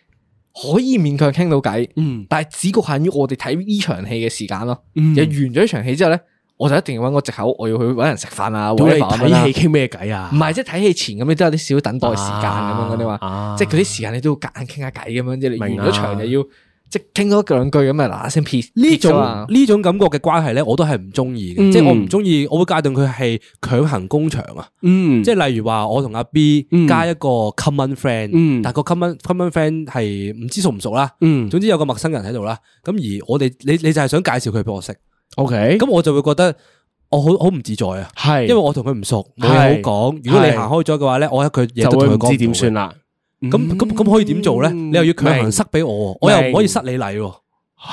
[SPEAKER 1] 可以勉強傾到偈，
[SPEAKER 2] 嗯
[SPEAKER 1] 但係只局限於我哋睇呢場戲嘅時間咯，就完咗呢場戲之後咧，我就一定要揾個藉口，我要去揾人食飯啊，
[SPEAKER 3] 屌
[SPEAKER 1] 或者
[SPEAKER 3] 你睇
[SPEAKER 1] 睇
[SPEAKER 3] 戲傾咩偈啊
[SPEAKER 1] 唔？係，即係睇戲前咁，你都有啲少少等待時間咁樣
[SPEAKER 3] 啊
[SPEAKER 1] 嗰啲
[SPEAKER 3] 啊
[SPEAKER 1] 嘛，即係嗰啲時間你都要夾硬傾下偈咁樣，即係你
[SPEAKER 3] 明啊
[SPEAKER 1] 完咗場又要即係傾多兩句咁啊，嗱嗱聲撇
[SPEAKER 2] 呢
[SPEAKER 1] 撇咗
[SPEAKER 2] 種
[SPEAKER 1] 啊
[SPEAKER 2] 呢種感覺嘅關係咧，我都係唔中意嘅，即係我唔中意，我會界定佢係強行工場啊。
[SPEAKER 3] 嗯
[SPEAKER 2] 即係例如話，我同阿 B 加一個 common friend，但係個 common common friend 係唔知熟唔熟啦。
[SPEAKER 3] 嗯
[SPEAKER 2] 總之有個陌生人喺度啦，咁而我哋你你就係想介紹佢俾我識，
[SPEAKER 3] ，OK，
[SPEAKER 2] 咁我就會覺得我好好唔自在啊。
[SPEAKER 3] 係
[SPEAKER 2] 因為我同佢唔熟，冇
[SPEAKER 3] 係
[SPEAKER 2] 嘢好講。如果你行開咗嘅話咧，我喺佢嘢
[SPEAKER 3] 就
[SPEAKER 2] 都同
[SPEAKER 3] 會
[SPEAKER 2] 佢
[SPEAKER 3] 唔
[SPEAKER 2] 講
[SPEAKER 3] 知點
[SPEAKER 2] 到嘅
[SPEAKER 3] 算。啦。嗯
[SPEAKER 2] 咁咁咁可以點做咧？你又要強行塞俾我喎，我又唔可以塞你禮喎。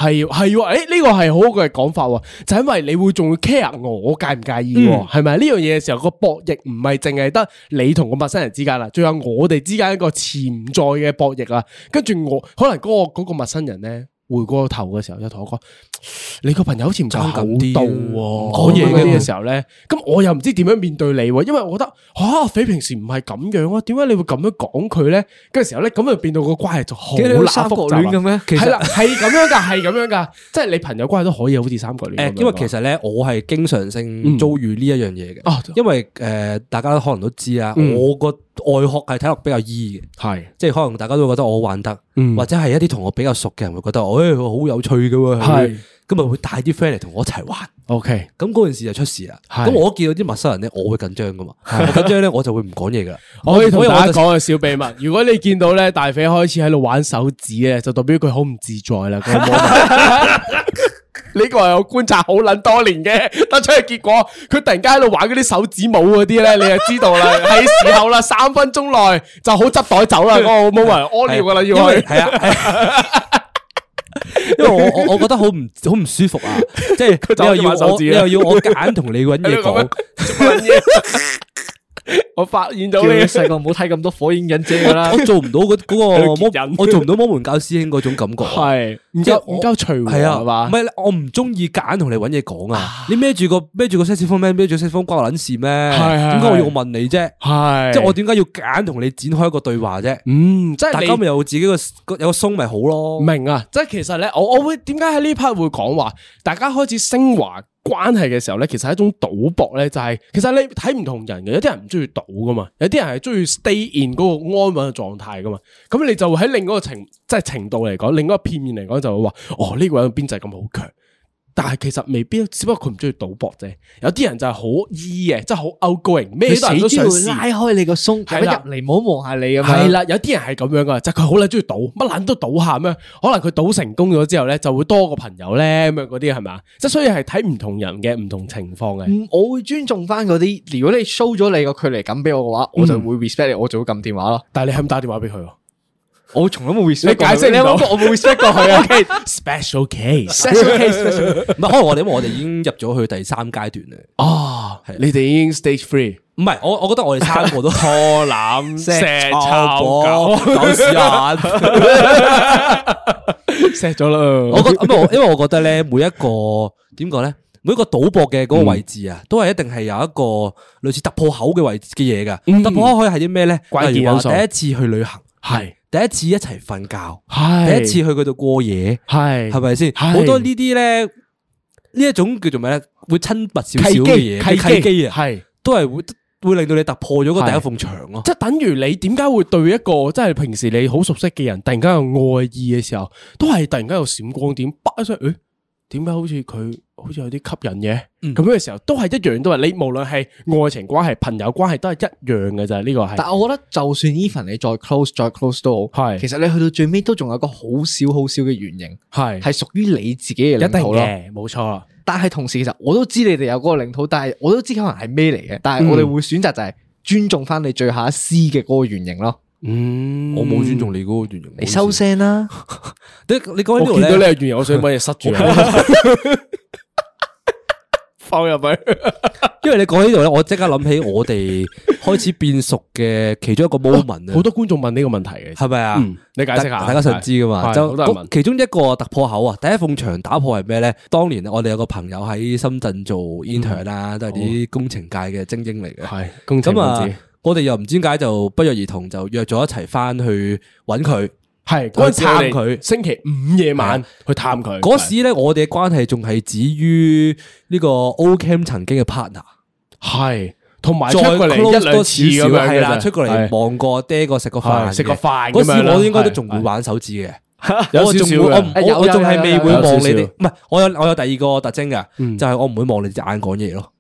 [SPEAKER 3] 系系喎，诶呢個係好嘅講法喎，就因為你會仲要 care 我，我介唔介意
[SPEAKER 1] 嗯
[SPEAKER 3] 喎，係咪呢樣嘢嘅時候個博弈唔係淨係得你同個陌生人之間啦，仲有我哋之間一個潛在嘅博弈啊。跟住我可能嗰、個嗰個陌生人咧回過頭嘅時候，就同我講：你個朋友好似唔夠厚道喎，
[SPEAKER 2] 講嘢嘅
[SPEAKER 3] 嗰啲嘅時候咧，咁我又唔知點樣面對你喎，因為我覺得吓、匪平時唔係咁樣啊，點解你會咁樣講佢咧？跟住時候咧，咁就變到個關係就好
[SPEAKER 1] 屌你好似
[SPEAKER 3] 難
[SPEAKER 1] 三角
[SPEAKER 3] 複雜啊
[SPEAKER 1] 戀
[SPEAKER 3] 啦
[SPEAKER 1] 咁咩？
[SPEAKER 3] 系啦，系咁 *laughs* 樣噶，係咁樣噶，即係你朋友關係都可以好似三角戀咁樣啊
[SPEAKER 2] 誒，
[SPEAKER 3] 㗎。
[SPEAKER 2] 因為其實咧，我係經常性遭遇呢一樣嘢
[SPEAKER 3] 哦
[SPEAKER 2] 嘅，因為誒大家可能都知啊，
[SPEAKER 3] 嗯
[SPEAKER 2] 我個外殼係體育比較 E 嘅，
[SPEAKER 3] 係
[SPEAKER 2] 即係可能大家都會覺得我好玩得，
[SPEAKER 3] 嗯
[SPEAKER 2] 哦或者係一啲同我比較熟嘅人會覺得，誒好有趣嘅喎，係
[SPEAKER 3] 係
[SPEAKER 2] 咪咁咪會帶啲 friend 嚟同我一齊玩。
[SPEAKER 3] OK，
[SPEAKER 2] 咁嗰件事就出事啦。
[SPEAKER 3] 係
[SPEAKER 2] 咁我一見到啲陌生人咧，我會緊張噶嘛。我緊張咧，我就會唔講嘢噶啦。
[SPEAKER 3] *laughs* 我可以同
[SPEAKER 2] 所
[SPEAKER 3] 大家
[SPEAKER 2] 就
[SPEAKER 3] 講個小秘 *laughs* 密。如果你見到咧大肥開始喺度玩手指咧，就代表佢好唔自在啦。嗰個 *laughs* moment 呢個係我觀察好撚多年嘅，得出嘅結果，佢突然間喺度玩嗰啲手指舞嗰啲咧，你就知道啦，係時候啦，三分鐘內就好執袋走啦，嗰個 moment 屙尿噶啦，
[SPEAKER 2] 啊因
[SPEAKER 3] 要
[SPEAKER 2] 為
[SPEAKER 3] 去。
[SPEAKER 2] 係啊，係啊
[SPEAKER 3] *laughs*
[SPEAKER 2] 因為我我我覺得好唔好唔舒服啊，即
[SPEAKER 3] *laughs* 就
[SPEAKER 2] 係
[SPEAKER 3] 可
[SPEAKER 2] 你
[SPEAKER 3] 以
[SPEAKER 2] 又
[SPEAKER 3] 玩
[SPEAKER 2] 要
[SPEAKER 3] 手
[SPEAKER 2] 我
[SPEAKER 3] 指
[SPEAKER 2] 你
[SPEAKER 3] 啦
[SPEAKER 2] 又要我揀同你
[SPEAKER 3] *laughs*
[SPEAKER 2] 搵嘢
[SPEAKER 3] 喺度
[SPEAKER 2] 講
[SPEAKER 3] 咁樣，做乜嘢 *laughs* 我發現到
[SPEAKER 1] 叫
[SPEAKER 3] 你
[SPEAKER 1] 你细个唔好睇咁多火影忍者㗎啦
[SPEAKER 2] 我，做唔到嗰嗰
[SPEAKER 3] *laughs* 喺
[SPEAKER 2] 個
[SPEAKER 3] 度結
[SPEAKER 2] 魔
[SPEAKER 3] 印，
[SPEAKER 2] 我做唔到魔門教師兄嗰種感覺啊。
[SPEAKER 3] *laughs* 係唔
[SPEAKER 2] 即係
[SPEAKER 3] 夠唔夠隨和
[SPEAKER 2] 系啊，
[SPEAKER 3] 係嘛
[SPEAKER 2] 唔？系我唔中意夾硬同你搵嘢講啊！你孭住個孭住個 s e x phone 咩？孭住 s e x phone 關我撚事咩？
[SPEAKER 3] 係
[SPEAKER 2] 點解我要問你啫？
[SPEAKER 3] 係
[SPEAKER 2] 即係我點解要夾硬同你展開一個對話啫？
[SPEAKER 3] 嗯，即係
[SPEAKER 2] 大
[SPEAKER 3] 你
[SPEAKER 2] 家咪有自己個有個鬆咪好咯。
[SPEAKER 3] 明啊，即係其實咧，我我會點解喺呢 part 會講話，大家開始升華關係嘅時候咧，其實係一種賭博咧，就係、其實你睇唔同人嘅，有啲人唔中意賭噶嘛，有啲人係中意 stay in 嗰個安穩嘅狀態噶嘛，咁你就會喺另一個程即係程度嚟講，另一個片面嚟講就會話，哦呢、個人嘅邊際咁好強。但係其實未必，只不過佢唔中意賭博啫。有啲人就係好 E 嘅，即係好 outgoing，咩
[SPEAKER 1] 你
[SPEAKER 3] 都人都
[SPEAKER 1] 死
[SPEAKER 3] 想
[SPEAKER 1] 都
[SPEAKER 3] 試
[SPEAKER 1] 要拉開你個鬆，
[SPEAKER 3] 係
[SPEAKER 1] 咁
[SPEAKER 3] 啦
[SPEAKER 1] 入嚟唔好望下你咁樣。
[SPEAKER 3] 系啦，有啲人係咁樣噶，就係佢好撚中意賭，乜撚都賭下咩？可能佢賭成功咗之後咧，就會多個朋友咧咁樣嗰啲係咪啊？即係所以係睇唔同人嘅唔同情況嘅。
[SPEAKER 1] 嗯，我會尊重翻嗰啲。如果你 show 咗你個距離感俾我嘅話，我就會 respect 你，我就會撳電話咯。
[SPEAKER 3] 但係你係咁打電話俾佢喎？
[SPEAKER 1] 我從來冇 respect
[SPEAKER 3] 你解釋唔
[SPEAKER 1] 你
[SPEAKER 3] *laughs* 到
[SPEAKER 1] 有冇 *laughs* 我冇 respect 過佢啊。OK，
[SPEAKER 3] Special case
[SPEAKER 1] *laughs*
[SPEAKER 2] 唔係可能我哋因為我哋已經入咗去第三階段啦。
[SPEAKER 3] 哦，你哋已經 stage three
[SPEAKER 2] 唔係我我覺得我哋三
[SPEAKER 3] *laughs*
[SPEAKER 2] 個都
[SPEAKER 3] 破攬石抄狗， *laughs*
[SPEAKER 2] 狗屎眼。
[SPEAKER 3] 錫咗啦。
[SPEAKER 2] 我覺得咁我因為我覺得咧，每一個點講咧，每一個賭博嘅嗰個位置
[SPEAKER 3] 嗯
[SPEAKER 2] 啊，都係一定係有一個類似突破口嘅位置嘅嘢
[SPEAKER 3] 嗯
[SPEAKER 2] 噶。突破口可以係啲咩咧？
[SPEAKER 3] 關
[SPEAKER 2] 例
[SPEAKER 3] 鍵
[SPEAKER 2] 如
[SPEAKER 3] 因
[SPEAKER 2] 話
[SPEAKER 3] 素
[SPEAKER 2] 第一次去旅行，
[SPEAKER 3] 係
[SPEAKER 2] 第一次一齊瞓覺，
[SPEAKER 3] 係
[SPEAKER 2] 第一次去佢度過夜，
[SPEAKER 3] 係
[SPEAKER 2] 係咪先？
[SPEAKER 3] 係
[SPEAKER 2] 好多呢啲咧，呢一種叫做咩咧？會親密少少
[SPEAKER 3] 契
[SPEAKER 2] 嘅嘢，
[SPEAKER 3] 機
[SPEAKER 2] 嘅契機啊，
[SPEAKER 3] 係。
[SPEAKER 2] 都係會會令到你突破咗個第一埲牆咯。
[SPEAKER 3] 即係等於你點解會對一個即係平時你好熟悉嘅人，突然間有愛意嘅時候，都係突然間有閃光點，叭一聲，誒點解好似佢好似有啲吸引嘅？咁樣嘅時候都係一樣，都係你無論係愛情關係、朋友關係都係一樣嘅咋，呢個係
[SPEAKER 1] 但我覺得就算 even 你再 close 再 close 都好，
[SPEAKER 3] 係
[SPEAKER 1] 其實你去到最尾都仲有個好少好少嘅原型，
[SPEAKER 3] 係
[SPEAKER 1] 係屬於你自己嘅
[SPEAKER 3] 一定
[SPEAKER 1] 領土咯。
[SPEAKER 3] 嘅，冇錯啦。
[SPEAKER 1] 但係同時其實我都知你哋有嗰個領土，但係我都知可能係咩嚟嘅，但
[SPEAKER 3] 嗯
[SPEAKER 1] 係我哋會選擇就係尊重翻你最下一絲嘅嗰個原型咯。
[SPEAKER 3] 嗯，
[SPEAKER 2] 我冇尊重你嗰個原型，
[SPEAKER 1] 你收
[SPEAKER 2] 聲。
[SPEAKER 1] 聲啦，
[SPEAKER 2] *laughs* 你你講
[SPEAKER 3] 我
[SPEAKER 2] 呢度
[SPEAKER 3] 見到
[SPEAKER 2] 咧
[SPEAKER 3] 你，嘅原因，我想揾嘢塞 *laughs* 住放入去。
[SPEAKER 2] 因為你講呢度咧，我即刻諗起我哋開始變熟嘅其中一個 moment
[SPEAKER 3] 好
[SPEAKER 2] 啊，
[SPEAKER 3] 多觀眾問呢個問題嘅，
[SPEAKER 2] 係咪啊？
[SPEAKER 3] 嗯你解釋下
[SPEAKER 2] 大大家想知噶嘛？
[SPEAKER 3] 係
[SPEAKER 2] 就
[SPEAKER 3] 好多人問
[SPEAKER 2] 其中一個突破口啊，第一埲牆打破係咩咧？當年我哋有個朋友喺深圳做 intern 啦，都係啲工程界嘅精英嚟嘅。
[SPEAKER 3] 嗯係工程
[SPEAKER 2] 咁
[SPEAKER 3] 分
[SPEAKER 2] 啊
[SPEAKER 3] 子。，
[SPEAKER 2] 我哋又唔知點解就不約而同就約咗一齊翻去揾佢。
[SPEAKER 3] 係
[SPEAKER 2] 就
[SPEAKER 3] 嗰
[SPEAKER 2] 去
[SPEAKER 3] 陣
[SPEAKER 2] 探
[SPEAKER 3] 探
[SPEAKER 2] 佢
[SPEAKER 3] 佢，星期五夜晚去探佢。
[SPEAKER 2] 嗰時咧，我哋嘅關係仲係止於呢個 Ocam 曾經嘅 partner，
[SPEAKER 3] 係同埋出
[SPEAKER 2] 再
[SPEAKER 3] 過嚟
[SPEAKER 2] close 多
[SPEAKER 3] 一兩
[SPEAKER 2] 少
[SPEAKER 3] 次咁
[SPEAKER 2] 少
[SPEAKER 3] 樣
[SPEAKER 2] 係
[SPEAKER 3] 嘅
[SPEAKER 2] 啦，
[SPEAKER 3] 啫
[SPEAKER 2] 出過嚟
[SPEAKER 3] 係
[SPEAKER 2] 望過爹個食個飯嘅，
[SPEAKER 3] 係食個
[SPEAKER 2] 嗰
[SPEAKER 3] 飯咁樣
[SPEAKER 2] 時我應該都
[SPEAKER 3] 係
[SPEAKER 2] 仲會玩手指嘅。
[SPEAKER 3] *laughs* 有
[SPEAKER 2] 我
[SPEAKER 3] 少
[SPEAKER 2] 仲
[SPEAKER 3] 少
[SPEAKER 2] 會我唔
[SPEAKER 3] 嘅。
[SPEAKER 1] 有
[SPEAKER 2] 我我仲係未會
[SPEAKER 3] 有有
[SPEAKER 2] 望你
[SPEAKER 3] 有有有
[SPEAKER 2] 哋
[SPEAKER 3] 有，
[SPEAKER 2] 唔係我有我有第二個特徵嘅，
[SPEAKER 3] 嗯
[SPEAKER 2] 就係我唔會望你隻眼講嘢咯。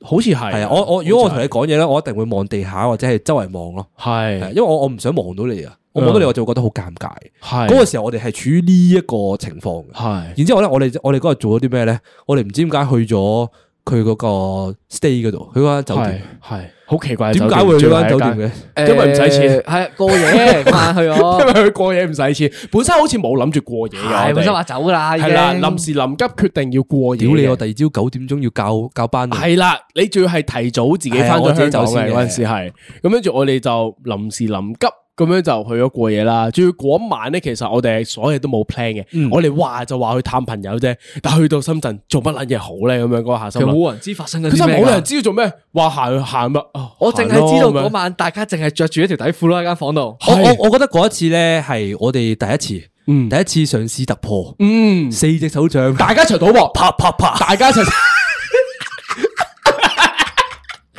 [SPEAKER 3] 好似係
[SPEAKER 2] 係啊，我我如果我同你
[SPEAKER 3] 好似
[SPEAKER 2] 講嘢咧，我一定會望地下或者係周圍望咯，
[SPEAKER 3] 係
[SPEAKER 2] 係
[SPEAKER 3] 係
[SPEAKER 2] 因為我我唔想望到你啊，我望到你我就會覺得好尷尬。
[SPEAKER 3] 係
[SPEAKER 2] 嗰個時候我哋係處於呢一個情況嘅。
[SPEAKER 3] 係
[SPEAKER 2] 然之後咧，我哋我哋嗰日做咗啲咩咧？我哋唔知點解去咗佢嗰個 stay 嗰度，佢嗰間酒
[SPEAKER 3] 係
[SPEAKER 2] 店。
[SPEAKER 3] 係好奇怪嘅酒
[SPEAKER 2] 點
[SPEAKER 3] 店。
[SPEAKER 2] 解會去嗰間酒
[SPEAKER 3] 最後一
[SPEAKER 2] 店嘅？
[SPEAKER 3] 因為唔使錢
[SPEAKER 1] 係啊過夜
[SPEAKER 3] *laughs*
[SPEAKER 1] 翻去哦
[SPEAKER 3] 間？
[SPEAKER 1] 我
[SPEAKER 3] *laughs* 因。為佢過夜唔使錢，本身好似冇諗住過夜嘅。
[SPEAKER 1] 係本身話走啦，已
[SPEAKER 3] 係啦，
[SPEAKER 1] 經
[SPEAKER 3] 臨時臨急決定要過夜嘅。
[SPEAKER 2] 屌你！我第二朝九點鐘要教教班啊。
[SPEAKER 3] 系啦，你仲要嗯係提早自己翻咗
[SPEAKER 2] 係啊
[SPEAKER 3] 香港嘅嗰
[SPEAKER 2] 我
[SPEAKER 3] 阵
[SPEAKER 2] 自己
[SPEAKER 3] 时系，咁跟住我哋就臨時臨急咁樣就去咗過夜啦。仲要嗰晚咧，其實我哋係所有嘢都冇 plan 嘅，我哋話就話去探朋友啫，但去到深圳做乜撚嘢好咧？咁樣嗰下
[SPEAKER 1] 其
[SPEAKER 3] 心
[SPEAKER 1] 實
[SPEAKER 3] 諗，
[SPEAKER 1] 冇人知發生緊
[SPEAKER 3] 其實
[SPEAKER 1] 啲咩㗎。
[SPEAKER 3] 冇人知道做咩，話行行乜，啊
[SPEAKER 1] 我淨係知道嗰。
[SPEAKER 3] 行咯咁樣
[SPEAKER 1] 晚大家淨係着住一條底褲咯喺間房
[SPEAKER 3] *laughs*
[SPEAKER 1] 度。
[SPEAKER 2] 我我我覺得嗰一次咧係我哋第一次，
[SPEAKER 3] 嗯
[SPEAKER 2] 第一次嘗試突破，
[SPEAKER 3] 嗯，
[SPEAKER 2] 四隻手掌
[SPEAKER 3] 大家一齊賭博，啪啪啪，大家一齊。 *laughs*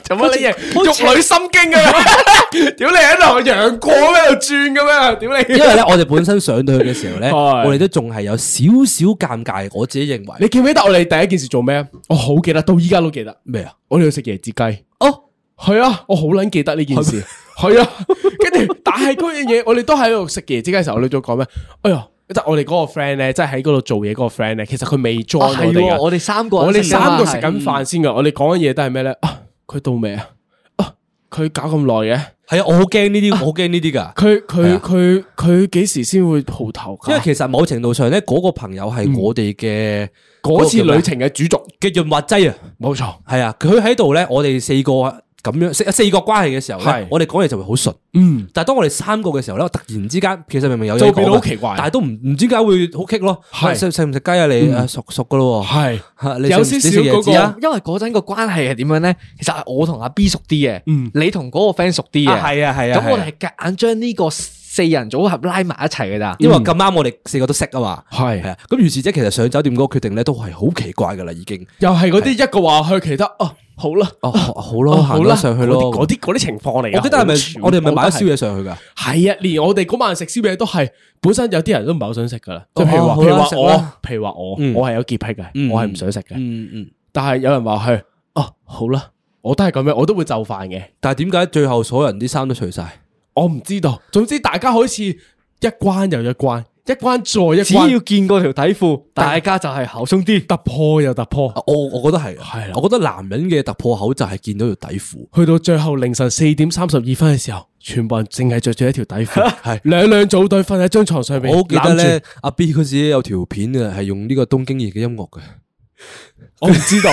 [SPEAKER 3] 做乜嘢？玉女心經啊！屌你喺度杨过喺度转咁样，屌
[SPEAKER 2] *laughs* 因
[SPEAKER 3] 你！
[SPEAKER 2] 為咧，我哋本身上到去嘅時候咧，
[SPEAKER 3] *laughs* 係
[SPEAKER 2] 我哋都仲係有少少尷尬。我自己認為
[SPEAKER 3] 你记唔记得我哋第一件事做咩？我好记得，到依家都记得。
[SPEAKER 2] 咩啊？
[SPEAKER 3] 我哋去食椰子鸡。
[SPEAKER 2] 哦，
[SPEAKER 3] 系啊，我好捻記得呢件事，係啊，跟住但係嗰樣嘢，我哋都喺度食椰子雞嘅時候，我哋仲講咩？哎呀，即係我哋嗰個 friend 咧，即係喺嗰度做嘢嗰個 friend 咧，其實佢未 join 我哋
[SPEAKER 1] 係
[SPEAKER 3] 㗎
[SPEAKER 1] 喎我哋三個人
[SPEAKER 3] 我哋
[SPEAKER 1] 食㗎嘛
[SPEAKER 3] 三個食緊飯先噶，我哋講嘅嘢都係咩咧？啊，佢到未啊？啊，佢搞咁耐嘅，
[SPEAKER 2] 係啊，我好驚呢啲，我好驚呢啲㗎。
[SPEAKER 3] *laughs*
[SPEAKER 2] 係
[SPEAKER 3] 佢佢
[SPEAKER 2] 啊
[SPEAKER 3] 佢佢幾時先會蒲頭㗎？
[SPEAKER 2] 因為其實某程度上咧，嗰個朋友係我哋嘅
[SPEAKER 3] 嗯嗰次
[SPEAKER 2] 啊
[SPEAKER 3] 旅程嘅主軸，
[SPEAKER 2] 嘅潤滑劑啊。
[SPEAKER 3] 冇錯，
[SPEAKER 2] 係啊，佢喺度咧，我哋四個咁樣四啊四個關係嘅時候
[SPEAKER 3] 係
[SPEAKER 2] 咧，我哋講嘢就會好順。
[SPEAKER 3] 嗯，
[SPEAKER 2] 但係當我哋三個嘅時候咧，突然之間其實明明有嘢
[SPEAKER 3] 就變
[SPEAKER 2] 講㗎
[SPEAKER 3] 到好奇怪
[SPEAKER 2] 但係都唔唔知點解會好棘咯。
[SPEAKER 3] 係嗯
[SPEAKER 2] 喂食食唔食雞啊？你啊熟熟噶咯喎，
[SPEAKER 3] 係
[SPEAKER 2] 嚇你
[SPEAKER 3] 有
[SPEAKER 2] 食唔
[SPEAKER 3] 少
[SPEAKER 2] 你食
[SPEAKER 3] 少嗰
[SPEAKER 2] 椰
[SPEAKER 3] 個
[SPEAKER 2] 子啊？
[SPEAKER 1] 因為嗰陣個關係係點樣咧？其實係我同阿 B 熟啲嘅，
[SPEAKER 3] 嗯
[SPEAKER 1] 你同嗰個 friend 熟啲嘅，
[SPEAKER 2] 啊係啊係啊
[SPEAKER 1] 咁我
[SPEAKER 2] 係
[SPEAKER 1] 哋
[SPEAKER 2] 啊
[SPEAKER 1] 係夾硬將呢個四人組合拉埋一齊嘅咋。
[SPEAKER 2] 因為咁啱我哋四個都識啊嘛，
[SPEAKER 3] 嗯係
[SPEAKER 2] 係啊，咁於是即係其實上酒店嗰個決定咧都係好奇怪噶啦，已經
[SPEAKER 3] 又係嗰啲一個話去，其他哦好啦，
[SPEAKER 2] 哦好
[SPEAKER 3] 哦
[SPEAKER 2] 咯，行咗上去咯，
[SPEAKER 3] 嗰啲嗰啲嗰啲情況嚟㗎。
[SPEAKER 2] 我記得係咪
[SPEAKER 3] 全部
[SPEAKER 2] 我哋係咪買
[SPEAKER 3] 都
[SPEAKER 2] 咗
[SPEAKER 3] 係
[SPEAKER 2] 宵夜上去噶？
[SPEAKER 3] 系啊，連我哋嗰晚食宵夜都係本身有啲人都唔係好想食噶啦，即係譬如
[SPEAKER 2] 哦
[SPEAKER 3] 話，
[SPEAKER 2] 好
[SPEAKER 3] 譬
[SPEAKER 2] 啦
[SPEAKER 3] 如話
[SPEAKER 2] 食
[SPEAKER 3] 我
[SPEAKER 2] 啦，
[SPEAKER 3] 譬如話我，
[SPEAKER 2] 嗯
[SPEAKER 3] 我係有潔癖嘅，
[SPEAKER 2] 嗯
[SPEAKER 3] 我係唔想食嘅。
[SPEAKER 2] 嗯嗯，
[SPEAKER 3] 但係有人話去，哦好啦，我都係咁樣，我都會就飯嘅。
[SPEAKER 2] 但係點解最後所有人啲衫都除晒？
[SPEAKER 3] 我唔知道，總之大家好似一關又一關，一關再一
[SPEAKER 1] 只要
[SPEAKER 3] 關，
[SPEAKER 1] 見過條底褲，大家就係口鬆啲。
[SPEAKER 3] 突破又突破，
[SPEAKER 2] 我我覺得係，啊
[SPEAKER 3] 係啦
[SPEAKER 2] 我覺得男人嘅突破口就係見到條底褲。
[SPEAKER 3] 去到最後凌晨四點三十二分嘅時候，全部人淨係着住一條底褲，
[SPEAKER 2] *laughs* 係
[SPEAKER 3] 兩兩組隊瞓喺張床上面，
[SPEAKER 2] 我好記得
[SPEAKER 3] 攬
[SPEAKER 2] 咧
[SPEAKER 3] 住，，
[SPEAKER 2] 阿 B 嗰時有條片啊，係用呢個東京熱嘅音樂嘅。
[SPEAKER 3] 我唔知道，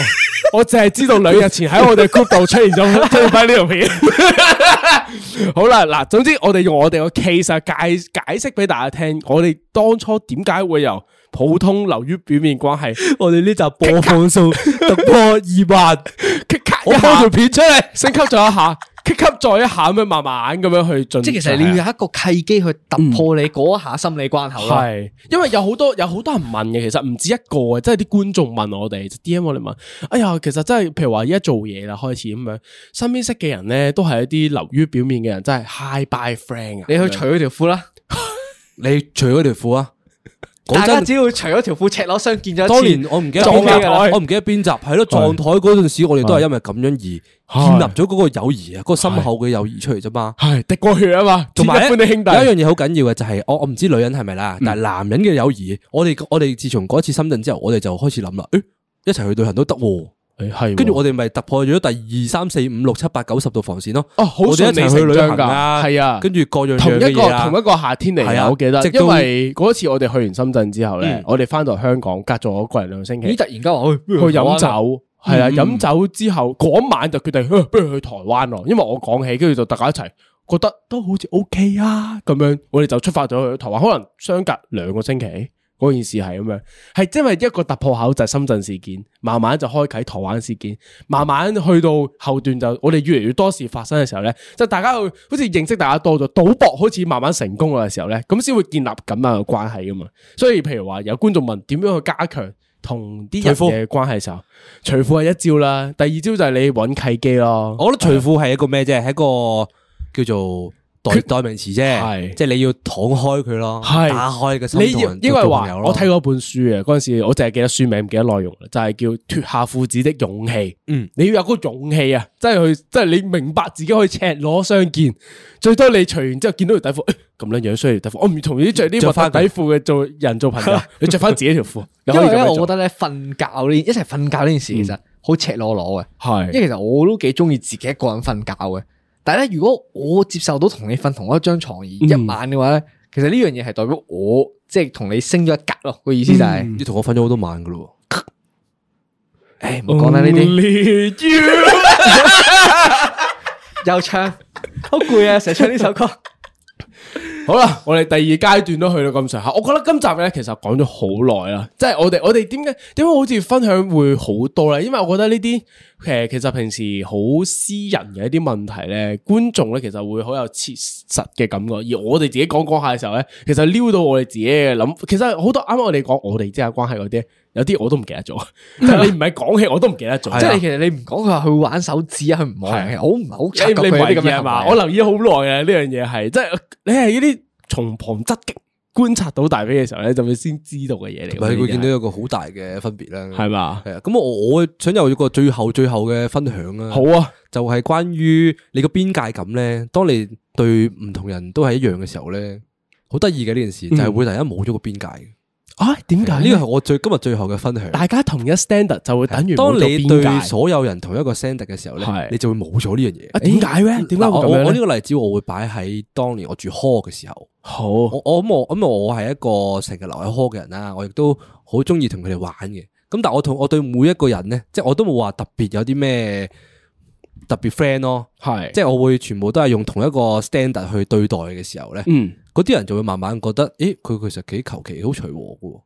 [SPEAKER 3] 我淨係知道兩日前喺我哋 group 度出現
[SPEAKER 2] *laughs*
[SPEAKER 3] 咗出現翻呢條片。 *laughs* 好啦，嗱，總之我哋用我哋個 case 啊解解釋俾大家聽，我哋當初點解會由普通流於表面關係，
[SPEAKER 2] *laughs* *laughs* 我哋呢集播放數突破二萬，
[SPEAKER 3] 咔咔
[SPEAKER 2] 我
[SPEAKER 3] 一
[SPEAKER 2] 放條
[SPEAKER 3] 下
[SPEAKER 2] 片出嚟。
[SPEAKER 3] 升級咗一下， *laughs* 咔咔再一下咁樣慢慢咁樣去進。
[SPEAKER 1] 即
[SPEAKER 2] 嗯
[SPEAKER 1] 係其實你要有一個契機去突破你嗰一下心理關口咯。
[SPEAKER 3] 系，因為有好多有好多人問嘅，其實唔止一個嘅，即係啲觀眾問我哋，D M 我哋問，哎呀，其實真係譬如話而家做嘢啦，開始咁樣，身邊識嘅人咧都係一啲流於表面嘅人，真係 hi bye friend 啊，
[SPEAKER 1] 你去除咗條褲啦，
[SPEAKER 2] 你除咗條褲啊？
[SPEAKER 1] 大
[SPEAKER 2] 講
[SPEAKER 1] 家
[SPEAKER 2] 真，
[SPEAKER 1] 只要除咗條褲，赤裸相見咗一次。
[SPEAKER 2] 當年我唔記得
[SPEAKER 1] 撞
[SPEAKER 2] 邊
[SPEAKER 1] 機
[SPEAKER 2] 集
[SPEAKER 1] 㗎啦，
[SPEAKER 2] 我唔記得邊集，係咯撞台嗰陣時，我哋都係因為咁樣而建立咗嗰個友誼啊，嗰個深厚嘅友誼出嚟啫嘛。
[SPEAKER 3] 係滴過血啊嘛，
[SPEAKER 2] 同埋
[SPEAKER 3] 一般
[SPEAKER 2] 呢
[SPEAKER 3] 啲兄弟
[SPEAKER 2] 有一樣嘢好緊要嘅就係我我唔知女人係咪啦，
[SPEAKER 3] 嗯
[SPEAKER 2] 但係男人嘅友誼，我哋我哋自從嗰次深圳之後，我哋就開始諗啦，誒一齊去旅行都得喎。
[SPEAKER 3] 誒哎係喎，
[SPEAKER 2] 跟住我哋咪突破咗第二三四五六七八九十度防線咯。
[SPEAKER 3] 哦好
[SPEAKER 2] 我哋
[SPEAKER 3] 順
[SPEAKER 2] 一
[SPEAKER 3] 理
[SPEAKER 2] 齊去
[SPEAKER 3] 成
[SPEAKER 2] 旅行
[SPEAKER 3] 章㗎係啊
[SPEAKER 2] 跟住各樣
[SPEAKER 3] 同
[SPEAKER 2] 樣嘅
[SPEAKER 3] 一個
[SPEAKER 2] 嘢啊啦
[SPEAKER 3] 同一個夏天嚟
[SPEAKER 2] 係嗯
[SPEAKER 3] 啊，
[SPEAKER 2] 啊
[SPEAKER 3] 我記得，
[SPEAKER 2] 直到
[SPEAKER 3] 因為嗰次我哋去完深圳之後咧，我哋翻到香港，隔咗我一個人兩個星期
[SPEAKER 1] 咦，，突然間話去
[SPEAKER 3] 去飲，
[SPEAKER 1] 灣啊
[SPEAKER 3] 酒。係啊，飲酒之後嗰晚就決定，呃不如去台灣咯。因為我講起，跟住就大家一齊覺得都好似 OK 啊，咁樣我哋就出發咗去台灣，可能相隔兩個星期。嗰件事係咁樣，係因為一個突破口就係深圳事件，慢慢就開啟台灣事件，慢慢去到後段就我哋越嚟越多事發生嘅時候咧，就大家會好似認識大家多咗，賭博開始慢慢成功啊嘅時候咧，咁先會建立咁樣嘅關係噶嘛。所以譬如話有觀眾問點樣去加強同啲人
[SPEAKER 2] 除褲
[SPEAKER 3] 嘅關係嘅時候，除褲係一招啦，第二招就係你揾契機咯。
[SPEAKER 2] 我覺得除褲係一個咩啫？係一個叫做代代名詞
[SPEAKER 3] 係
[SPEAKER 2] 啫，即係你要躺開佢咯，
[SPEAKER 3] 係
[SPEAKER 2] 打開個心
[SPEAKER 3] 你
[SPEAKER 2] 同
[SPEAKER 3] 要
[SPEAKER 2] 人
[SPEAKER 3] 因為
[SPEAKER 2] 做
[SPEAKER 3] 話
[SPEAKER 2] 朋友咯
[SPEAKER 3] 我睇過本書嘅嗰陣時，我淨係記得書名，唔記得內容啦，就係叫《脱下褲子的勇氣》。
[SPEAKER 2] 嗯，
[SPEAKER 3] 你要有嗰個勇氣啊，即係去，即係你明白自己可以赤裸相見，最多你除完之後見到條底褲，哎咁樣樣衰條底褲，我唔同呢啲着啲
[SPEAKER 2] 着
[SPEAKER 3] 核
[SPEAKER 2] 返
[SPEAKER 3] 突底褲嘅做人做朋友，你着翻自己條褲，
[SPEAKER 1] 因
[SPEAKER 3] 你可
[SPEAKER 1] 為
[SPEAKER 3] 以咁
[SPEAKER 1] 咧，
[SPEAKER 3] 樣
[SPEAKER 1] 我覺
[SPEAKER 3] 做。
[SPEAKER 1] 得咧瞓覺呢一齊瞓覺呢件事其實好赤裸裸嘅。
[SPEAKER 3] 係
[SPEAKER 1] 因為其實我都幾中意自己一個人瞓覺嘅。但係咧，如果我接受到同你瞓同一張床而一晚嘅話咧，其實呢樣嘢係代表我即係同你升咗一格咯。個意思就係，
[SPEAKER 2] 你同我瞓咗好多晚噶咯
[SPEAKER 1] 唉，唔好講啦呢啲，
[SPEAKER 3] 啲。
[SPEAKER 1] 又唱，好攰啊！成日唱呢首歌，
[SPEAKER 3] 好啦，我哋第二階段都去到咁上下，我覺得今集咧其實講咗好耐啦，即係我哋我哋點解點解好似分享會好多咧？因為我覺得呢啲誒其實平時好私人嘅一啲問題咧，觀眾咧其實會好有切實嘅感覺，而我哋自己講講下嘅時候咧，其實撩到我哋自己嘅諗，其實好多啱啱我哋講我哋之間關係嗰啲。有啲我都唔記得咗， *laughs* 即係你唔係講起我都唔記得咗，
[SPEAKER 1] 即系其实你唔讲佢话去玩手指啊，佢唔玩嘅，我唔系好察
[SPEAKER 3] 你
[SPEAKER 1] 覺佢有
[SPEAKER 3] 你
[SPEAKER 1] 啲咁
[SPEAKER 3] 懷疑
[SPEAKER 1] 嘅
[SPEAKER 3] 係嘛？
[SPEAKER 1] 行
[SPEAKER 3] 我
[SPEAKER 1] 為
[SPEAKER 3] 留意咗好耐啊，呢樣嘢係即係你係呢啲從旁側擊觀察到大髀嘅時候咧，就會先知道嘅嘢嚟㗎
[SPEAKER 2] 唔
[SPEAKER 3] 嘛。
[SPEAKER 2] 係佢見到
[SPEAKER 3] 呢
[SPEAKER 2] 有個好大嘅分別啦。
[SPEAKER 3] 啲係係嘛？
[SPEAKER 2] 係啊，咁我我想有個最後最後嘅分享啦。
[SPEAKER 3] 好啊，
[SPEAKER 2] 就係關於你個邊界感咧。當你對唔同人都係一樣嘅時候咧，好得意嘅呢件事，就係會突然間冇咗個邊界嘅。
[SPEAKER 3] 啊嗯點解
[SPEAKER 2] 呢個係我最今日最後嘅分享。
[SPEAKER 3] 大家同一 standard 就會等於
[SPEAKER 2] 啊當
[SPEAKER 3] 冇咗
[SPEAKER 2] 你
[SPEAKER 3] 邊界
[SPEAKER 2] 對所有人同一個 standard 嘅時候咧
[SPEAKER 3] 係，
[SPEAKER 2] 你就會冇咗呢樣嘢。
[SPEAKER 3] 啊點解咧？點解
[SPEAKER 2] 嗱
[SPEAKER 3] 會
[SPEAKER 2] 我
[SPEAKER 3] 咁
[SPEAKER 2] 我
[SPEAKER 3] 樣
[SPEAKER 2] 呢
[SPEAKER 3] 咧？
[SPEAKER 2] 個例子我會擺喺當年我住 hall 嘅時候，
[SPEAKER 3] 好
[SPEAKER 2] 我我咁我咁我係一個成日留喺 hall 嘅人啦，我亦都好中意同佢哋玩嘅。咁但係我同我對每一個人咧，即係我都冇話特別有啲咩特別 friend 咯。
[SPEAKER 3] 係
[SPEAKER 2] 即係我會全部都係用同一個 standard 去對待嘅時候咧，
[SPEAKER 3] 嗯
[SPEAKER 2] 嗰啲、人就會慢慢覺得，咦，佢其實幾求其，好隨和嘅喎。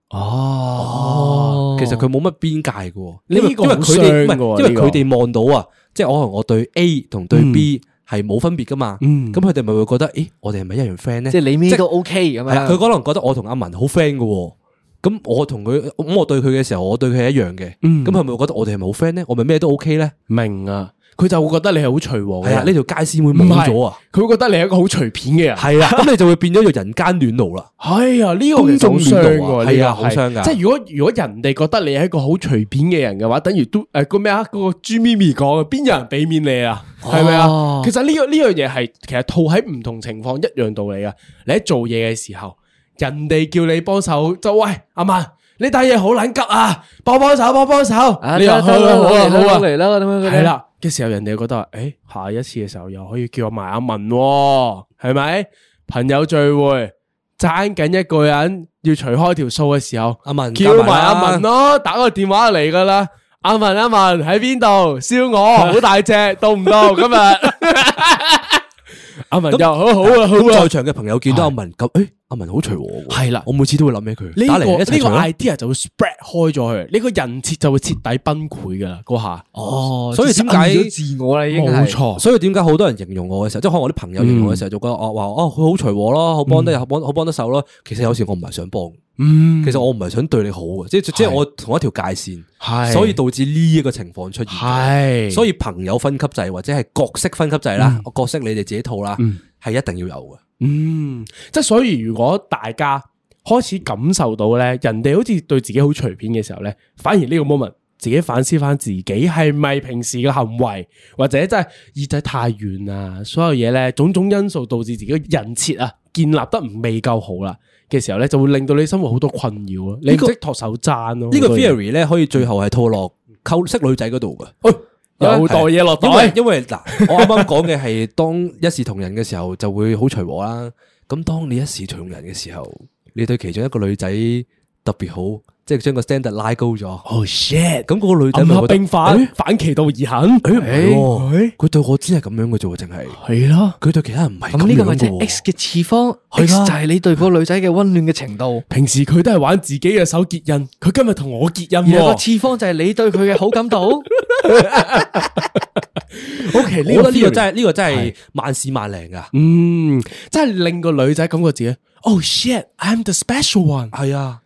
[SPEAKER 3] 哦
[SPEAKER 2] 其實佢冇乜邊界嘅喎，
[SPEAKER 3] 呢
[SPEAKER 2] 因為
[SPEAKER 3] 個
[SPEAKER 2] 因為
[SPEAKER 3] 好
[SPEAKER 2] 佢哋唔
[SPEAKER 3] 傷嘅喎
[SPEAKER 2] 係，因為
[SPEAKER 3] 呢
[SPEAKER 2] 佢哋望到啊，即係我可能我對 A 同對 B 係冇分別噶嘛，
[SPEAKER 3] 嗯
[SPEAKER 2] 咁佢哋咪會覺得，咦，我哋係咪一樣 friend 咧？
[SPEAKER 1] 即系你咩
[SPEAKER 2] 即係
[SPEAKER 1] 都 OK 咁
[SPEAKER 2] 係啦，
[SPEAKER 1] 样。
[SPEAKER 2] 佢可能覺得我同阿文好 friend 嘅喎。咁我同佢，咁我對佢嘅時候，我對佢係一樣嘅。
[SPEAKER 3] 嗯
[SPEAKER 2] 咁係咪會覺得我哋係咪好 friend 咧？我咪咩都 OK 咧？
[SPEAKER 3] 明啊，佢就會覺得你係好隨和嘅
[SPEAKER 2] 係啊，
[SPEAKER 3] 人，
[SPEAKER 2] 呢條街先會
[SPEAKER 3] 唔
[SPEAKER 2] 冇
[SPEAKER 3] 係
[SPEAKER 2] 咗啊！！
[SPEAKER 3] 佢會覺得你係一個好隨便嘅人。
[SPEAKER 2] 係啦，咁你就會變咗做人間暖爐啦。
[SPEAKER 3] 係啊，呢個
[SPEAKER 2] 公
[SPEAKER 3] 其實
[SPEAKER 2] 眾
[SPEAKER 3] 好傷
[SPEAKER 2] 面目
[SPEAKER 3] 㗎
[SPEAKER 2] 啊
[SPEAKER 3] 喎，呢
[SPEAKER 2] 係
[SPEAKER 3] 個
[SPEAKER 2] 啊好傷㗎
[SPEAKER 3] 即係如果如果人哋覺得你係一個好隨便嘅人嘅話，等於都誒個咩啊？嗰個朱咪咪講嘅，邊有人俾面你啊？
[SPEAKER 2] 哦
[SPEAKER 3] 係咪啊？其實呢個呢樣嘢係其實套喺唔同情況一樣道理㗎。你喺做嘢嘅時候，人哋叫你幫手，就喂阿曼，呢單嘢好撚急啊，幫幫手，幫幫手，
[SPEAKER 1] 啊
[SPEAKER 3] 你又
[SPEAKER 1] 得
[SPEAKER 3] 好
[SPEAKER 1] 得
[SPEAKER 3] 啊
[SPEAKER 1] 啦
[SPEAKER 3] 好啊
[SPEAKER 1] 嚟啦
[SPEAKER 3] 好
[SPEAKER 1] 嚟
[SPEAKER 3] 啊。
[SPEAKER 1] 啦咁樣嗰啲
[SPEAKER 3] 系啦嘅時候，人哋覺得，诶、下一次嘅時候又可以叫我埋阿文、喎，係咪？朋友聚會爭緊一個人要除開條數嘅時候，
[SPEAKER 2] 阿文
[SPEAKER 3] 叫
[SPEAKER 2] 夾埋
[SPEAKER 3] 埋
[SPEAKER 2] 啦
[SPEAKER 3] 阿文咯，打個電話嚟噶啦。阿文阿文喺邊度？
[SPEAKER 2] *laughs*
[SPEAKER 3] 燒我好大隻，到唔到今日？阿文又好好啊，好
[SPEAKER 2] 咁
[SPEAKER 3] 啊
[SPEAKER 2] 在。場嘅朋友見到阿文咁，誒，阿文好隨和喎。
[SPEAKER 3] 係啦
[SPEAKER 2] 我每次都會諗起佢。
[SPEAKER 3] 呢、
[SPEAKER 2] 打
[SPEAKER 3] 個
[SPEAKER 2] 嚟
[SPEAKER 3] 呢
[SPEAKER 2] 一齊
[SPEAKER 3] 個
[SPEAKER 2] 除啦
[SPEAKER 3] idea 就會 spread 開咗去，呢個人設就會徹底崩潰噶啦，嗰下。
[SPEAKER 1] 哦，
[SPEAKER 2] 所以
[SPEAKER 1] 即係
[SPEAKER 2] 點解
[SPEAKER 1] 失去咗自我啦？已經
[SPEAKER 3] 冇
[SPEAKER 1] 係
[SPEAKER 3] 錯，
[SPEAKER 2] 所以點解好多人形容我嘅時候，即係可能我啲朋友形容我嘅時候，就覺得哦，話哦，佢好隨和咯，好幫得，好幫好幫得手咯。其實有時我唔係想幫，
[SPEAKER 3] 嗯
[SPEAKER 2] 其實我唔係想對你好嘅，即係即係我同一條界線，
[SPEAKER 3] 係
[SPEAKER 2] 所以導致呢一個情況出現。
[SPEAKER 3] 係，
[SPEAKER 2] 所
[SPEAKER 3] 以
[SPEAKER 2] 以朋友分級制或者係角色分級制啦，角色你哋自己套啦，係一定要有嘅。
[SPEAKER 3] 嗯，即係所以如果大家開始感受到咧，人哋好似對自己好隨便嘅時候咧，反而呢個 moment 自己反思翻自己係咪平時嘅行為或者真係耳仔太軟啊，所有嘢咧種種因素導致自己嘅人設啊建立得唔未夠好啦嘅時候咧，就會令到你生活好多困擾啊，你
[SPEAKER 2] 呢
[SPEAKER 3] 唔
[SPEAKER 2] 個
[SPEAKER 3] 識托手踭咯。
[SPEAKER 2] 呢個
[SPEAKER 3] 好多嘢
[SPEAKER 2] theory 咧，可以最後係套落溝識女仔嗰度嘅。
[SPEAKER 3] 哦有袋嘢落
[SPEAKER 2] 因為
[SPEAKER 3] 袋，
[SPEAKER 2] 因為嗱， *laughs* 我啱啱講嘅係當一視同仁嘅時候，就會好隨和啦。咁當你一視同仁嘅時候，你對其中一個女仔特別好，即係將個 standard 拉高咗。
[SPEAKER 3] Oh shit！
[SPEAKER 2] 咁嗰個女仔
[SPEAKER 3] 暗
[SPEAKER 2] 咪
[SPEAKER 3] 黑
[SPEAKER 2] 覺得
[SPEAKER 3] 兵法反其道而
[SPEAKER 2] 誒唔
[SPEAKER 3] 行，
[SPEAKER 2] 係喎
[SPEAKER 3] 誒
[SPEAKER 2] 佢對我先係咁樣嘅啫喎，淨係
[SPEAKER 3] 係咯。
[SPEAKER 2] 佢對其他人唔係
[SPEAKER 1] 咁呢個
[SPEAKER 2] 個
[SPEAKER 1] 咪就係 X 嘅次方，X 就係你對嗰個女仔嘅温暖嘅程度，
[SPEAKER 3] 平時佢都係玩自己嘅手結印，佢今日同我結印
[SPEAKER 1] 然後個
[SPEAKER 3] 喎。
[SPEAKER 1] 次方就係你對佢嘅好感度。
[SPEAKER 3] O K，
[SPEAKER 2] 我覺得呢個真
[SPEAKER 3] 係，
[SPEAKER 2] 係呢個真係萬事萬靈啊噶。
[SPEAKER 3] 嗯，真係令個女仔感覺自己，Oh shit，I'm the special one，
[SPEAKER 2] 係啊，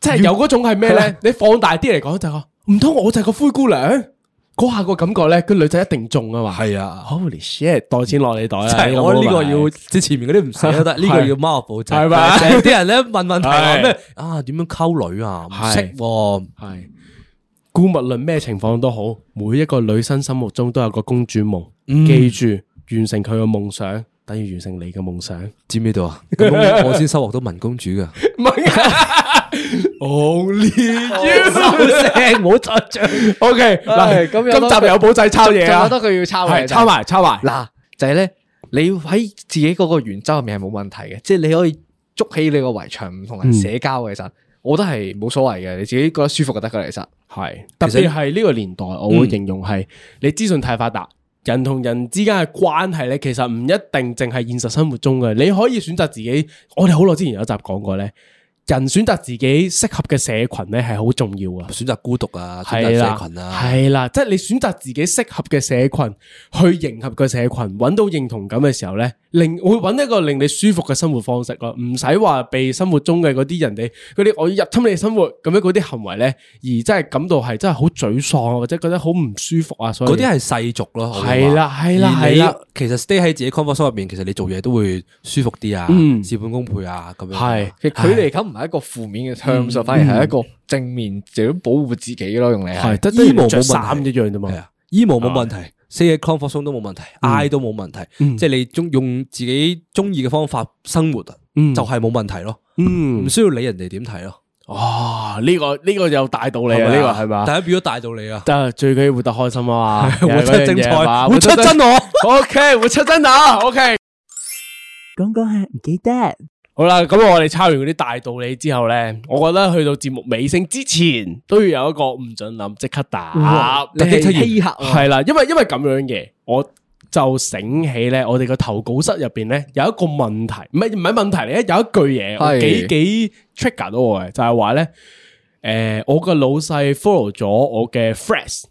[SPEAKER 3] 即係有嗰種係咩咧？你放大啲嚟講就係話，唔通我就係個灰姑娘？嗰下個感覺咧，個女仔一定中啊嘛。
[SPEAKER 2] 係啊，
[SPEAKER 3] Holy shit，袋錢落你袋
[SPEAKER 2] 即
[SPEAKER 3] 啊！
[SPEAKER 2] 係我呢個要 *laughs*
[SPEAKER 3] 係
[SPEAKER 2] 即係前面嗰啲唔寫都得，呢個要 mark 步驟。
[SPEAKER 3] 係咪
[SPEAKER 2] 成日啲人咧問問題話
[SPEAKER 3] 係
[SPEAKER 2] 咩啊？點樣溝女啊？唔識喎。
[SPEAKER 3] 係，姑勿論咩情況都好，每一個女生心目中都有個公主夢，
[SPEAKER 1] 嗯
[SPEAKER 3] 記住完成佢嘅夢想，等於完成你嘅夢想。
[SPEAKER 2] 知唔知道
[SPEAKER 3] *laughs*
[SPEAKER 2] 啊？咁我先收穫到文公主噶，
[SPEAKER 3] 唔
[SPEAKER 1] *laughs*
[SPEAKER 3] 系，only you
[SPEAKER 2] 聲唔好再着。
[SPEAKER 3] O K
[SPEAKER 1] 唉
[SPEAKER 3] 嗱，
[SPEAKER 1] 咁有
[SPEAKER 3] *laughs* 今
[SPEAKER 1] 多
[SPEAKER 3] 集有保仔抄嘢啊
[SPEAKER 1] 仲，有得佢要抄嘅
[SPEAKER 3] 係抄埋抄埋，
[SPEAKER 1] 嗱，就係咧，你喺自己嗰個原則入面係冇問題嘅，即係你可以捉起你個圍牆唔同
[SPEAKER 3] 嗯
[SPEAKER 1] 人社交嘅。其實我覺得係冇所謂嘅，你自己覺得舒服就得噶。其實嗯
[SPEAKER 3] 系特別係呢個年代，我會形容係你資訊太發達，人同人之間嘅關係咧，其實唔一定淨係現實生活中嘅，你可以選擇自己。我哋好耐之前有一集講過咧，人選擇自己適合嘅社群咧係好重要啊。
[SPEAKER 2] 選擇孤獨啊，選
[SPEAKER 3] 係啦
[SPEAKER 2] 擇社群，啊，
[SPEAKER 3] 係啦，即係你選擇自己適合嘅社群，去迎合個社群，揾到認同感嘅時候咧，令會揾一個令你舒服嘅生活方式咯，唔使話被生活中嘅嗰啲人哋嗰啲我要入侵你生活咁樣嗰啲行為咧，而真係感到係真係好沮喪啊，或者覺得好唔舒服啊，所以
[SPEAKER 2] 嗰啲係世俗咯。我會
[SPEAKER 3] 係啦
[SPEAKER 2] 話
[SPEAKER 3] 係啦
[SPEAKER 2] 而你
[SPEAKER 3] 係啦
[SPEAKER 2] 其實 stay 喺自己 comfort zone 入邊，其實你做嘢都會舒服啲啊，
[SPEAKER 3] 嗯
[SPEAKER 2] 事半功倍啊，咁樣
[SPEAKER 3] 係嗯
[SPEAKER 1] 其實距離感唔係一個負面嘅 terms，啊反而係一個正面，就要保護自己咯。用嚟係
[SPEAKER 3] 係即
[SPEAKER 2] 衣
[SPEAKER 3] 係
[SPEAKER 2] 帽
[SPEAKER 3] 冇
[SPEAKER 2] 冇
[SPEAKER 3] 着
[SPEAKER 2] 問
[SPEAKER 3] 衫
[SPEAKER 2] 題
[SPEAKER 3] 一樣啫嘛
[SPEAKER 2] 係。啊，衣帽冇問題，stay 喺 comfort zone 都冇問題，I
[SPEAKER 3] 嗯
[SPEAKER 2] 都冇問題，即係你中用自己中意嘅方法生活啊，
[SPEAKER 3] 嗯
[SPEAKER 2] 就係冇問題咯，
[SPEAKER 3] 嗯
[SPEAKER 2] 唔，需要理人哋點睇咯，
[SPEAKER 3] 哇！哦呢個呢個有大道理啊，
[SPEAKER 2] 咪
[SPEAKER 3] 呢個
[SPEAKER 2] 啊
[SPEAKER 3] 係嘛？
[SPEAKER 2] 大家變咗大道理啊，
[SPEAKER 3] 得最緊要活得開心啊嘛，
[SPEAKER 2] 活出精彩，活出真我。
[SPEAKER 3] O K，活出真啊！O K，
[SPEAKER 7] 講講下唔記得。
[SPEAKER 3] 好啦，咁我哋抄完嗰啲大道理之後咧，我覺得去到節目尾聲之前，都要有一個唔准諗，即刻答
[SPEAKER 1] 哇，突擊出現欺客啊
[SPEAKER 3] 係啦，因為因為咁樣嘅，我就醒起咧，我哋個投稿室入邊咧有一個問題，唔係唔係問題嚟嘅，有一句嘢我幾
[SPEAKER 1] 係
[SPEAKER 3] 幾 trigger 到我嘅，就係話咧，誒，我個老細 follow 咗我嘅 fresh。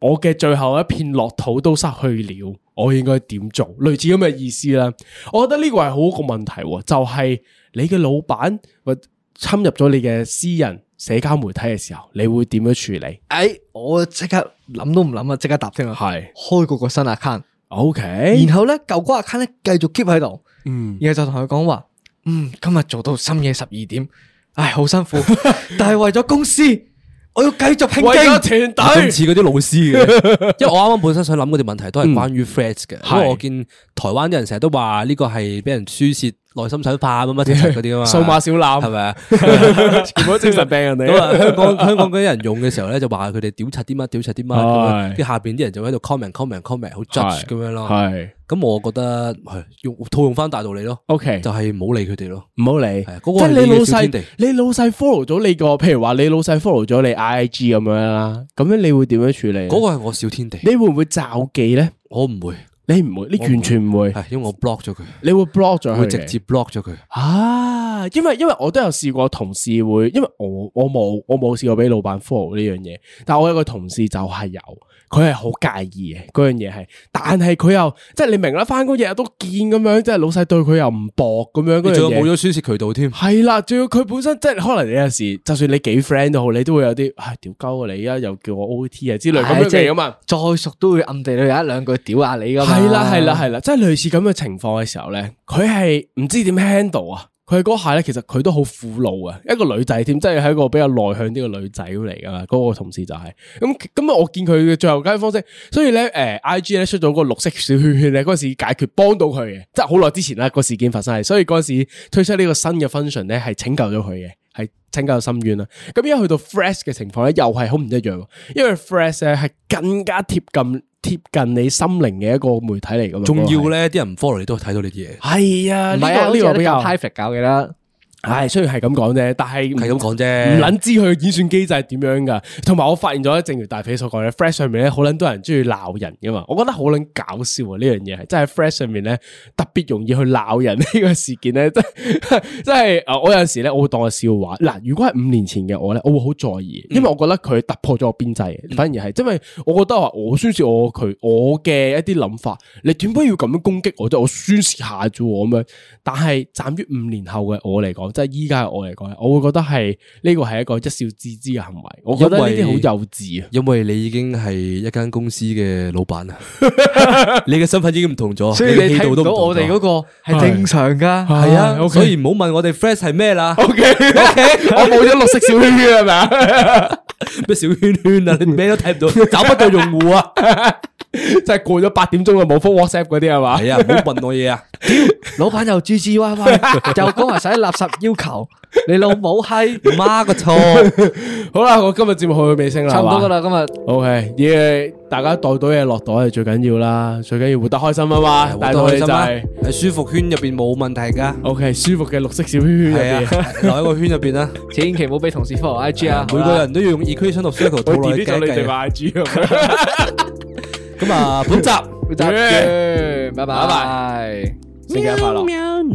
[SPEAKER 3] 我嘅最後一片落土都失去了，我應該點做？類似咁嘅意思啦。我覺得呢個係好個問題喎，就係、你嘅老闆或侵入咗你嘅私人社交媒體嘅時候，你會點樣處理？
[SPEAKER 1] 誒，哎我即刻諗都唔諗啊，即刻答添啊，
[SPEAKER 3] 係
[SPEAKER 1] 開嗰個新 account，
[SPEAKER 3] OK，
[SPEAKER 1] 然後咧舊嗰 account 咧繼續 keep 喺度，
[SPEAKER 3] 嗯，
[SPEAKER 1] 然後就同佢講話，嗯，今日做到深夜十二點，唉，好辛苦，但係為咗公司，我要繼續拼
[SPEAKER 3] 為
[SPEAKER 1] 勁。
[SPEAKER 3] 咗團
[SPEAKER 2] 咁
[SPEAKER 3] 隊，
[SPEAKER 2] 似嗰啲老師嘅， *laughs* 因為我啱啱本身想諗嗰啲問題都係關於 friends 嘅，
[SPEAKER 3] 嗯係
[SPEAKER 2] 因為我見台灣啲人成日都話呢個係俾人輸泄內心想化乜乜柒柒嗰啲啊嘛，
[SPEAKER 3] *laughs* 數碼小欖
[SPEAKER 2] 係咪
[SPEAKER 3] *laughs*
[SPEAKER 2] 啊？
[SPEAKER 3] 全部都精神病人
[SPEAKER 2] 咁
[SPEAKER 3] 嚟
[SPEAKER 2] 啊， *laughs* 香港香港嗰啲人用嘅時候咧，就話佢哋屌柒啲乜屌柒啲乜咁樣，
[SPEAKER 3] 係
[SPEAKER 2] 啲下邊啲人就喺度 comment comment comment 好 judge 咁樣咯。
[SPEAKER 3] 係
[SPEAKER 2] 咁我覺得係用套用翻大道理咯，
[SPEAKER 3] OK，
[SPEAKER 2] 就係唔好理佢哋咯。
[SPEAKER 3] 唔好理。
[SPEAKER 2] 係啊
[SPEAKER 3] 即
[SPEAKER 2] 嗰個
[SPEAKER 3] 係
[SPEAKER 2] 係
[SPEAKER 3] 你老
[SPEAKER 2] 嘅小天地
[SPEAKER 3] 細，你老細 follow 咗你個，譬如話你老細 follow 咗你 IG 咁樣啦，咁樣你會點樣處理？
[SPEAKER 2] 嗰個係我小天地，
[SPEAKER 3] 你會唔會罩忌咧？
[SPEAKER 2] 我唔會
[SPEAKER 3] 你唔會，你完全唔會，
[SPEAKER 2] 係因為我 block 咗佢，
[SPEAKER 3] 你會 block 咗佢嘅，
[SPEAKER 2] 會直接 block 咗佢。
[SPEAKER 3] 啊！因為因為我都有試過同事會，因為我我冇我冇試過俾老闆 follow 呢樣嘢，但我有個同事就係有，佢係好介意嘅嗰樣嘢係，但係佢又即係你明啦，翻工日日都見咁樣，即係老細對佢又唔薄咁樣嗰
[SPEAKER 2] 你
[SPEAKER 3] 樣
[SPEAKER 2] 仲有
[SPEAKER 3] 嘢
[SPEAKER 2] 冇咗宣泄渠道添？
[SPEAKER 3] 系啦，仲要佢本身即係可能你有時，就算你幾 friend 都好，你都會有啲唉屌鳩啊你啊，又叫我 O T 啊之類咁樣嘅嘢嘛。
[SPEAKER 1] 再熟都會暗地裏有一兩句屌下你噶嘛。
[SPEAKER 3] 係啦係啦係啦，即係類似咁嘅情況嘅時候咧，佢係唔知點 handle 啊！佢嗰下咧，其實佢都好苦惱啊！一個女仔添，即係係一個比較內向啲嘅女仔嚟噶嘛，嗰、個同事就係、咁咁啊！我見佢嘅最後解決方式，所以咧誒、I G 咧出咗嗰個綠色小圈圈咧，嗰陣時解決幫到佢嘅，即係好耐之前啦個事件發生係，所以嗰陣時推出呢個新嘅 function 咧係拯救咗佢嘅，係拯救深淵啦。咁而家去到 fresh 嘅情況咧，又係好唔一樣喎，因為 fresh 咧係更加貼近貼近你心靈嘅一個媒體嚟噶嘛，
[SPEAKER 2] 仲要咧，啲人唔 follow 你都係睇到呢啲嘢，
[SPEAKER 3] 係啊，
[SPEAKER 1] 唔
[SPEAKER 3] 呢
[SPEAKER 1] 係啊，呢
[SPEAKER 3] 個呢
[SPEAKER 1] 個
[SPEAKER 3] 個
[SPEAKER 1] 比
[SPEAKER 3] 比
[SPEAKER 1] 較
[SPEAKER 3] 較
[SPEAKER 1] high f 搞嘅啦。
[SPEAKER 3] 唉，雖然係咁講啫，但係
[SPEAKER 2] 係咁講啫。
[SPEAKER 3] 唔捻知佢演算機制係點樣噶，同埋我發現咗，正如大肥所講咧，Flash 上面咧好捻多人中意鬧人噶嘛，我覺得好捻搞笑啊！呢樣嘢係真係 Flash 上面咧特別容易去鬧人呢個事件咧，真係真係啊！我有陣時咧我會當係笑話嗱，如果係五年前嘅我咧，我會好在意，
[SPEAKER 1] 嗯
[SPEAKER 3] 因為我覺得佢突破咗我邊際嘅，反而係因為我覺得話我宣示我佢我嘅一啲諗法，你點解要咁樣攻擊我啫？我宣示下啫喎咁樣，但係站於五年後嘅我嚟講，即係依家嘅我嚟講咧，我會覺得係呢個係一個一笑置之嘅行為，我覺得呢啲好幼稚啊！
[SPEAKER 2] 因為你已經係一間公司嘅老闆
[SPEAKER 3] *laughs*
[SPEAKER 2] 啦，你嘅身份已經唔同咗，
[SPEAKER 1] 所以
[SPEAKER 2] 嘅
[SPEAKER 1] 你
[SPEAKER 2] 氣
[SPEAKER 1] 睇
[SPEAKER 2] 度
[SPEAKER 1] 唔
[SPEAKER 2] 都唔
[SPEAKER 1] 到
[SPEAKER 2] 同
[SPEAKER 1] 我哋嗰
[SPEAKER 2] 咗
[SPEAKER 1] 個係正常
[SPEAKER 2] *laughs*
[SPEAKER 1] 噶，
[SPEAKER 3] 係
[SPEAKER 1] 係
[SPEAKER 3] 啊
[SPEAKER 1] 啊，
[SPEAKER 3] ，OK
[SPEAKER 2] 所以唔好問我哋 fresh 係咩
[SPEAKER 3] *laughs*
[SPEAKER 2] 啦，
[SPEAKER 3] O K O K，我冇咗綠色小圈圈係
[SPEAKER 1] *laughs*
[SPEAKER 3] 咪 *laughs* 啊？
[SPEAKER 2] *laughs* 咩小圈圈啊，你咩都睇唔到，
[SPEAKER 3] *laughs*
[SPEAKER 2] 找不到用戶啊，
[SPEAKER 3] 即係過咗八點鐘就冇覆 WhatsApp 嗰啲係嘛？
[SPEAKER 2] 係啊，唔好問我嘢啊，
[SPEAKER 1] 老闆又唧唧歪歪，又講埋晒啲垃圾要求，你老母閪，
[SPEAKER 2] 媽個錯，
[SPEAKER 3] 好啦，我今日節目去到尾聲啦，
[SPEAKER 1] 差唔多噶啦，
[SPEAKER 3] 啦。
[SPEAKER 1] 今日
[SPEAKER 3] O K，嘢大家袋到嘢落袋係最緊要啦，最緊要活得開心啊嘛， *laughs* 大道
[SPEAKER 2] 開
[SPEAKER 3] 理就
[SPEAKER 2] 心啊
[SPEAKER 3] 係。，
[SPEAKER 2] 喺舒服圈入邊冇問題噶，
[SPEAKER 3] O、k 舒服嘅綠色小圈圈入
[SPEAKER 2] 係
[SPEAKER 3] 邊，
[SPEAKER 2] 啊，留喺個圈入
[SPEAKER 3] *laughs*
[SPEAKER 2] 邊啦，
[SPEAKER 1] 千祈唔好俾同事 follow I G 啊，
[SPEAKER 2] 每個人都要用 equation of circle 套
[SPEAKER 3] 我
[SPEAKER 2] 落去
[SPEAKER 3] delete 咗
[SPEAKER 2] 計
[SPEAKER 3] 你哋
[SPEAKER 2] 計啊，
[SPEAKER 3] 話
[SPEAKER 2] *laughs*
[SPEAKER 3] G 咁
[SPEAKER 2] 咁啊，本集。
[SPEAKER 1] 集
[SPEAKER 3] 耶
[SPEAKER 1] 見，拜
[SPEAKER 3] 拜
[SPEAKER 1] 拜。
[SPEAKER 3] 樣，聖誕快樂。